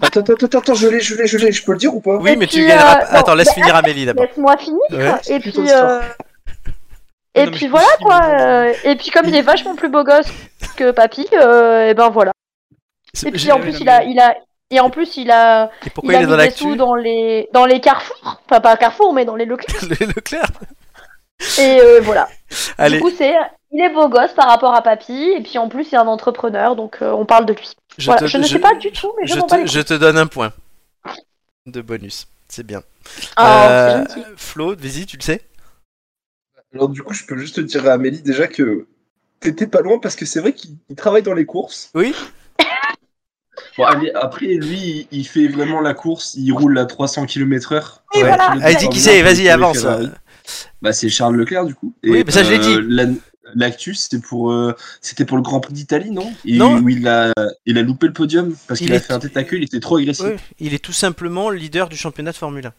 Attends, attends, attends, attends, je l'ai, je l'ai, je l'ai, je peux le dire ou pas Oui, Et mais tu puis, gagneras euh, pas. Attends, non, laisse mais finir Amélie d'abord. Laisse-moi finir. Ouais. Putain, et puis, l'histoire. euh, et Non, mais puis je voilà pense qu'il quoi. est euh, et puis comme il est vachement plus beau gosse que papy, euh, et ben voilà. Et puis en oui, plus non, il a, mais- il a, et en plus il a, Et pourquoi il, a est dans mis des sous l'actu dans les, dans les carrefours. Enfin pas carrefour, mais dans les Leclerc. Le- Leclerc Et euh, voilà. Allez, Du coup c'est, il est beau gosse par rapport à papy. Et puis en plus c'est un entrepreneur, donc euh, on parle de lui. je, Voilà, te, Je, ne sais pas du tout, mais je, je m'en bats les te, je te donne un point de bonus. C'est bien. couilles. Ah, c'est Euh, gentil. Flo, vas-y, tu le sais Alors du coup, je peux juste te dire à Amélie déjà que t'étais pas loin parce que c'est vrai qu'il il travaille dans les courses. Oui. Bon, allez, après, lui, il il fait vraiment la course, il roule à 300 km/h. Oui, Ouais. voilà. Allez, dis qui c'est, vas-y, avance. Ouais, Bah, c'est Charles Leclerc, du coup. euh, Oui, mais ça, je l'ai dit. la- L'actu, c'était pour, euh, c'était pour le Grand Prix d'Italie, non Et Non. Où il a, il a loupé le podium parce Il qu'il a est- fait un tête à queue, il était trop agressif. Il est tout simplement leader du championnat de Formule 1.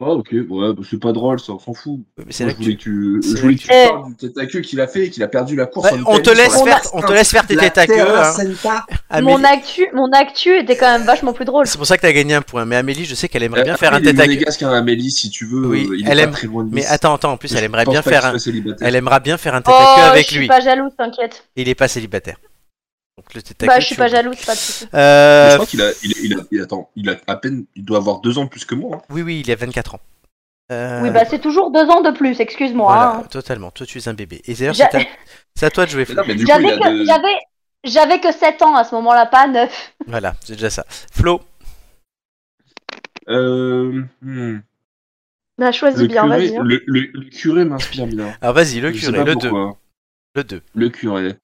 Oh, ok, ouais, bah, c'est pas drôle, ça, on s'en fout. Ouais, mais c'est Moi, l'actu. je voulais que tu, C'est je voulais que tu l'actu. parles du tête à queue qu'il a fait et qu'il a perdu la course. Ouais, en on, te Italie laisse sur la faire, on te laisse faire tes têtes à queue. hein. Amélie- Mon actu, mon actu était quand même vachement plus drôle. C'est pour ça que t'as gagné un point. Mais Amélie, je sais qu'elle aimerait bien Après, faire un il est tête à queue. monégasque, hein, Amélie, si tu veux. Oui, euh, il est elle pas aime- très loin de Mais Nice. attends, attends, en plus, Je elle aimerait pense bien pas qu'il faire un. soit célibataire. Elle aimera bien faire un tête à Oh, queue je avec suis lui. pas jalouse, t'inquiète. Il est pas célibataire. Donc le tête à Bah, queue, je suis tu pas oublies. jalouse, pas de soucis. Euh, Mais Je crois qu'il a, il a- il a- il- attends, il a à peine, il doit avoir deux ans de plus que moi. hein. Oui, oui, il a 24 ans. Euh, Oui, bah, c'est toujours deux ans de plus, excuse-moi. voilà, hein. totalement. Toi, tu es un bébé. Et d'ailleurs, J'a- c'est à... c'est à toi de jouer. Mais Flo. non, mais du coup, il J'avais a que, deux- j'avais, j'avais que 7 ans à ce moment-là, pas 9. Voilà, c'est déjà ça. Flo, Euh, hmm, Bah, choisis le, bien, curé, vas-y. hein. le, le- le curé m'inspire bien. alors vas-y, le Je sais curé, pas le 2. pourquoi. Le 2. Le curé.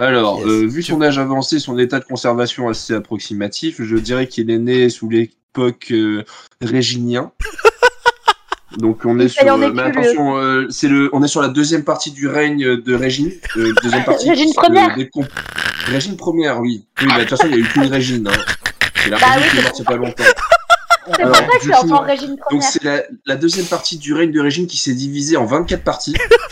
Alors, Yes. euh, vu Tu- son âge avancé, son état de conservation assez approximatif, je dirais qu'il est né sous l'époque euh, réginien. Donc on est Ça sur. y en est mais curieux. attention, euh, c'est le. On est sur la deuxième partie du règne de Régine. euh, deuxième partie. Régine euh, première. des comp- Régine première, oui. Oui, bah, de toute façon, il n'y a eu qu'une Régine. hein. C'est la Bah Régine oui, qui est morte c'est il y a pas longtemps. C'est pour Alors, ça que je du suis coup, encore Régine Donc première. c'est la, la deuxième partie du règne de Régine qui s'est divisée en 24 parties.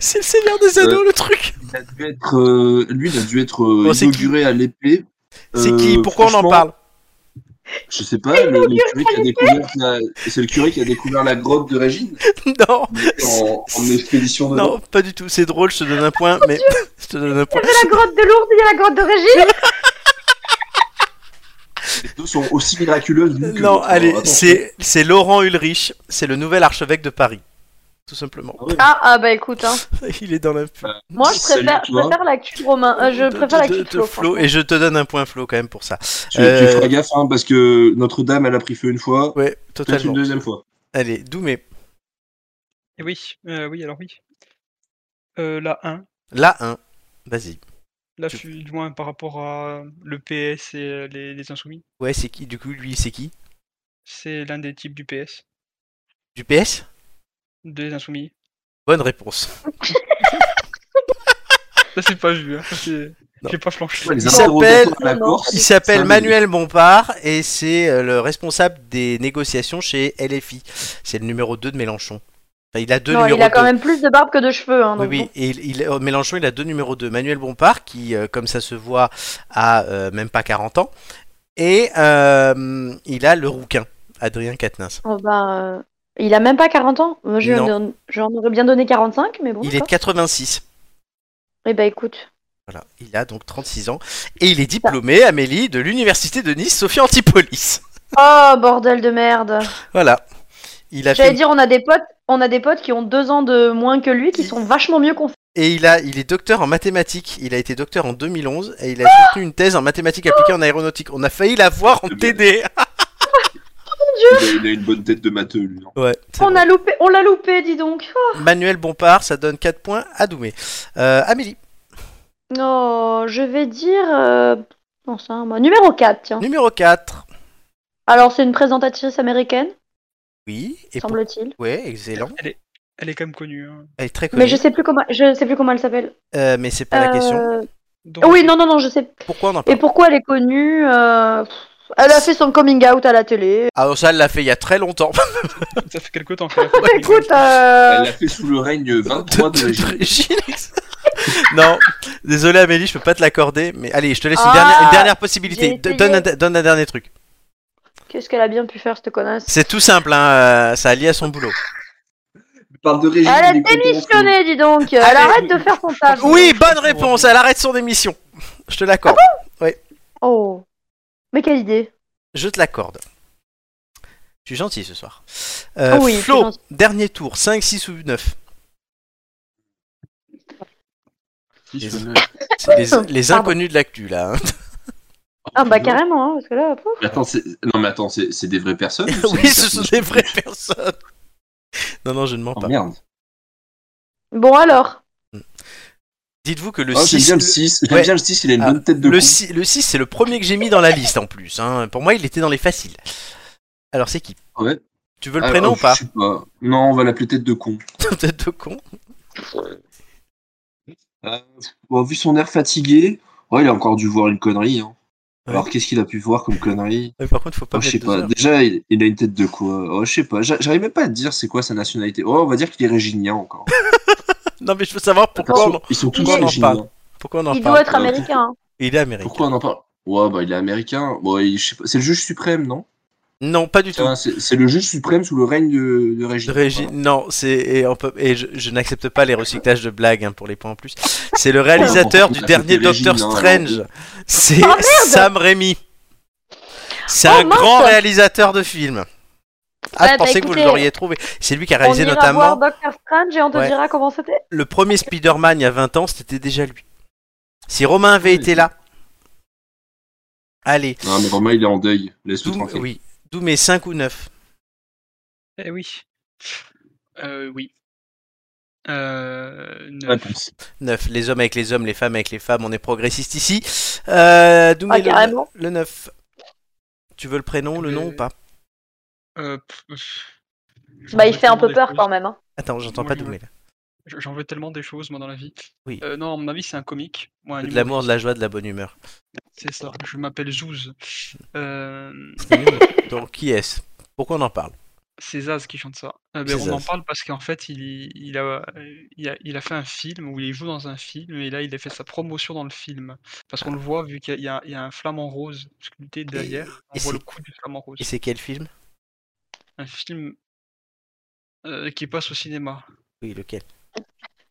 C'est le Seigneur des Anneaux, le truc. Il a dû être, euh, lui, il a dû être euh, Bon, c'est inauguré à l'épée. C'est Euh, qui Pourquoi on en franchement, parle Je sais pas. Le, le curé qui a découvert la- c'est le curé qui a découvert la grotte de Régine Non, Il était en, en expédition de. non, pas du tout. C'est drôle, je te donne un point, mais je te donne un point. La grotte de Lourdes, il y a la grotte de Régine. Les deux sont aussi miraculeux. l'une que Non, l'autre. allez, Attends, c'est c'est Laurent Ulrich, c'est le nouvel archevêque de Paris. Tout simplement. ah ouais. Ah, ah, bah, écoute, hein. Il est dans la Moi, je Salut, préfère, je toi. préfère l'actu de Romain. euh, je de- préfère de- l'actu de- de Flo. de Flo, et je te donne un point Flo quand même pour ça. Tu, tu Euh, feras gaffe hein, parce que Notre-Dame, elle a pris feu une fois. Ouais, Peut-être une totalement. deuxième fois. Allez, Doumé. Eh Oui, euh, oui, alors oui. Euh, la 1, Là, 1. Vas-y. là, Tu- je suis du moins par rapport à le PS et euh, les, les Insoumis. Ouais, c'est qui Du coup, lui, c'est qui C'est l'un des types du PS, Du PS des Insoumis. Bonne réponse. Ça, c'est pas vu, hein. ça, c'est- Non. J'ai pas flanché. Ouais, les Il interrogatoires s'appelle- à la Ah, Corse. Il s'appelle un Manuel Bompard et c'est euh, le responsable des négociations chez LFI. C'est le numéro 2 de Mélenchon. Enfin, il a deux Non, numéros il a quand 2. même plus de barbe que de cheveux. Hein, Oui, donc oui, et il, il- euh, Mélenchon, il a deux numéros 2. Manuel Bompard, qui, euh, comme ça se voit, a euh, même pas 40 ans. Et euh, il a le rouquin, Adrien Quatennens. bon. Oh, bah, euh, il a même pas 40 ans. Moi, je lui Non. en donne- j'en aurais bien donné 45, mais bon. Il est de Oh, d'accord. 86. Eh bah, écoute. Voilà, il a donc 36 ans. Et il est diplômé, Amélie, de l'université de Nice, Sophie Antipolis. Oh bordel de merde. Voilà. Il a fait J'allais dire on a des potes, on a des potes qui ont deux ans de moins que lui qui sont vachement mieux qu'on fait. Et il, a, il est docteur en mathématiques. Il a été docteur en 2011 et il a soutenu une thèse en mathématiques appliquées en aéronautique. On a failli l'avoir en C'est bien. TD. Mon dieu, Il a, il a une bonne tête de matheux, lui. Oh hein. Ouais, c'est On vrai. a loupé, on l'a loupé, dis donc. Oh, Manuel Bompard, ça donne 4 points à Doumé. Euh, Amélie, Non, Oh, je vais dire. euh, Non, ça, moi, numéro 4, tiens. numéro 4. Alors, c'est une présentatrice américaine, Oui, et pour- semble-t-il. ouais, excellent. Elle est, elle est quand même connue. hein. Elle est très connue, Mais je sais plus comment, je sais plus comment elle s'appelle. euh, mais c'est pas la question. Euh, Donc, Oui, non, non, non, je sais. Pourquoi on en Et parle pourquoi elle est connue euh, pff, Elle a fait son coming out à la télé. Alors Ah, ça, elle l'a fait il y a très longtemps. Ça fait quelque temps qu'elle a Bah, fait Écoute, Elle euh, l'a fait sous le règne 23 de Régine. Régine. non, désolé Amélie, je peux pas te l'accorder, mais allez, je te laisse une Ah, dernière, une dernière j'ai possibilité. essayé. Donne un, donne un dernier truc. qu'est-ce qu'elle a bien pu faire, cette connasse C'est tout simple, hein, euh, ça a lié à son boulot. Parle de Régine. Elle a il est content. démissionné, dis donc. Elle Allez, arrête je- de faire son je- taf. Oui, je bonne pense qu'on va réponse, revenir. elle arrête son émission. Je te l'accorde, Ah Oh, mais quelle idée je te l'accorde. Je suis gentil ce soir. Euh, Oh oui, c'est Flo, gentil. dernier tour, 5, 6 ou 9. Démissionné. C'est les, les Pardon. inconnus de l'actu là. hein. Ah bah carrément, hein, parce que là, pouf. Mais Attends, c'est- non mais attends, c'est c'est des vraies personnes ou c'est oui, des ce sont personnages des vraies personnes. Non, non, je ne mens Oh pas. merde. Bon alors, Dites-vous que le Oh, j'aime 6. bien le 6. J'aime Ouais. bien le 6, il a une Ah, bonne tête de Le, con. 6, le 6, c'est le premier que j'ai mis dans la liste en plus. hein. Pour moi, il était dans les faciles. Alors, c'est qui Ouais. Tu veux le Ah, prénom oh, ou pas je sais pas. Non, on va l'appeler tête de con. Tête de con. Euh, bon, vu son air fatigué, ouais, il a encore dû voir une connerie. hein. Ouais. Alors qu'est-ce qu'il a pu voir comme connerie Mais par contre, faut pas Oh, Je mettre sais deux pas. heures. Déjà, il, il a une tête de quoi oh, Je sais pas. J'a- J'arrive même pas à te dire c'est quoi sa nationalité. Oh, on va dire qu'il est réginien encore. De Non, mais je veux savoir toute façon, pourquoi on, en- ils sont tous pourquoi on en réginiens. parle pourquoi on en il parle. doit être euh, américain. hein. Il est américain. Pourquoi on en parle Ouais, bah il est américain. Bon, il- je sais pas. C'est le juge suprême, non Non, pas du tout. Tiens, C'est c'est le juge suprême sous le règne de, de Régine. Régine- non, c'est et, on peut- et je, je n'accepte pas les recyclages de blagues hein, pour les points en plus. C'est le réalisateur Ouais, du on peut dernier taper Régine, Doctor hein, Strange. alors. C'est Sam Raimi. C'est Oh, un mince. grand réalisateur de films. Ah, Ouais, je bah, pensais que vous écoutez, l'auriez trouvé. C'est lui qui a On réalisé ira notamment voir Doctor Strange et on te Ouais. dira comment c'était. le premier Spider-Man il y a 20 ans, c'était déjà lui. Si Romain avait Ah Oui. été là. Allez, Non, mais vraiment, il est en deuil. Laisse-le Doom, tranquille. oui. Doumé 5 ou 9 Eh oui. Euh, oui. Euh, neuf. Réponse. 9. Les hommes avec les hommes, les femmes avec les femmes, on est progressiste ici. Euh, Doumé, Ah, le- carrément. le, 9. Tu veux le prénom, le nom ou pas Euh, pff, pff. J'en Bah, il veux fait un tellement peu des peur choses. quand même. hein. Attends, j'entends Moi, pas je veux- Doumé. là. J- J'en veux tellement des choses, moi, dans la vie. Oui. Euh, non, à mon avis, c'est un comique. Moi, un De humoriste, l'amour, de la joie, de la bonne humeur. C'est ça. Je m'appelle Zouz. Euh, Donc, qui est-ce Pourquoi on en parle c'est Zaz qui chante ça. Euh, ben, C'est on en Zaz. parle parce qu'en fait, il, y- il, a, euh, il, a, il a fait un film où il joue dans un film et là, il a fait sa promotion dans le film. Parce qu'on le voit, vu qu'il y, a- il y a un flamant rose sculpté derrière, on et voit c'est- le coup du flamant rose. Et c'est quel film Un film euh, qui passe au cinéma. Oui, lequel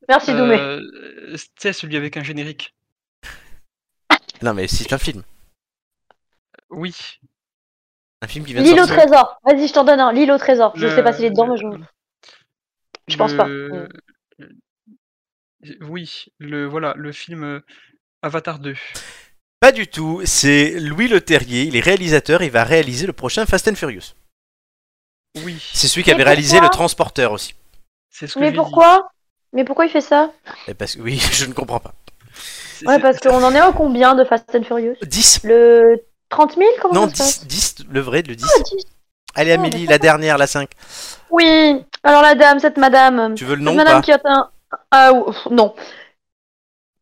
Merci Doumé. Euh, c'est celui avec un générique. Non, mais c'est un film. Oui. Un film qui vient de L'île au sortir. trésor. Vas-y, je t'en donne un. L'île au trésor. Je sais pas Le- s'il est dedans, mais je. je pense pas. le- euh, Oui, le voilà, le film euh, Avatar 2. Pas du tout, c'est Louis Leterrier, il est réalisateur, il va réaliser le prochain Fast and Furious. Oui, C'est celui qui avait Mais réalisé pourquoi le transporteur aussi. c'est ce que Mais j'ai dit. pourquoi Mais pourquoi il fait ça Et Eh, parce que oui, je ne comprends pas. C'est- Ouais, c'est- parce qu'on en est au combien de Fast and Furious 10 Le 30 000 Comment Non, ça se passe 10, 10, le vrai, le 10. Ah, 10. Allez, non, Amélie, la dernière, la 5. Oui, alors la dame, cette madame. Tu veux le Cette nom ou madame pas qui a un. Ah, ou- pff, non.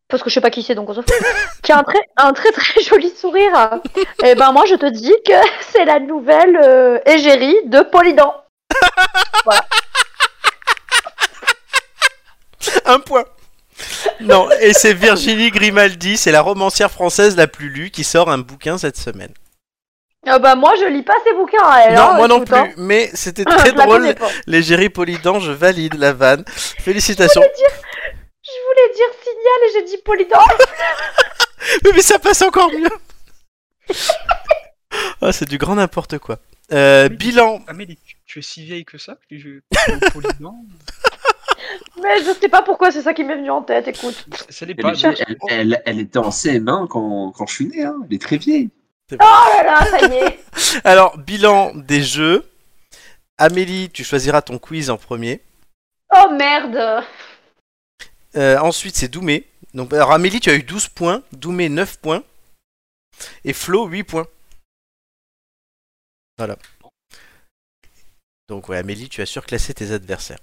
Parce que je sais pas qui c'est, donc on s'en fout. qui a un très, un très très joli sourire. Et ben moi, je te dis que c'est la nouvelle euh, égérie de Polydent. Un point Non, et c'est Virginie Grimaldi, c'est la romancière française la plus lue qui sort un bouquin cette semaine. Ah bah moi, je lis pas ses bouquins. à elle, non, hein, moi non écoute, hein. plus, mais c'était Je très la drôle. connais pas. L'égérie Polydent, je valide la vanne. Félicitations. Je voulais dire signal et j'ai dit Polydent. Oui, mais ça passe encore mieux. Ah, c'est du grand n'importe quoi. Euh, bilan. Amélie, tu- tu es si vieille que ça que je- que poliment, Mais je sais pas pourquoi c'est ça qui m'est venu en tête, écoute. ça n'est Elle, pas. est- donc- elle- elle- elle était en CM1 quand, quand je suis né, hein. elle est très vieille. Oh là là, ça y est. Alors, bilan des jeux. Amélie, tu choisiras ton quiz en premier. Oh merde Euh, ensuite, c'est Doumé. Donc, alors, Amélie, tu as eu 12 points, Doumé 9 points, et Flo 8 points. Voilà. Donc, ouais, Amélie, tu as surclassé tes adversaires.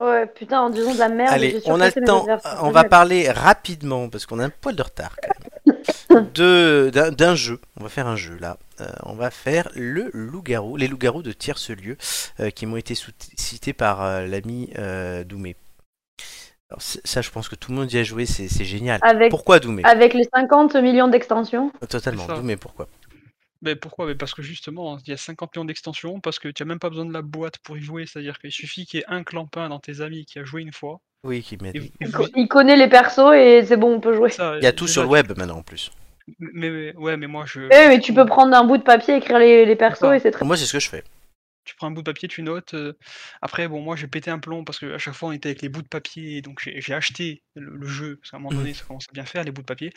Ouais, putain, en disant de la merde. Allez, j'ai on a surclassé le mes temps. adversaires. On va parler rapidement, parce qu'on a un poil de retard quand même, de- d'un- d'un jeu. On va faire un jeu là. Euh, on va faire le loup-garou, les loups-garous de tierce lieu, euh, qui m'ont été sou- cités par euh, l'ami euh, Doumé. Alors, c- ça, je pense que tout le monde y a joué, c'est c'est génial. Avec, Pourquoi Doumé avec les 50 millions d'extensions. Totalement, C'est ça. Doumé, pourquoi Mais pourquoi Mais Parce que justement, il y a 50 millions d'extensions, parce que tu n'as même pas besoin de la boîte pour y jouer, c'est-à-dire qu'il suffit qu'il y ait un clampin dans tes amis qui a joué une fois. Oui, qui m'aide. et- Il et Il, vous- co- il connaît les persos et c'est bon, on peut jouer. ça, y a tout déjà, sur le web maintenant en plus. Mais, mais- ouais, mais moi je. Eh, mais tu peux prendre un bout de papier, écrire les, les persos Ah. et c'est très. Moi, c'est ce que je fais. Tu prends un bout de papier, tu notes. euh, Après, bon, moi j'ai pété un plomb parce qu'à chaque fois on était avec les bouts de papier, donc j'ai j'ai acheté le, le jeu, parce qu'à un moment Mhm. donné ça commence à bien faire, les bouts de papier.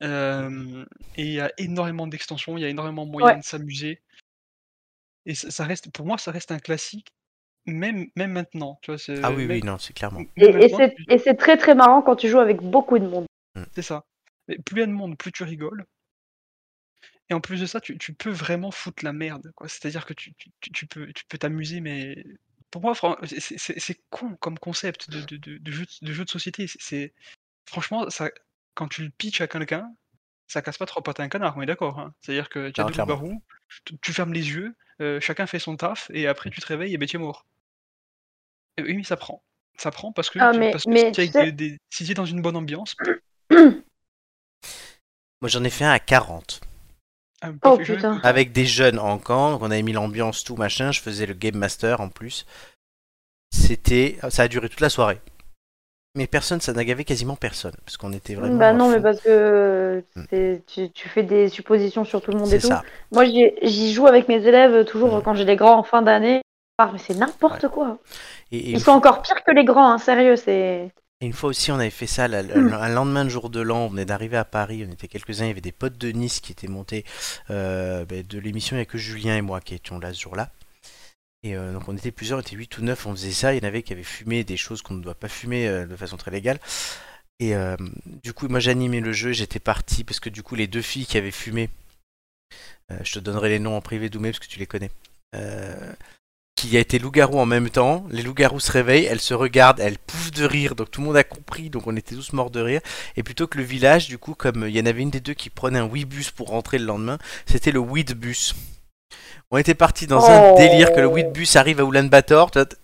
Mmh. Euh, et il y a énormément d'extensions, il y a énormément moyen Ouais. de s'amuser. Et ça, ça reste, pour moi, ça reste un classique, même, même maintenant. Tu vois, c'est- Ah oui, même- oui, non, c'est clairement. même Et, et maintenant, c'est- et c'est très très marrant quand tu joues avec beaucoup de monde. C'est ça. Et plus il y a de monde, plus tu rigoles. Et en plus de ça, tu, tu peux vraiment foutre la merde, quoi. C'est-à-dire que tu, tu- tu- tu peux tu peux t'amuser, mais pour moi, fran- c'est- c'est c'est con comme concept de, de, de- de jeu, de de jeu de société. C'est- C'est franchement, ça, quand tu le pitches à quelqu'un, ça casse pas trois pattes à un canard, on est d'accord. hein. C'est-à-dire que tu as Non, deux clairement. loups-garous, tu, tu fermes les yeux, euh, chacun fait son taf, et après tu te réveilles et ben tu es mort. Et oui, mais ça prend. Ça prend parce que, Ah, tu- mais- parce que mais si tu es tu sais- avec des- des- si tu es dans une bonne ambiance, Moi, j'en ai fait un à 40. Ah, mais Oh parfait, j'avais putain. Avec des jeunes en camp, donc on avait mis l'ambiance, tout machin. Je faisais le Game Master en plus. C'était. Ça a duré toute la soirée. Mais personne, ça n'a gavé quasiment personne. Parce qu'on était vraiment. bah à non, mais fond. parce que Hmm. c'est- tu, tu fais des suppositions sur tout le monde et C'est tout. ça. Moi, j'y j'y joue avec mes élèves euh, toujours Hmm. quand j'ai les grands en fin d'année. Ah, mais c'est n'importe quoi. Et, et Ils une, sont fois, encore pires que les grands, hein, sérieux. C'est. et une fois aussi, on avait fait ça la- la- Hmm. un lendemain de jour de l'an. On venait d'arriver à Paris, on était quelques-uns. Il y avait des potes de Nice qui étaient montés euh, ben, de l'émission. Il n'y a que Julien et moi qui étions là ce jour-là. Et euh, donc on était plusieurs, on était 8 ou 9, on faisait ça. Il y en avait qui avaient fumé des choses qu'on ne doit pas fumer euh, de façon très légale. Et euh, du coup, moi j'animais le jeu, j'étais parti parce que du coup, les deux filles qui avaient fumé, euh, je te donnerai les noms en privé, Doumé, parce que tu les connais, euh, qui a été loup-garou en même temps. Les loups-garous se réveillent, elles se regardent, elles pouffent de rire, donc tout le monde a compris, donc on était tous morts de rire. Et plutôt que le village, du coup, comme euh, il y en avait une des deux qui prenait un bus pour rentrer le lendemain, c'était le bus. On était parti dans un Oh. délire que le bus arrive à Oulan-Bator, tu vois, t-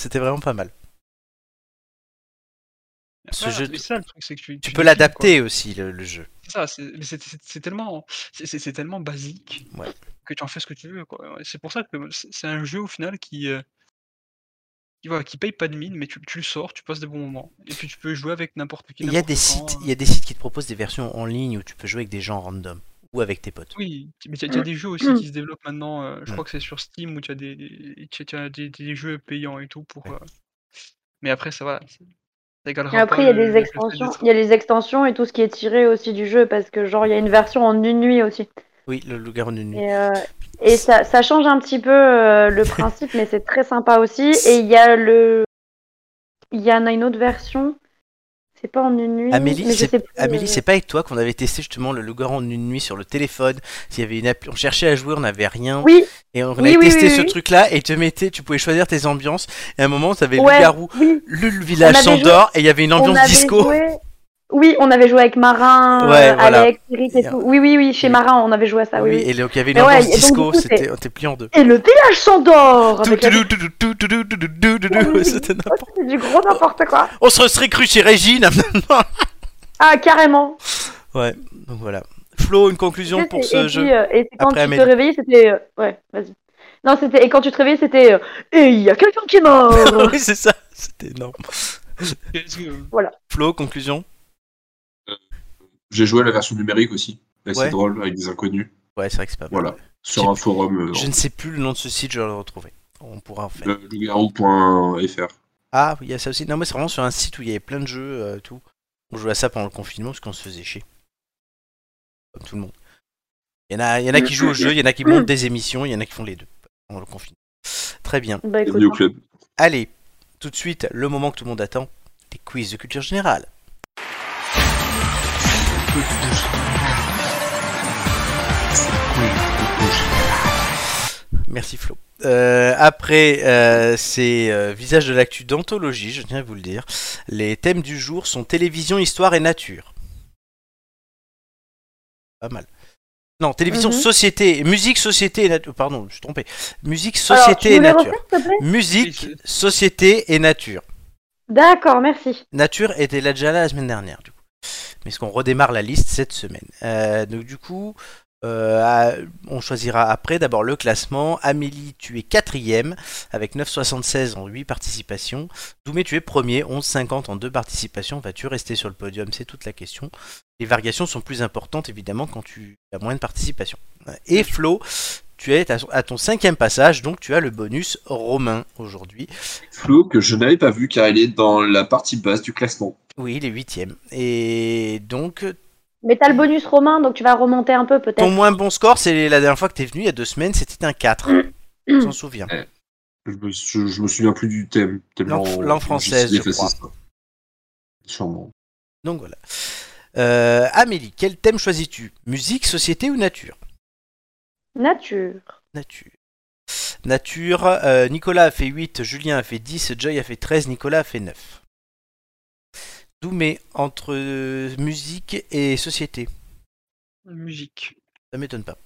c'était vraiment pas mal. Ce Voilà, jeu, c'est ça le truc, c'est que Tu tu, tu peux défiles, quoi. l'adapter aussi, le- le jeu. C'est ça, c'est mais c'est- c'est- c'est tellement, c'est- c'est c'est tellement basique Ouais. que tu en fais ce que tu veux. quoi. Ouais, C'est pour ça que c'est c'est un jeu au final qui, euh, qui, voilà, qui paye pas de mine, mais tu, tu le sors, tu passes des bons moments. Et puis tu peux jouer avec n'importe qui. Il y a n'importe des quand, sites, euh. il y a des sites qui te proposent des versions en ligne où tu peux jouer avec des gens random ou avec tes potes. Oui, mais il y, a des jeux Mmh. aussi qui se développent maintenant. euh, Mmh. je crois que c'est sur Steam où tu as des, des- t'y- t'y as des- des jeux payants et tout pour. Ouais. euh, Mais après, ça va. c'est- Ça égalera Et après, il pas y a le- le des fait extensions. d'être- Il y a les extensions et tout ce qui est tiré aussi du jeu parce que genre il y a une version en une nuit aussi. Oui, le loup-garou de nuit. Et, euh, et ça, ça change un petit peu euh, le principe, mais c'est très sympa aussi. Et il y a le, il y en a une autre version. C'est pas en une nuit. Amélie, mais je c'est- sais plus, Amélie, euh, c'est pas avec toi qu'on avait testé justement le loup-garou en une nuit sur le téléphone. S'il y avait une appli, on cherchait à jouer, on n'avait rien. Oui, Et on Oui, avait oui, testé oui, ce oui. truc-là et te mettais, tu pouvais choisir tes ambiances. Et à un moment, t'avais Ouais. loup-garou, oui. le village On avait s'endort et il y avait une On ambiance avait disco. joué- Oui, on avait joué avec Marin, euh, Ouais, voilà. Alex, Eric et Et, euh, tout. Oui, oui, oui, chez oui. Marin, on avait joué à ça. ah Oui, Oui, oui. et donc il y avait une Mais ouais, ambiance et donc, du disco, coup, c'était, on était plié en deux. Et le village s'endort. Tout, avec la- tout, tout, tout, tout, tout, tout, tout, tout, tout, Oui, oui, c'était n'importe- C'est du gros n'importe quoi. On se serait cru chez Régine. Ah, carrément. Ouais, donc voilà. Flo, une conclusion Et pour puis, ce jeu. euh, Et c'est quand Après, tu Amélie. te réveillais, c'était. euh, Ouais, vas-y. Non, c'était. Et quand tu te réveillais, c'était. euh, Et il y a quelqu'un qui est mort oui, c'est ça, c'était énorme. Qu'est-ce que- Flo, conclusion J'ai joué à la version numérique aussi. Et Ouais. C'est drôle avec des inconnus. Ouais, c'est vrai que c'est pas mal. Voilà. Sur J'ai- un forum. euh, Je ne sais plus le nom de ce site, je vais le retrouver. On pourra en faire. euh, loup-garou.fr. Ah, oui, il y a ça aussi. Non, mais c'est vraiment sur un site où il y avait plein de jeux, euh, tout. On jouait à ça pendant le confinement parce qu'on se faisait chier. Comme tout le monde. Il y en a, il y en a qui jouent au jeu, il y en a qui montent des émissions, il y en a qui font les deux pendant le confinement. Très bien. Bah, écoute, Bienvenue au club. Allez, tout de suite, le moment que tout le monde attend, les quiz de culture générale. Merci Flo. Euh, après euh, ces euh, visages de l'actu d'anthologie, je tiens à vous le dire, les thèmes du jour sont télévision, histoire et nature. Pas mal. Non, télévision, Mhm. société, musique, société et nature. Pardon, je suis trompé. Musique, alors, société tu et nous les nature. refais, s'il te plaît Musique, Oui, société et nature. D'accord, merci. Nature était là déjà là la semaine dernière, du coup. Mais ce qu'on redémarre la liste cette semaine. Euh, donc du coup, euh, à- on choisira après d'abord le classement. Amélie, tu es quatrième avec 9,76 en 8 participations. Doumé, tu es premier, 11,50 en 2 participations. Vas-tu rester sur le podium C'est toute la question. Les variations sont plus importantes évidemment quand tu as moins de participation. Et Flo, tu es à- à ton cinquième passage, donc tu as le bonus romain aujourd'hui. Flo, que je n'avais pas vu car il est dans la partie basse du classement. Oui, il est huitième. Et donc, Mais t'as le bonus romain, donc tu vas remonter un peu peut-être. ton moins bon score, c'est la dernière fois que t'es venu, il y a deux semaines, c'était un 4. Je s'en souviens. Je me, je- je me souviens plus du thème. tellement- Langue- langue française, j'ai je effacé crois. ça. Sûrement. Donc voilà. Euh, Amélie, quel thème choisis-tu Musique, société ou nature Nature. Nature. Nature, euh, Nicolas a fait 8, Julien a fait 10, Joy a fait 13, Nicolas a fait 9. Doumé, entre euh, musique et société, Musique. ça m'étonne pas.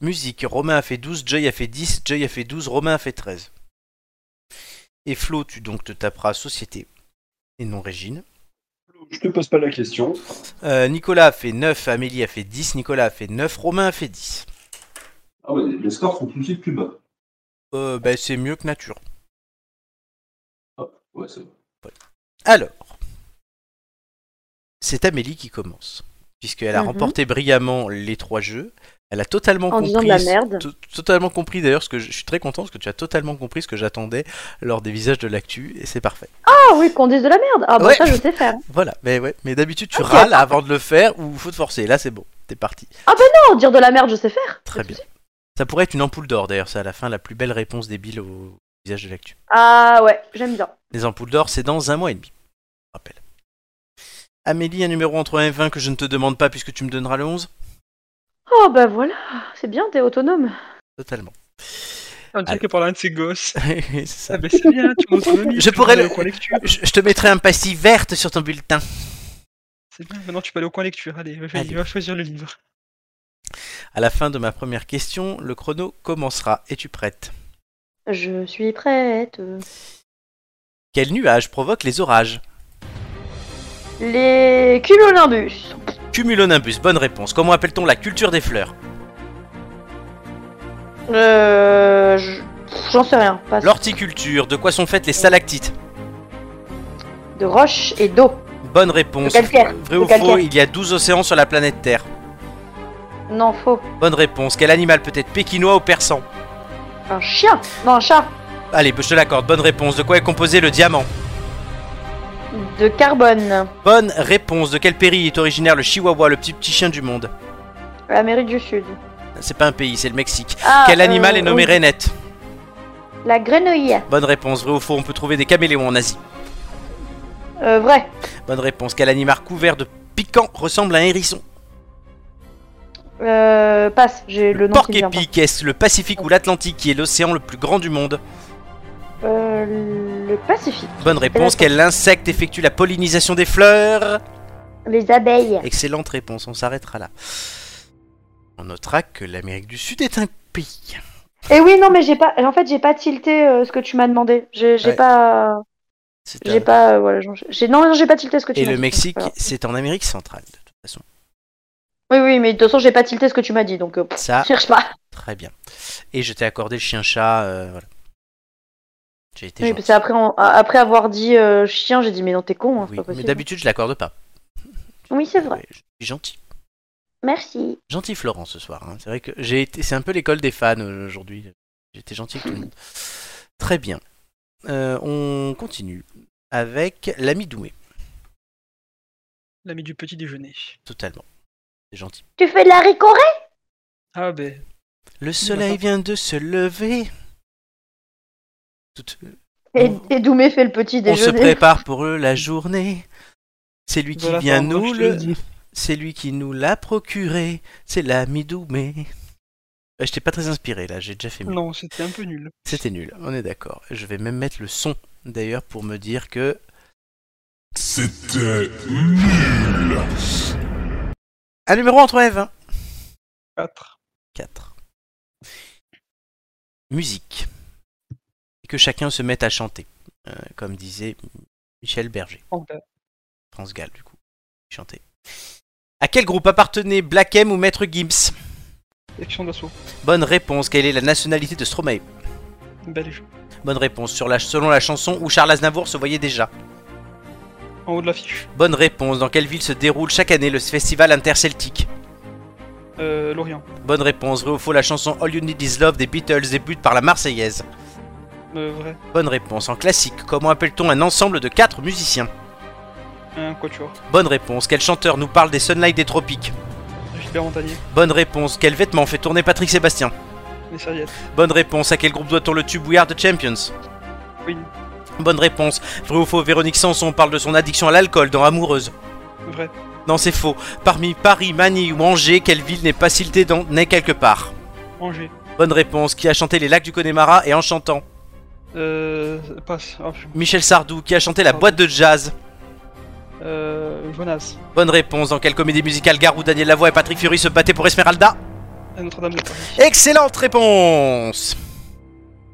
Musique, Romain a fait 12, Joy a fait 10, Joy a fait 12, Romain a fait 13. Et Flo, tu donc te taperas société et non Régine. Je te pose pas la question. Euh, Nicolas a fait 9, Amélie a fait 10, Nicolas a fait 9, Romain a fait 10. Ah ouais, les scores sont tout de suite plus bas. Euh, ben, c'est mieux que nature. Ouais, c'est vrai. Alors, c'est Amélie qui commence, puisqu'elle a Mhm. remporté brillamment les trois jeux. Elle a totalement En compris. disant de la merde. to- Totalement compris d'ailleurs, ce que je, je suis très content parce que tu as totalement compris ce que j'attendais lors des visages de l'actu et c'est parfait. Ah oui, qu'on dise de la merde. Ah bah Ouais. ça je sais faire. Voilà, mais ouais, mais d'habitude tu râles avant de le faire ou faut te forcer. Là c'est bon, t'es parti. Non, Oh, dire de la merde je sais faire. Très bien. Ça pourrait être une ampoule d'or d'ailleurs, c'est à la fin la plus belle réponse débile au visage de l'actu. Ah ouais, j'aime bien. Les ampoules d'or, c'est dans un mois et demi. je Rappelle. Amélie, un numéro entre 1 et 20 que je ne te demande pas puisque tu me donneras le 11 Oh bah voilà, c'est bien, t'es autonome. Totalement. Un Allez. truc par l'un de ces gosses. C'est ça. Ah ben c'est bien, tu m'autonomises. Je tu pourrais peux le- aller au coin lecture. Je, je te mettrai un pastille verte sur ton bulletin. C'est bien, maintenant tu peux aller au coin lecture. Allez, va, Allez. va choisir le livre. À la fin de ma première question, le chrono commencera. Es-tu prête Je suis prête. Quel nuage provoque les orages Les cumulonimbus. Cumulonimbus, bonne réponse. Comment appelle-t-on la culture des fleurs Euh... je- pff, J'en sais rien. Passe. L'horticulture, de quoi sont faites les salactites De roche et d'eau. Bonne réponse. De calcaire. Vrai ou De calcaire. faux, il y a 12 océans sur la planète Terre. Non, faux. Bonne réponse. Quel animal peut être pékinois ou persan Un chien. Non, un chat. Allez, je te l'accorde, bonne réponse. De quoi est composé le diamant De carbone. Bonne réponse. De quel pays est originaire le chihuahua, le petit petit chien du monde L'Amérique du Sud. C'est pas un pays, c'est le Mexique. Ah, Quel euh, animal est nommé oui. rainette La grenouille. Bonne réponse. Vrai ou faux, on peut trouver des caméléons en Asie. Euh, vrai. Bonne réponse. Quel animal couvert de piquants ressemble à un hérisson Euh, passe, j'ai le nom Porc qui me vient épique, est-ce le Pacifique ou l'Atlantique qui est l'océan le plus grand du monde pas. Euh, le Pacifique. Bonne réponse. Quel insecte effectue la pollinisation des fleurs Les abeilles. Excellente réponse, on s'arrêtera là. On notera que l'Amérique du Sud est un pays. Et Eh oui, non, mais j'ai pas. En fait, j'ai pas tilté euh, ce que tu m'as demandé. J'ai j'ai Ouais. pas. C'est un- J'ai pas. euh, voilà, j'en- j'ai- non, non, j'ai pas tilté ce que tu Et m'as dit. le Mexique, Voilà. c'est en Amérique centrale, de toute façon. Oui, oui, mais de toute façon, j'ai pas tilté ce que tu m'as dit, donc euh, pff, Ça, cherche pas. Très bien. Et je t'ai accordé le chien-chat. euh, voilà. J'ai été Oui, gentil. parce que après, on- a- après avoir dit euh, chien, j'ai dit, mais non, t'es con, hein, c'est Oui, pas mais possible. d'habitude, je l'accorde pas. Oui, c'est vrai. Mais Je suis gentil. Merci. Gentil Florent ce soir. hein. C'est vrai que j'ai été. C'est un peu l'école des fans euh, aujourd'hui. J'étais gentil avec tout le monde. Très bien. Euh, on continue avec l'ami Doumé. L'ami du petit déjeuner. Totalement. C'est gentil. Tu fais de la ricorée Ah ben, Le soleil d'accord. vient de se lever. Tout- Et, et Doumé fait le petit On se déjeuner. prépare pour eux la journée. C'est lui qui Voilà, vient enfin, moi, nous je te le le... dis. C'est lui qui nous l'a procuré. C'est l'ami Doumé. Euh, J'étais pas très inspiré là, j'ai déjà fait mieux. Non, c'était un peu nul. C'était nul, on est d'accord. Je vais même mettre le son d'ailleurs pour me dire que. C'était nul. Un numéro entre hein. 1 et 20. 4. 4. Musique. Et que chacun se mette à chanter. euh, comme disait Michel Berger, France Gall, du coup. Chanter. À quel groupe appartenait Black M ou Maître Gims Section d'assaut. Bonne réponse. Quelle est la nationalité de Stromae Belge. Bonne réponse. Sur la, selon la chanson où Charles Aznavour se voyait déjà. En haut de l'affiche. Bonne réponse. Dans quelle ville se déroule chaque année le festival interceltique Euh, Lorient. Bonne réponse. Vrai ou faux, la chanson All You Need Is Love des Beatles débute par la Marseillaise. Euh, vrai. Bonne réponse. En classique, comment appelle-t-on un ensemble de quatre musiciens Un quatuor. Bonne réponse. Quel chanteur nous parle des Sunlight des Tropiques Gilbert Montagnier. Bonne réponse. Quel vêtement fait tourner Patrick Sébastien Les serviettes. Bonne réponse. À quel groupe doit-on le tube We Are the Champions Queen. Bonne réponse. Vrai ou faux, Véronique Sanson parle de son addiction à l'alcool dans Amoureuse Vrai. Non, c'est faux. Parmi Paris, Manille ou Angers, quelle ville n'est pas citée dans N'est quelque part Angers. Bonne réponse. Qui a chanté Les Lacs du Connemara et en chantant Euh, passe. Ah, je- Michel Sardou. Qui a chanté La boîte de jazz euh, Jonas. Bonne réponse. Dans quelle comédie musicale Garou, Daniel Lavoie et Patrick Fury se battaient pour Esmeralda Euh, Notre-Dame de Paris. Excellente réponse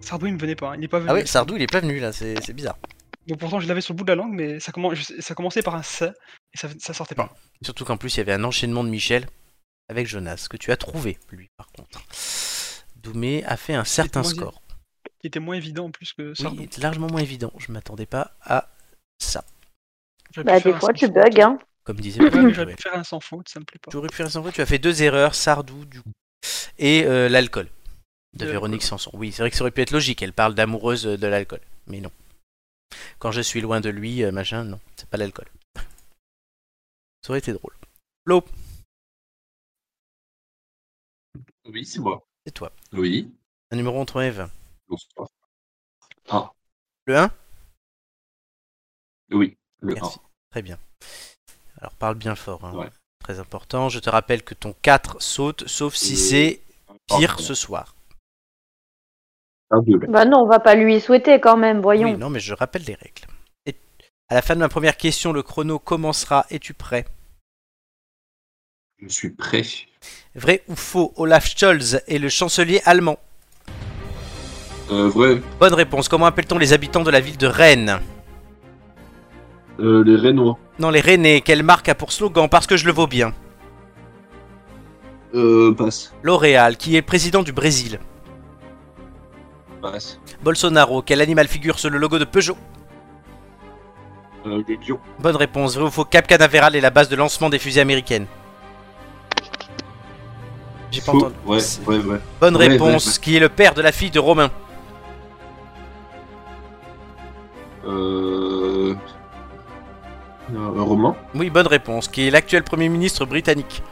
Sardou, il me venait pas. hein. Il est pas venu. Eh Ah oui, Sardou, il est pas venu là, c'est c'est bizarre. Donc pourtant, je l'avais sur le bout de la langue, mais ça, commen- je sais- ça commençait par un C et ça, ça sortait pas. Surtout qu'en plus, il y avait un enchaînement de Michel avec Jonas, que tu as trouvé, lui, par contre. Doumé a fait un certain moins score. Il était moins évident en plus que Sardou. Oui, largement moins évident. Je m'attendais pas à ça. J'aurais pu Bah, faire des un fois, sans tu faute. bugs, hein. Comme disait Ouais, mais Patrick J'aurais Bruel. pu faire un sans faute, ça me plaît pas. J'aurais pu faire sans faute, tu as fait deux erreurs, Sardou, du coup. Et euh, l'alcool de De Véronique Sanson. Oui, c'est vrai que ça aurait pu être logique, elle parle d'amoureuse euh, de l'alcool. Mais non. Quand je suis loin de lui, euh, machin, non, c'est pas l'alcool. Ça aurait été drôle. Oui, c'est moi. C'est toi. Oui. Un numéro entre 1 et Oh. 20. Bonsoir. Le 1 Oui. Le Merci. Très bien. Alors parle bien fort. hein. Ouais. Très important. Je te rappelle que ton 4 saute, sauf si Et- oh, c'est un. pire ce soir. Un, deux, là. Bah non, on va pas lui souhaiter quand même, voyons. Oui, non, mais je rappelle les règles. Et à la fin de ma première question, le chrono commencera. Es-tu prêt Je suis prêt. Vrai ou faux, Olaf Scholz est le chancelier allemand Euh, vrai. Bonne réponse. Comment appelle-t-on les habitants de la ville de Rennes Euh, les Rénois. Non, les Rennais. Quelle marque a pour slogan Parce que je le vaux bien. Euh, passe. L'Oréal, qui est président du Brésil. Passe. Bolsonaro, quel animal figure sur le logo de Peugeot Euh, les Lions. Bonne réponse. Vrai ou faux, Cap Canaveral est la base de lancement des fusées américaines J'ai pas Faux. entendu. Ouais, C'est- ouais, ouais. Bonne Ouais, réponse. ouais, Qui est le père de la fille de Romain Euh... euh, Romain. Oui, bonne réponse. Qui est l'actuel Premier ministre britannique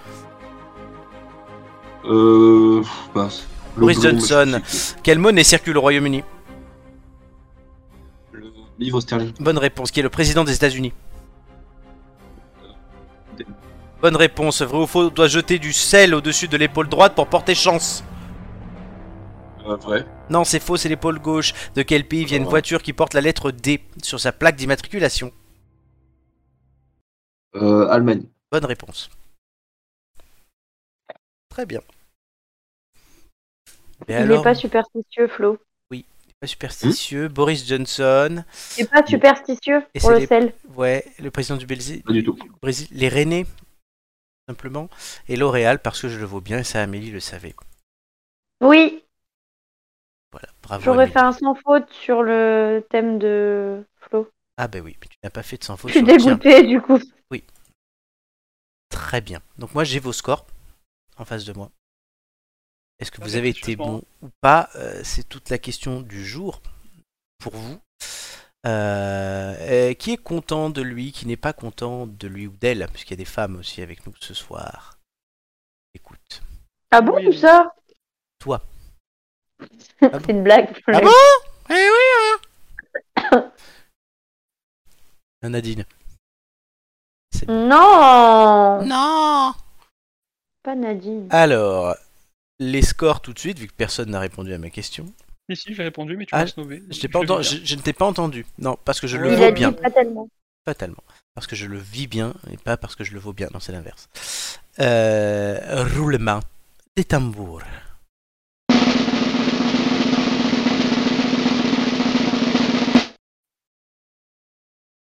Euh... Passe. Le Boris blond, Johnson. mais je sais Quelle monnaie circule au Royaume-Uni plus. Le livre sterling. Bonne réponse. Qui est le président des États-Unis Des- Bonne réponse. Vrai ou faux, doit jeter du sel au-dessus de l'épaule droite pour porter chance. Euh, vrai. Non, c'est faux, c'est l'épaule gauche. De quel pays vient une Oh. voiture qui porte la lettre D sur sa plaque d'immatriculation Euh, Allemagne. Bonne réponse. Très bien. Mais Il alors, est pas Hmm superstitieux, Flo. pas superstitieux, Boris Johnson, Il est pas superstitieux Et pour c'est le les- sel. ouais, le président du Bélgi- Pas du tout. Brésil, les Rennais, simplement, et L'Oréal, parce que je le vaux bien, et ça, Amélie le savait. Oui, Ah, Voilà, bravo. j'aurais Amélie. fait un sans faute sur le thème de Flo. Ah, bah oui, mais tu n'as pas fait de sans faute. Je suis sur le tien. dégoûtée du coup. Très bien. Donc, moi, j'ai vos scores en face de moi. Est-ce que Ah, vous bah, avez je été pense. bon ou pas Euh, C'est toute la question du jour pour vous. Euh, euh, qui est content de lui, qui n'est pas content de lui ou d'elle, puisqu'il y a des femmes aussi avec nous ce soir. Écoute. Ah bon, Oui, tout oui. ça Toi. bon C'est une blague. Ah bon Ah Eh oui, hein hein, Nadine. Mm. Non Non Pas Nadine. Ah, Alors, les scores tout de suite, vu que personne n'a répondu à ma question. Mais si, j'ai répondu, mais tu Ah, m'as snobé. Je, t'ai pas le enten- vis je, je ne t'ai pas entendu. Non, parce que je le Ah. Il vois a a dit- bien. dit pas tellement. Fatalement. Parce que je le vis bien et pas parce que je le vaux bien. Non, c'est l'inverse. Euh, roulement des tambours.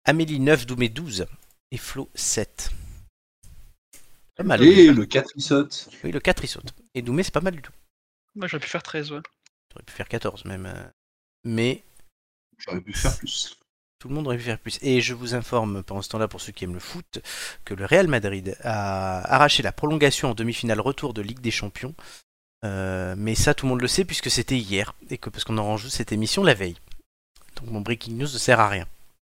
Amélie 9, Doumé 12 et Flo 7. Pas mal. Et le 4 il saute. Oui, le 4 il saute. Et Doumé, c'est pas mal du tout. Moi, j'aurais pu faire 13, ouais. J'aurais pu faire 14 même. euh, Mais J'aurais pu faire plus. Tout le monde aurait pu faire plus. Et je vous informe, pendant ce temps-là, pour ceux qui aiment le foot, que le Real Madrid a arraché la prolongation en demi-finale retour de Ligue des Champions. Euh, mais ça, tout le monde le sait, puisque c'était hier, et que parce qu'on enregistre cette émission la veille. Donc mon breaking news ne sert à rien.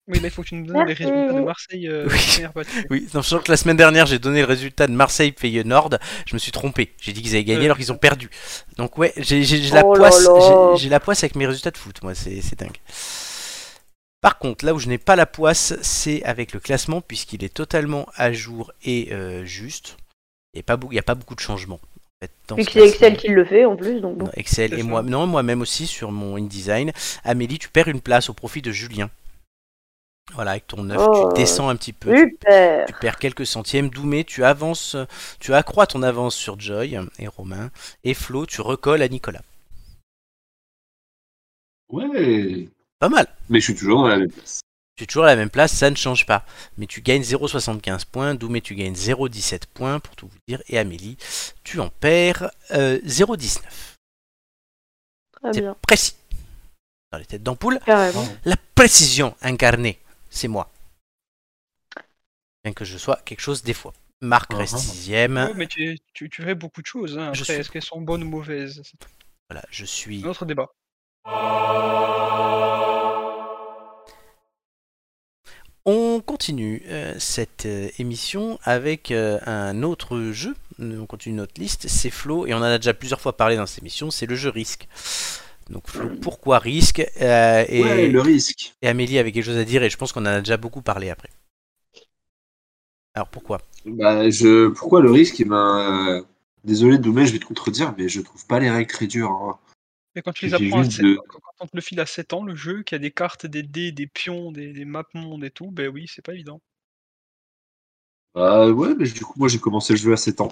Oui, là, il faut que tu nous donnes les Merci. résultats de Marseille. Euh, Oui. Fenerbahçe. Oui, sachant que la semaine dernière, j'ai donné le résultat de marseille Nord, je me suis trompé. J'ai dit qu'ils avaient gagné Euh. alors qu'ils ont perdu. Donc ouais, j'ai j'ai- j'ai la, Oh là poisse- là. j'ai- j'ai la poisse avec mes résultats de foot, moi, c'est c'est dingue. Par contre, là où je n'ai pas la poisse, c'est avec le classement, puisqu'il est totalement à jour et euh, juste. Il n'y a, pas beau- il y a pas beaucoup de changements. en fait, dans Vu ce que c'est Excel classement. qui le fait en plus, donc bon. Non, Excel C'est et ça. moi, non, moi-même aussi sur mon InDesign. Amélie, tu perds une place au profit de Julien. Voilà, avec ton 9, Oh. tu descends un petit peu. Super Tu perds quelques centièmes. Doumé, tu avances, tu accrois ton avance sur Joy et Romain. Et Flo, tu recolles à Nicolas. Ouais. Pas mal. Mais je suis toujours dans la même place. Tu es toujours à la même place, ça ne change pas. Mais tu gagnes 0,75 points. Doumé, tu gagnes 0,17 points, pour tout vous dire. Et Amélie, tu en perds euh, 0,19. Très C'est bien, précis. Dans les têtes d'ampoule, carrément. la précision incarnée, c'est moi. Bien que je sois quelque chose des fois. Marc reste Ah, ah. sixième. Ouais, mais tu, tu, tu verrais beaucoup de choses. Hein. Ben- Je Après, suis- est-ce qu'elles sont bonnes ou mauvaises C'est Voilà, je suis un autre débat. On continue euh, cette euh, émission avec euh, un autre jeu. On continue notre liste. C'est Flo, et on en a déjà plusieurs fois parlé dans cette émission. C'est le jeu Risque. Donc, Flo, pourquoi Risque Euh, et, Ouais, le risque. et Amélie avait quelque chose à dire, et je pense qu'on en a déjà beaucoup parlé après. Alors, pourquoi Bah, je... Pourquoi le risque Eh ben, euh, Désolé, Doumé, je vais te contredire, mais je trouve pas les règles très dures. hein. Mais quand tu les J'ai apprends à juste sept- de- quand quand on te le file à 7 ans, le jeu, qui a des cartes, des dés, des pions, des, des maps monde et tout, ben oui, c'est pas évident. Ah Bah ouais, mais du coup, moi j'ai commencé le jeu à 7 ans.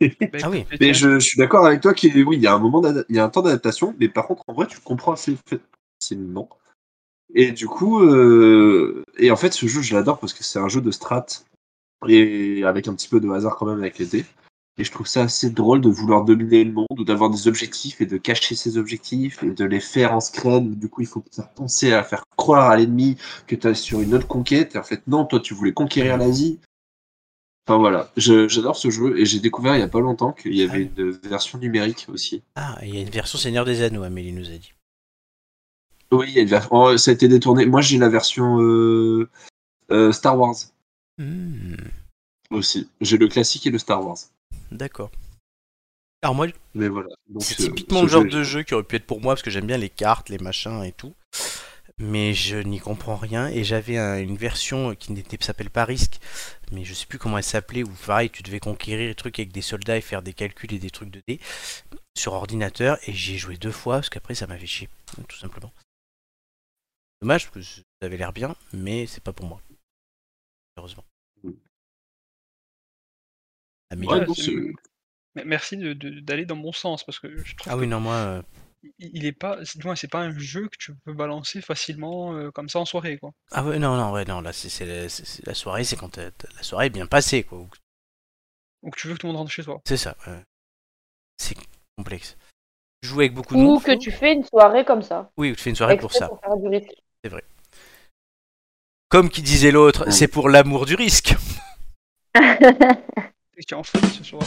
Ben, Ah oui. écoute, Mais tiens, je, je suis d'accord avec toi qu'il oui, il y a un moment d'ada- il y a un temps d'adaptation, mais par contre en vrai tu le comprends assez fa- facilement. Et du coup euh, et en fait ce jeu je l'adore parce que c'est un jeu de strat et avec un petit peu de hasard quand même avec les dés. Et je trouve ça assez drôle de vouloir dominer le monde ou d'avoir des objectifs et de cacher ces objectifs et de les faire en scred. Du coup, il faut faire penser à faire croire à l'ennemi que tu sur une autre conquête. Et en fait, non, toi, tu voulais conquérir l'Asie. Enfin voilà, Je- j'adore ce jeu et j'ai découvert il y a pas longtemps qu'il y avait une version numérique aussi. Ah, il y a une version Seigneur des Anneaux, Amélie nous a dit. Oui, il y a une version. oh, ça a été détourné. Moi, j'ai la version euh, euh, Star Wars Hmm, aussi. J'ai le classique et le Star Wars. D'accord. Alors, moi, Mais voilà. Donc, C'est euh, typiquement ce le genre jeu, de jeu qui aurait pu être pour moi parce que j'aime bien les cartes, les machins et tout. Mais je n'y comprends rien et j'avais un- une version qui n'était s'appelle pas Risk, mais je sais plus comment elle s'appelait où pareil tu devais conquérir des trucs avec des soldats et faire des calculs et des trucs de dés sur ordinateur et j'y ai joué deux fois parce qu'après ça m'avait chier tout simplement. Dommage parce que ça avait l'air bien mais c'est pas pour moi. Heureusement. Mm. Ah, mais- Ouais, Ouais, non, c'est- c'est- me- Merci de- de- d'aller dans mon sens, parce que je trouve ah oui non moi euh, qu'il il est pas. c'est- Du moins, c'est pas un jeu que tu peux balancer facilement euh, comme ça en soirée, quoi. Ah ouais, non, non, ouais, non, là, c'est, c'est la, c'est- c'est la soirée, c'est quand t'as- t'as- la soirée est bien passée, quoi. Ou que tu veux que tout le monde rentre chez toi. C'est ça. ouais. C'est complexe. Tu joues avec beaucoup de Ou monde. que Flo tu fais une soirée comme ça. Oui, ou tu fais une soirée exprès pour ça. Pour faire du risque. Comme qui disait l'autre, Mm. c'est pour l'amour du risque. Et tu es en fête ce soir.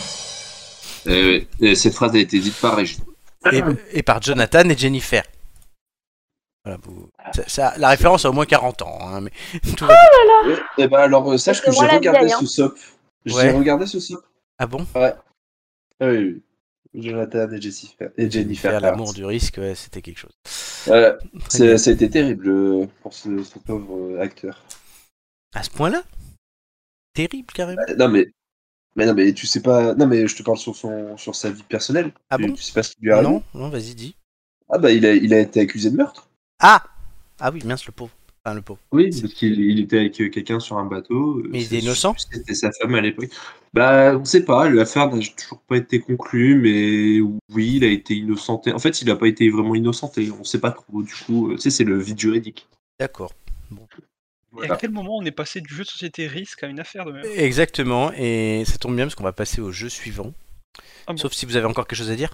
Eh ouais. Et cette phrase a été dite par Régis. Et, Ah. et par Jonathan et Jennifer. Voilà, vous- ça- ça- la référence a au moins 40 ans. hein, mais tout va bien. Eh ben alors, euh, sache Parce que que j'ai moi, la regardé vieille, hein. ce sop. J'ai Ouais. regardé ce sop. Ah bon Ah oui, oui. Jonathan et Jennifer. Et Jennifer. Faire l'amour du risque, ouais, c'était quelque chose. Voilà. bien. C'est- Ça a été terrible euh, pour ce, ce pauvre euh, acteur. À ce point-là Terrible, carrément. Euh, Non, mais. Mais non, mais tu sais pas. Non, mais je te parle sur, son... sur sa vie personnelle. Ah Tu- bon Tu sais pas ce qui lui arrive. Non, non, vas-y, dis. Ah, bah, il a, il a été accusé de meurtre. Ah Ah oui, mince, le pauvre. Enfin, le pauvre. Oui, parce qu'il il était avec euh, quelqu'un sur un bateau. euh, Mais il c'est- était innocent C'était sa femme à l'époque. Bah, on sait pas, l'affaire n'a toujours pas été conclue, mais oui, il a été innocenté. En fait, il n'a pas été vraiment innocenté, on sait pas trop, du coup, euh, tu sais, c'est le vide juridique. D'accord. Et à quel moment on est passé du jeu de société risque à une affaire de merde Exactement, et ça tombe bien parce qu'on va passer au jeu suivant. Ah bon. Sauf si vous avez encore quelque chose à dire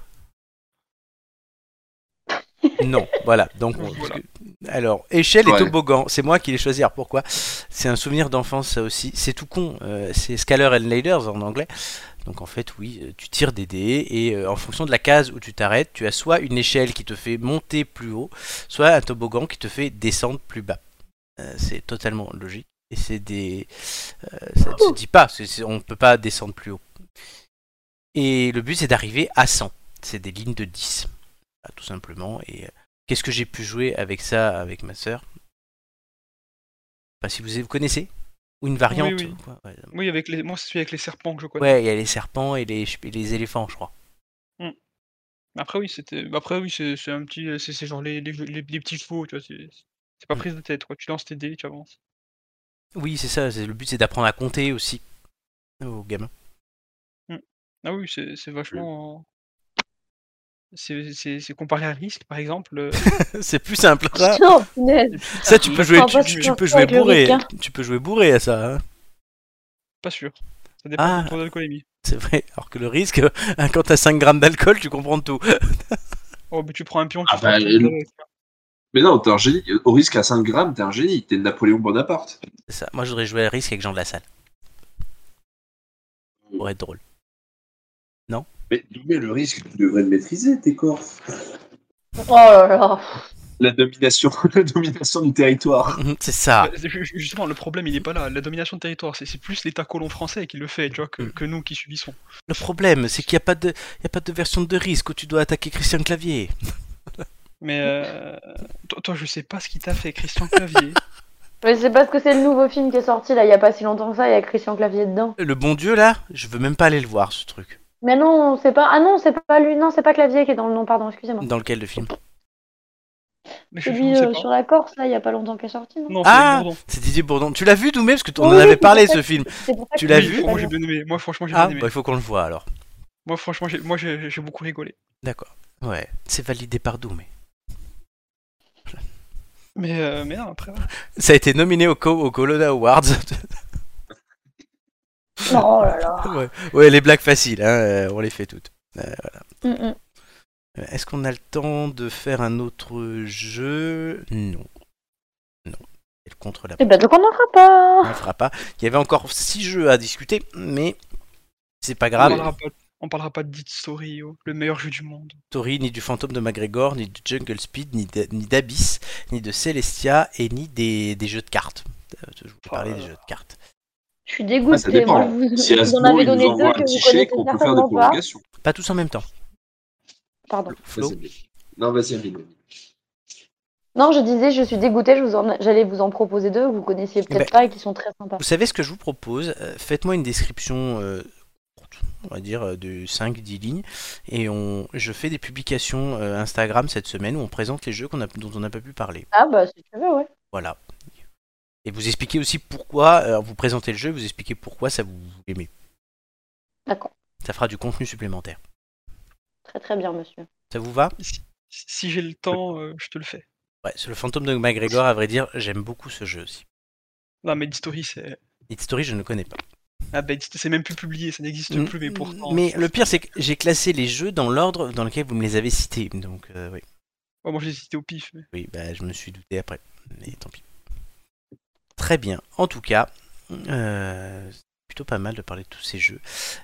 Non, voilà. Donc, on- Voilà. Alors, échelle et Ouais. toboggan, c'est moi qui les choisi. Alors pourquoi C'est un souvenir d'enfance, ça aussi. C'est tout con. euh, c'est Scaler and Ladders en anglais. Donc en fait, oui, euh, tu tires des dés et euh, en fonction de la case où tu t'arrêtes, tu as soit une échelle qui te fait monter plus haut, soit un toboggan qui te fait descendre plus bas. Euh, c'est totalement logique. Et c'est des. euh, ça ne se dit pas, parce que c'est- on ne peut pas descendre plus haut. Et le but, c'est d'arriver à 100. C'est des lignes de 10. Voilà, tout simplement. Et euh, qu'est-ce que j'ai pu jouer avec ça, avec ma sœur Enfin, Si vous vous connaissez Ou une variante oui. quoi. Ouais, Oui, avec les... moi, c'est celui avec les serpents que je connais. Ouais, il y a les serpents et les, et les éléphants, je crois. Après, oui, c'était. bah, Après, oui, c'est c'est un petit. C'est c'est genre les, les, jeux- les- les petits chevaux, tu vois. C'est c'est Mm. pas prise de tête, quoi. Tu lances tes dés, tu avances. Oui, c'est ça. c'est- Le but, c'est d'apprendre à compter aussi aux gamins. Ah oui, c'est c'est vachement. C'est c'est- c'est comparé à risque, par exemple. euh, c'est plus simple. Ça, Oh, punaise. ça, tu peux jouer, Ah, tu, bah, tu- c'est tu peux pas jouer avec le bourré. requin. Tu peux jouer bourré à ça. hein. Pas sûr. Ça dépend Ah. de ton alcoolémie. C'est vrai. Alors que le risque, hein, quand t'as 5 grammes d'alcool, tu comprends tout. Oh, mais tu prends un pion, Ah tu prends un bah, pion, le- tu vois, Mais non, t'es un génie, au risque à 5 grammes, t'es un génie, t'es Napoléon Bonaparte. C'est ça. Moi, je voudrais jouer à risque avec Jean de la Salle. Pour être drôle. Mais mais le risque, tu devrais le maîtriser, tes corps. Oh là là. La domination, la domination du territoire. Mmh, c'est ah. ça. Bah, ju- ju- Justement, le problème, il est pas là. La domination de territoire, c'est c'est plus l'État colon français qui le fait, tu vois, que, Mm. que nous qui subissons. Le problème, c'est qu'il n'y a, pas de- il y a pas de version de risque où tu dois attaquer Christian Clavier. Mais euh, toi, toi, je sais pas ce qui t'a fait, Christian Clavier. Mais c'est parce que c'est le nouveau film qui est sorti là, il y a pas si longtemps que ça, il y a Christian Clavier dedans. Le bon Dieu, là, je veux même pas aller le voir, ce truc. Mais non, c'est pas. Ah non, c'est pas lui, non, c'est pas Clavier qui est dans le nom, pardon, excusez-moi. Dans lequel le film Mais je, C'est je lui ne sais euh, pas. sur la Corse là, il y a pas longtemps qu'il est sorti, non, Non, c'est Ah, Bourdon. c'est Didier Bourdon. Tu l'as vu, Doumé Parce que t- on Oui, en avait c'est parlé, pour ce ça film. C'est pour ça Tu que l'as je Oui, vu l'ai Moi, pas j'ai bien aimé. Moi, franchement, j'ai Ah, bien aimé. bah, il faut qu'on le voit, alors. Moi, franchement, j'ai- moi, j'ai j'ai beaucoup rigolé. D'accord. Ouais, c'est validé par Doumé. Mais, euh, mais non, après. voilà. Ça a été nominé au, co- au Colonna Awards. Oh là là. ouais. Ouais, les blagues faciles, hein, euh, on les fait toutes. Mm, mm. Euh, Est-ce qu'on a le temps de faire un autre jeu Non. Non. C'est le contre la Eh ben donc on n'en fera pas. on le fera pas. Il y avait encore six jeux à discuter, mais c'est pas On grave. parlera pas, on parlera pas de Dit Story, oh, le meilleur jeu du monde. Tori, ni du fantôme de McGregor, ni du Jungle Speed, ni d'A- ni d'Abyss, ni de Celestia, et ni des, des jeux de cartes. Euh, Je vous Oh parlais des jeux de cartes. Je suis Ah, ça dégoûtée. dépend. Moi, vous, Si vous en Asmo, avez il nous donné deux envoie que un petit vous chèque, connaissez on peut faire des certainement pas. prolongations. Pas tous en même temps. Pardon. Flo Vas-y. Non, vas-y, Amine. Non, je disais, je suis dégoûtée. Je vous en- j'allais vous en proposer deux que vous connaissiez peut-être ben- pas et qui sont très sympas. Vous savez ce que je vous propose Euh, Faites-moi une description, euh, courte, on va dire, euh, de 5-10 lignes. Et on, je fais des publications euh, Instagram cette semaine où on présente les jeux qu'on a, dont on n'a pas pu parler. Ah bah si tu veux, ouais. Voilà. Et vous expliquez aussi pourquoi, euh, vous présentez le jeu, vous expliquez pourquoi ça vous aimez. D'accord. Ça fera du contenu supplémentaire. Très très bien, monsieur. Ça vous va Si, si j'ai le temps, euh, je te le fais. Ouais, c'est le fantôme de McGregor, à vrai dire, j'aime beaucoup ce jeu aussi. Non, mais Dit Story, c'est. It's Story, je ne connais pas. Ah, bah, Dit- c'est même plus publié, ça n'existe Mm, plus, mais pourtant. Mais le pire, c'est que j'ai classé les jeux dans l'ordre dans lequel vous me les avez cités. Donc, euh, oui. Oh, moi, j'ai cité au pif. mais- Oui, bah, je me suis douté après. Mais tant pis. Très bien. En tout cas, euh, c'est plutôt pas mal de parler de tous ces jeux.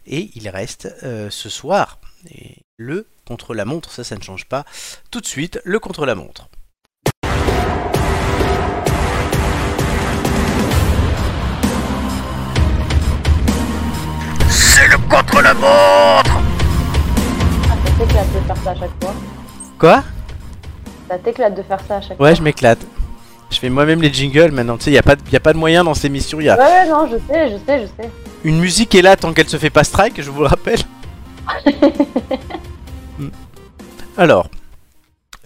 Et il reste euh, ce soir et le contre-la-montre. Ça, ça ne change pas. Tout de suite, le contre-la-montre. Ah, ça t'éclate de faire ça à chaque fois. Quoi Ça t'éclate de faire ça à chaque Ouais, fois. je m'éclate. Je Je fais moi-même les jingles maintenant, tu sais, il n'y a, pas de- y a pas de moyen dans ces missions. Y a... Ouais, non, je sais, je sais, je sais. Une musique est là tant qu'elle se fait pas strike, je vous le rappelle. Hmm. Alors,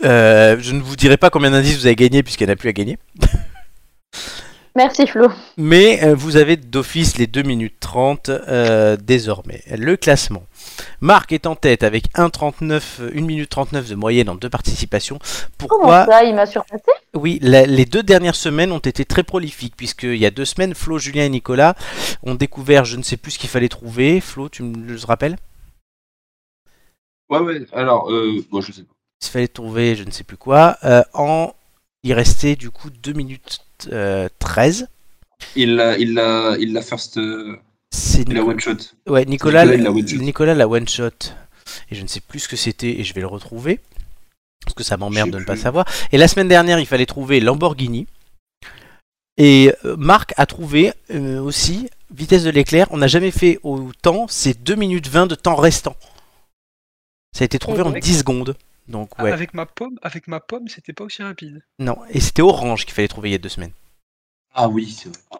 euh, je ne vous dirai pas combien d'indices vous avez gagné puisqu'il n'y en a plus à gagner. Merci Flo. Mais euh, vous avez d'office les 2 minutes 30 euh, désormais. Le classement. Marc est en tête avec 1, 39, 1 minute 39 de moyenne en deux participations. Comment Pourquoi ça, il m'a surpassé Oui, la- les deux dernières semaines ont été très prolifiques, puisqu'il y a deux semaines, Flo, Julien et Nicolas ont découvert je ne sais plus ce qu'il fallait trouver. Flo, tu me le rappelles Ouais, ouais, alors, euh, bon, je sais pas. Il fallait trouver je ne sais plus quoi. euh, en... Il restait du coup 2 minutes euh, 13. Il l'a, il l'a, il l'a first, euh, C'est il l'a Nicolas- one shot. Ouais, Nicolas, Nicolas, la- il l'a one-shot. Nicolas la one shot. Et je ne sais plus ce que c'était et je vais le retrouver. Parce que ça m'emmerde Je sais de ne pas plus. savoir. Et la semaine dernière, il fallait trouver Lamborghini. Et euh, Marc a trouvé euh, aussi vitesse de l'éclair. On n'a jamais fait au temps, c'est 2 minutes 20 de temps restant. Ça a été trouvé en Correct. 10 secondes. Donc Ah, ouais. Avec ma pomme, avec ma pomme, c'était pas aussi rapide. Non, et c'était Orange qu'il fallait trouver il y a deux semaines. Ah oui, c'est vrai.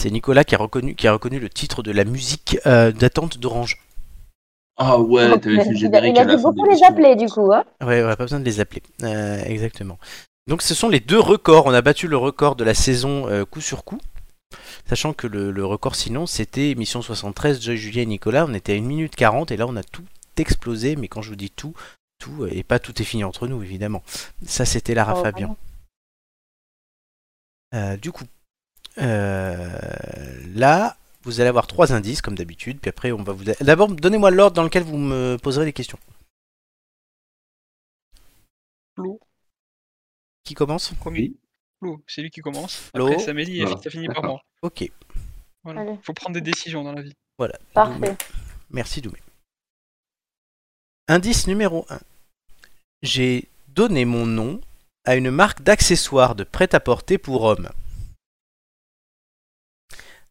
C'est Nicolas qui a reconnu, qui a reconnu le titre de la musique euh, d'attente d'Orange. Ah ouais, Donc, t'avais fait le Il a, générique il a à la dû fin de beaucoup les l'émission. appeler du coup. Hein Ouais, on n'a pas besoin de les appeler. Euh, exactement. Donc ce sont les deux records. On a battu le record de la saison euh, coup sur coup. Sachant que le, le record sinon c'était émission 73, Joy, Julien et Nicolas. On était à 1 minute 40 et là on a tout explosé. Mais quand je vous dis tout, tout, euh, et pas tout est fini entre nous évidemment. Ça c'était Lara Oh, Fabian. Euh, du coup, euh, là vous allez avoir trois indices comme d'habitude. Puis après on va vous... D'abord donnez-moi l'ordre dans lequel vous me poserez les questions. Flo. Qui commence Premier. Oui. Flo, c'est lui qui commence. Flo. Après, Samélie, et Voilà. ça finit par moi. Ok. Voilà. Allez. Faut prendre des décisions dans la vie. Voilà. Doumé. Parfait. Merci Doumé. Indice numéro 1. J'ai donné mon nom à une marque d'accessoires de prêt-à-porter pour hommes.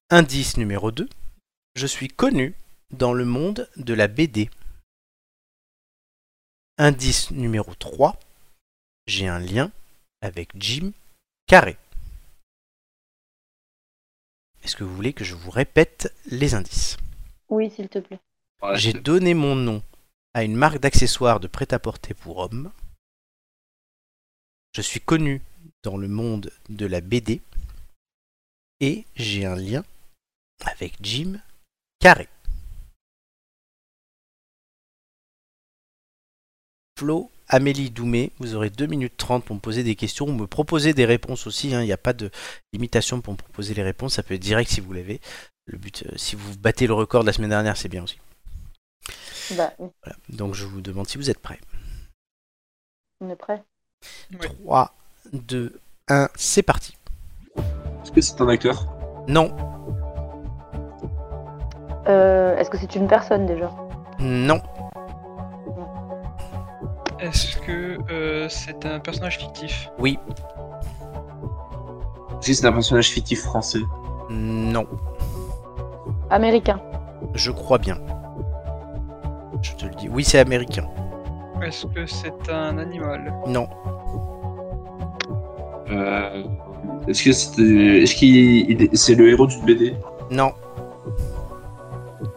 Indice numéro 2. Je suis connu dans le monde de la BD. Indice numéro 3. J'ai un lien avec Jim Carré. Est-ce que vous voulez que je vous répète les indices Oui, s'il te plaît. Ouais, j'ai c'est- donné mon nom à une marque d'accessoires de prêt-à-porter pour hommes. Je suis connu dans le monde de la BD. Et j'ai un lien avec Jim Carré. Flo, Amélie, Doumé, vous aurez 2 minutes 30 pour me poser des questions ou me proposer des réponses aussi. hein. Il n'y a pas de limitation pour me proposer les réponses. Ça peut être direct si vous l'avez. Le but, euh, si vous battez le record de la semaine dernière, c'est bien aussi. Bah, oui, Voilà. Donc je vous demande si vous êtes prêts. on est prêt. Ouais. 3, 2, 1, c'est parti. Est-ce que c'est un acteur Non, Euh, Est-ce que c'est une personne déjà non, Est-ce que euh, c'est un personnage fictif Est-ce que c'est un personnage fictif français non, Américain. je crois bien. Je te le dis. Oui, c'est américain. Est-ce que c'est un animal Non, Euh, Est-ce que c'est est-ce qu'il il est- c'est le héros d'une BD non,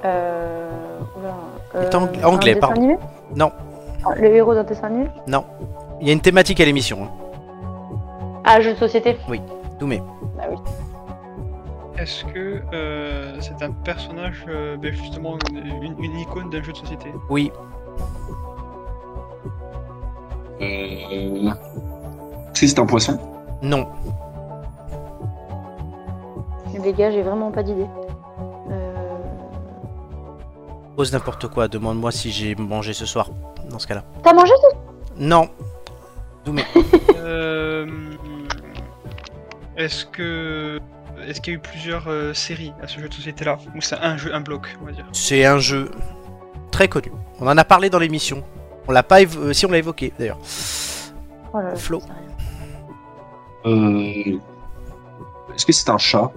Euh... oula, est ang- un anglais, dessin pardon. animé Non. Ah, Le héros d'un dessin animé il y a une thématique à l'émission. hein. Ah, jeu de société. Doumé, Bah oui. Est-ce que euh, c'est un personnage, euh, ben, justement, une, une icône d'un jeu de société oui, Euh, Est-ce que c'est un poisson non, Les gars, j'ai vraiment pas d'idée. Euh... pose n'importe quoi. Demande-moi si j'ai mangé ce soir. Dans ce cas-là. T'as mangé tout Non, Euh, Est-ce que. Est-ce qu'il y a eu plusieurs euh, séries à ce jeu de société-là Ou c'est un jeu, un bloc, on va dire c'est un jeu très connu. On en a parlé dans l'émission. On l'a pas évo- euh, si on l'a évoqué d'ailleurs. Oh là là, Flo. je sais rien. Euh, Est-ce que c'est un chat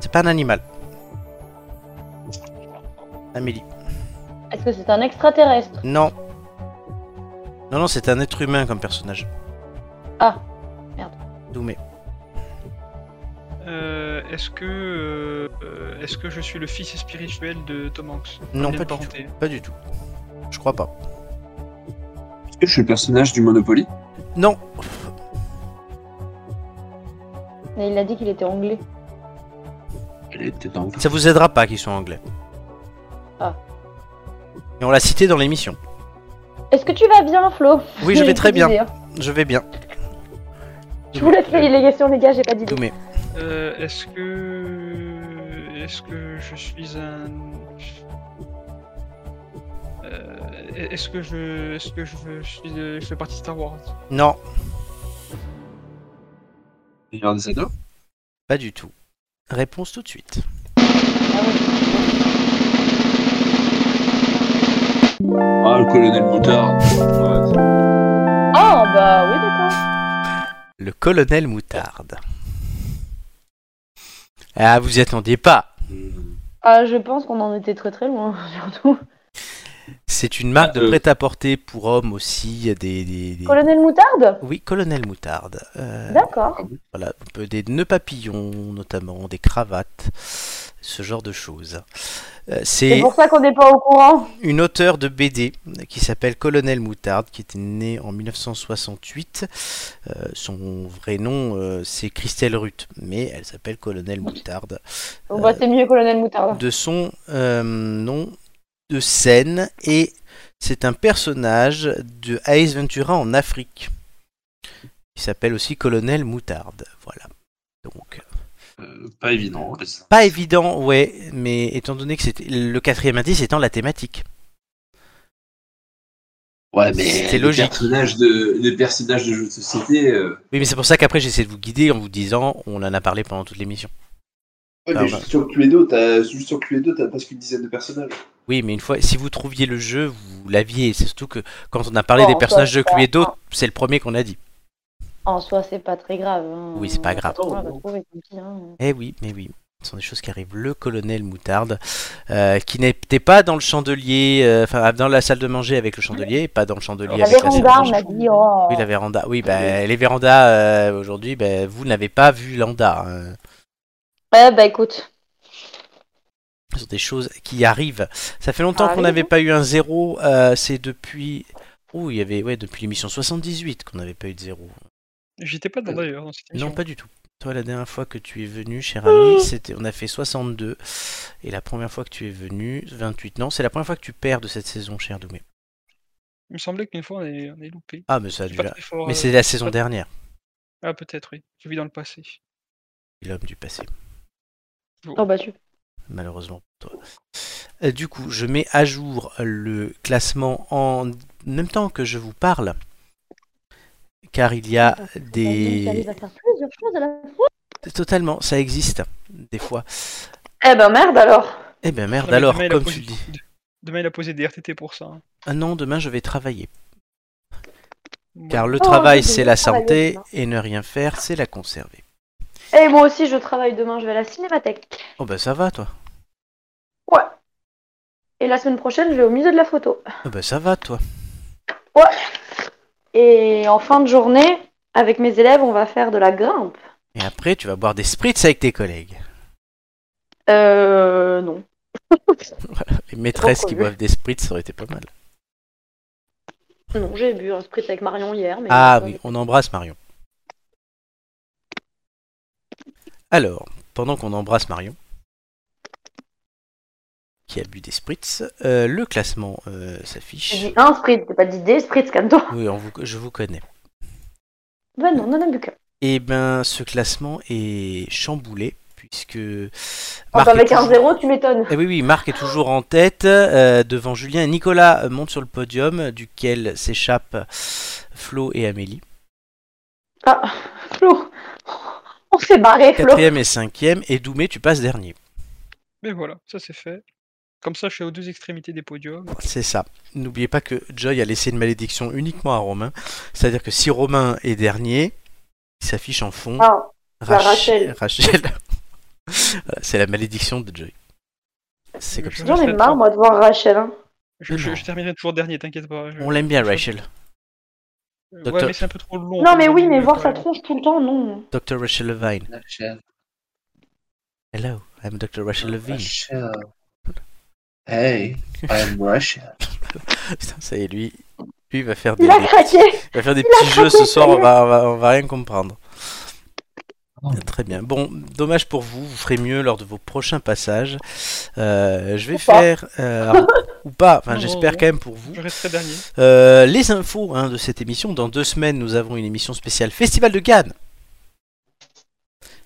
C'est pas un animal. Amélie. Est-ce que c'est un extraterrestre Non. Non, non, c'est un être humain comme personnage. Ah, merde. Doumé. Euh, est-ce que euh, est-ce que je suis le fils spirituel de Tom Hanks Non, pas Combien de du parenté tout. Pas du tout. Je crois pas. Est-ce que je suis le personnage du Monopoly Non, Mais il a dit qu'il était anglais. Elle était dans ça vous aidera pas qu'ils soient anglais. Ah. Et on l'a cité dans l'émission. Est-ce que tu vas bien, Flo Oui, je vais J'ai très plus bien. d'idées, hein. Je vais bien. Je vous laisse les les questions, les gars, j'ai pas d'idée. Doumé. Euh, Est-ce que est-ce que je suis un Euh, est-ce que je est-ce que je, je suis euh, je fais partie de Star Wars Non, Il y a des ados pas du tout. Réponse tout de suite. Ah, le colonel Moutard. Ouais. Ah, bah oui, d'accord. Le colonel Moutarde. Ah, vous y attendiez pas. Hum. Ah, je pense qu'on en était très très loin, surtout. C'est une marque Ah, de euh. prêt-à-porter pour hommes aussi. il y a Des, des- des- Colonel Moutarde Oui, colonel Moutarde. Euh, D'accord. Voilà, on peut- des nœuds papillons notamment, des cravates, ce genre de choses. Euh, C'est c'est pour ça qu'on n'est pas au courant. une auteure de BD qui s'appelle Colonel Moutarde, qui était née en 1968. Euh, son vrai nom, euh, c'est Christelle Ruth, mais elle s'appelle Colonel Moutarde. Bon, bah, c'est mieux, Colonel Moutarde. Euh, De son euh, nom de scène, et c'est un personnage de Ace Ventura en Afrique. Il s'appelle aussi Colonel Moutarde. Voilà. Donc, Euh, pas évident. ouais, ça. Pas évident, ouais, mais étant donné que c'était le quatrième indice étant la thématique. Ouais, C'était les logique. Personnages de, les personnages de jeux de société. euh, Oui, mais c'est pour ça qu'après j'essaie de vous guider en vous disant, on en a parlé pendant toute l'émission. Ouais, Ah, mais bah. juste sur Cluedo, t'as juste sur Cluedo, t'as presque une dizaine de personnages. Oui, mais une fois, si vous trouviez le jeu, vous l'aviez. C'est surtout que quand on a parlé Oh, des personnages de ça, ça, Cluedo, hein. c'est le premier qu'on a dit. En soi, c'est pas très grave. hein. Oui, c'est pas grave. On va trouver, tant pis, hein. Eh oui, mais oui. Ce sont des choses qui arrivent. Le colonel Moutarde, euh, qui n'était pas dans le chandelier, euh, enfin dans la salle de manger avec le chandelier, et pas dans le chandelier La avec la salle de véranda, manger. on a dit. Oh. Oui, la véranda. Oui, bah, les vérandas, euh, aujourd'hui, bah, vous n'avez pas vu Landa. hein. Ouais, bah écoute. Ce sont des choses qui arrivent. Ça fait longtemps Ah, qu'on oui. n'avait pas eu un zéro. euh, c'est depuis. Ouh, il y avait. Ouais, depuis l'émission 78 qu'on n'avait pas eu de zéro. J'étais pas dedans d'ailleurs dans cette émission. Euh, Non, pas du tout. Toi, la dernière fois que tu es venu, cher Oh. ami, c'était, on a fait 62. Et la première fois que tu es venu, 28. Non, c'est la première fois que tu perds de cette saison, cher Doumé. Il me semblait qu'une fois on est, on est loupé. Ah, mais ça a Je dû suis pas là. très fort, Mais euh, c'est la saison pas- dernière. Ah peut-être oui. Je vis dans le passé. L'homme du passé, Oh, bah, tu. malheureusement pour toi. Euh, du coup, je mets à jour le classement en même temps que je vous parle. Car il y a Il des. arrive Bah, à faire plusieurs choses à la fois. Totalement, ça existe, des fois. Eh ben merde alors. Eh ben Non, merde, mais alors, demain, il a comme posé- tu le dis. de- Demain il a posé des RTT pour ça. hein. Ah non, demain je vais travailler. Ouais. Car le Oh, travail, je vais c'est la travailler santé, demain. et ne rien faire, c'est la conserver. Et Eh, moi aussi, je travaille demain, je vais à la cinémathèque. Oh bah ça va, toi. Ouais. Et la semaine prochaine, je vais au musée de la photo. Oh bah ça va, toi. Et en fin de journée, avec mes élèves, on va faire de la grimpe. Et après, tu vas boire des spritz avec tes collègues. Euh, non. Voilà, les maîtresses qui prévu. boivent des spritz, ça aurait été pas mal. Non, j'ai bu un spritz avec Marion hier. Mais Ah oui, on embrasse Marion. Alors, pendant qu'on embrasse Marion, qui a bu des spritz, euh, le classement euh, J'ai s'affiche. dit un spritz, j'ai pas dit des spritz, canto. Oui, on vous- je vous connais. Bah non, on en a bu qu'un. Eh ben, ce classement est chamboulé puisque Enfin, Marc est Ah, bah, avec un toujours- zéro, tu m'étonnes. Eh oui, oui, Marc est toujours en tête euh, devant Julien et Nicolas euh, monte sur le podium euh, duquel s'échappent Flo et Amélie. Ah, Flo. On s'est barré, Flo. Quatrième et cinquième et Doumé, tu passes dernier. Mais voilà, ça c'est fait. Comme ça, je suis aux deux extrémités des podiums. C'est ça. N'oubliez pas que Joy a laissé une malédiction uniquement à Romain. C'est-à-dire que si Romain est dernier, il s'affiche en fond. Ah, bah, Rachel. Rachel. Voilà, c'est la malédiction de Joy. C'est comme ça. j'en ai marre, moi, de voir Rachel. hein. Je, je- Non. je terminerai toujours dernier, t'inquiète pas. je- On l'aime bien, je- Rachel. Euh, Docteur- Ouais, mais c'est un peu trop long. Non, comme mais oui, jeu, mais voir quand sa même. tronche tout le temps, non. Dr. Rachel Levine. La chèvre, Hello, I'm Dr. Rachel la Levine. chèvre. Hey, I'm Russia. Putain, ça y est, lui, lui il va faire des, Il a des- craqué il va faire des a petits jeux craqué, ce soir, ça y on est. va, on va, on va rien comprendre. Ah, Oh. Très bien. Bon, dommage pour vous, vous ferez mieux lors de vos prochains passages. Euh, je vais Ou pas. faire, euh, alors, ou pas, enfin Non, j'espère non. quand même pour vous. Je resterai dernier. Euh, les infos hein, de cette émission. Dans deux semaines, nous avons une émission spéciale Festival de Cannes.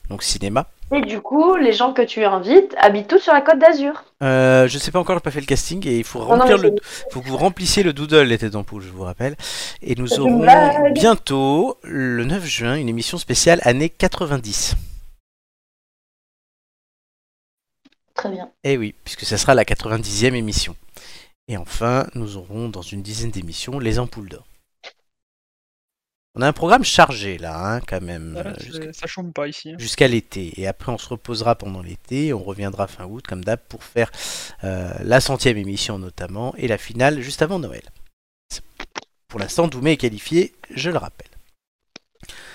Donc cinéma. Et du coup, les gens que tu invites habitent tous sur la côte d'Azur. Euh, je sais pas encore, j'ai pas fait le casting et il faut Oh non, remplir mais le, faut que vous remplissiez le doodle les têtes d'ampoule, je vous rappelle. Et nous C'est une aurons blague. bientôt le 9 juin une émission spéciale année 90. Très bien. Eh oui, puisque ça sera la 90e émission. Et enfin, nous aurons dans une dizaine d'émissions les ampoules d'or. On a un programme chargé là, hein, quand même. Voilà, euh, c'est- jusqu'à- ça chôme pas ici. hein. jusqu'à l'été. Et après, on se reposera pendant l'été. On reviendra fin août, comme d'hab, pour faire euh, la centième émission notamment et la finale juste avant Noël. Pour l'instant, Doumé est qualifié, je le rappelle.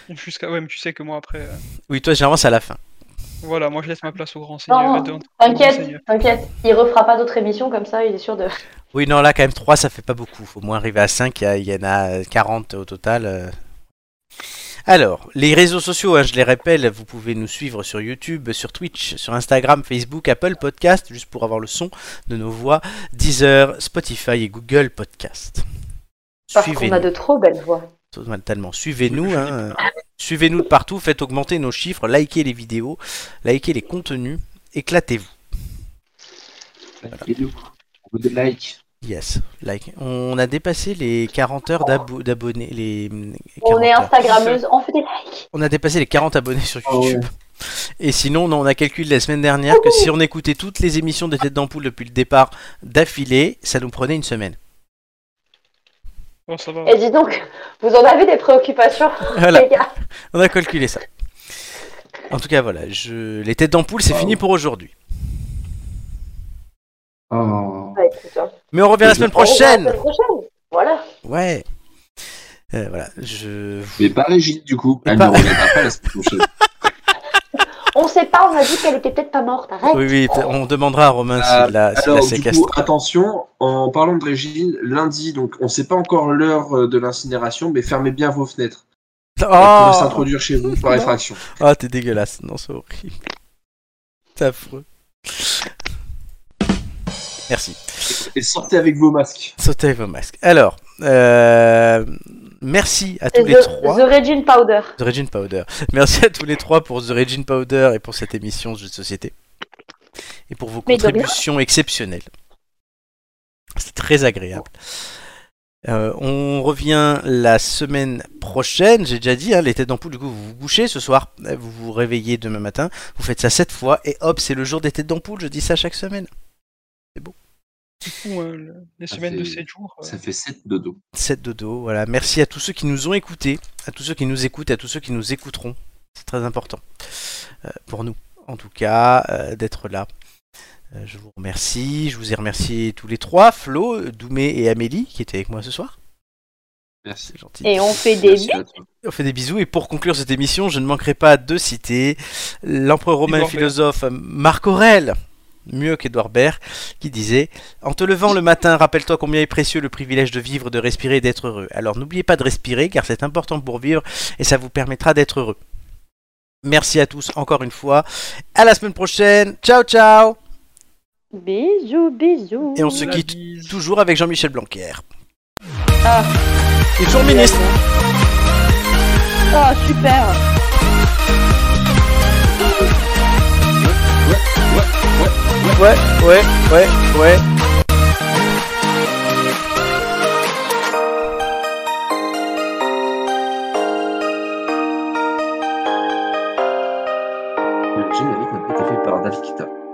Jusqu'à... Ouais, mais tu sais que moi après. euh, Oui, toi, généralement, c'est à la fin. Voilà, moi je laisse ma place au grand seigneur. Non, et de- au grand T'inquiète, seigneur. t'inquiète. Il refera pas d'autres émissions comme ça, il est sûr de. Oui, non, là, quand même, 3, ça fait pas beaucoup. Faut au moins arriver à 5. Il y a- il y, en a euh, 40 au total. euh. Alors, les réseaux sociaux, hein, je les rappelle, vous pouvez nous suivre sur YouTube, sur Twitch, sur Instagram, Facebook, Apple Podcast, juste pour avoir le son de nos voix, Deezer, Spotify et Google Podcast. Parce qu'on a de trop belles voix. Totalement. Suivez-nous. hein. Suivez-nous de partout. Faites augmenter nos chiffres. Likez les vidéos. Likez les contenus. Éclatez-vous. Tranquillou. On veut des likes. Yes. Like. On a dépassé les 40 heures d'abo- d'abonnés. Les On 40 est heures. Instagrammeuse, on fait des likes. On a dépassé les 40 abonnés sur Ah ouais. YouTube. Et sinon, non, on a calculé la semaine dernière que si on écoutait toutes les émissions des têtes d'ampoule depuis le départ d'affilée, ça nous prenait une semaine. Bon, ça va. Et dis donc, vous en avez des préoccupations, Voilà. les gars. On a calculé ça. En tout cas, voilà. Je... Les têtes d'ampoule, c'est Wow. fini pour aujourd'hui. Oh. Ouais, écoute, hein. Mais on revient la semaine On revient la prochaine. semaine prochaine. Voilà. Ouais. Euh, voilà, je. Mais pas Régine, du coup. Ah Mais Elle pas- ne reviendra pas la semaine prochaine. On sait pas, on a dit qu'elle était peut-être pas morte, arrête. Oui, oui, on demandera à Romain s'il la, s'il la Euh, Alors, du coup, séquestre. attention, en parlant de Régine, lundi, donc on sait pas encore l'heure euh, de l'incinération, mais fermez bien vos fenêtres. Elle pourrait Oh, s'introduire chez vous par Non. effraction. oh t'es dégueulasse. Non, c'est horrible. C'est affreux. Merci. Et sortez avec vos masques. Sautez vos masques. Alors, euh, merci à C'est tous les the, trois. the Regine Powder. The Regine Powder. Merci à tous les trois pour The Regine Powder et pour cette émission de jeux de société. Et pour vos Mais de rien. contributions exceptionnelles. C'est très agréable. Euh, on revient la semaine prochaine. J'ai déjà dit, hein, les têtes d'ampoule, du coup, vous vous couchez ce soir, euh, vous vous réveillez demain matin, vous faites ça sept fois, et hop, c'est le jour des têtes d'ampoule. Je dis ça chaque semaine. Du coup, euh, le- les Ah, Ça semaines de fait- 7 jours. euh, Ça fait 7 dodo. 7 dodo. Voilà. Merci à tous ceux qui nous ont écoutés, à tous ceux qui nous écoutent, et à tous ceux qui nous écouteront. C'est très important euh, pour nous, en tout cas, euh, d'être là. Euh, je vous remercie. Je vous ai remercié tous les trois, Flo, Doumé et Amélie, qui étaient avec moi ce soir. Merci. C'est gentil. Et on fait des Merci bisous. à toi. On fait des bisous. Et pour conclure cette émission, je ne manquerai pas de citer l'empereur romain Édouard philosophe Marc Aurèle, mieux qu'Edouard Baird, qui disait En te levant le matin, rappelle-toi combien est précieux le privilège de vivre, de respirer et d'être heureux. Alors n'oubliez pas de respirer, car c'est important pour vivre et ça vous permettra d'être heureux. Merci à tous encore une fois. À la semaine prochaine. Ciao, ciao Bisous, bisous. Et on se la quitte bise. toujours avec Jean-Michel Blanquer. Ah. Et toujours ministre. Oh, super. Ouais, ouais, ouais, ouais. Le générique n'a pas été fait par Dave Kita.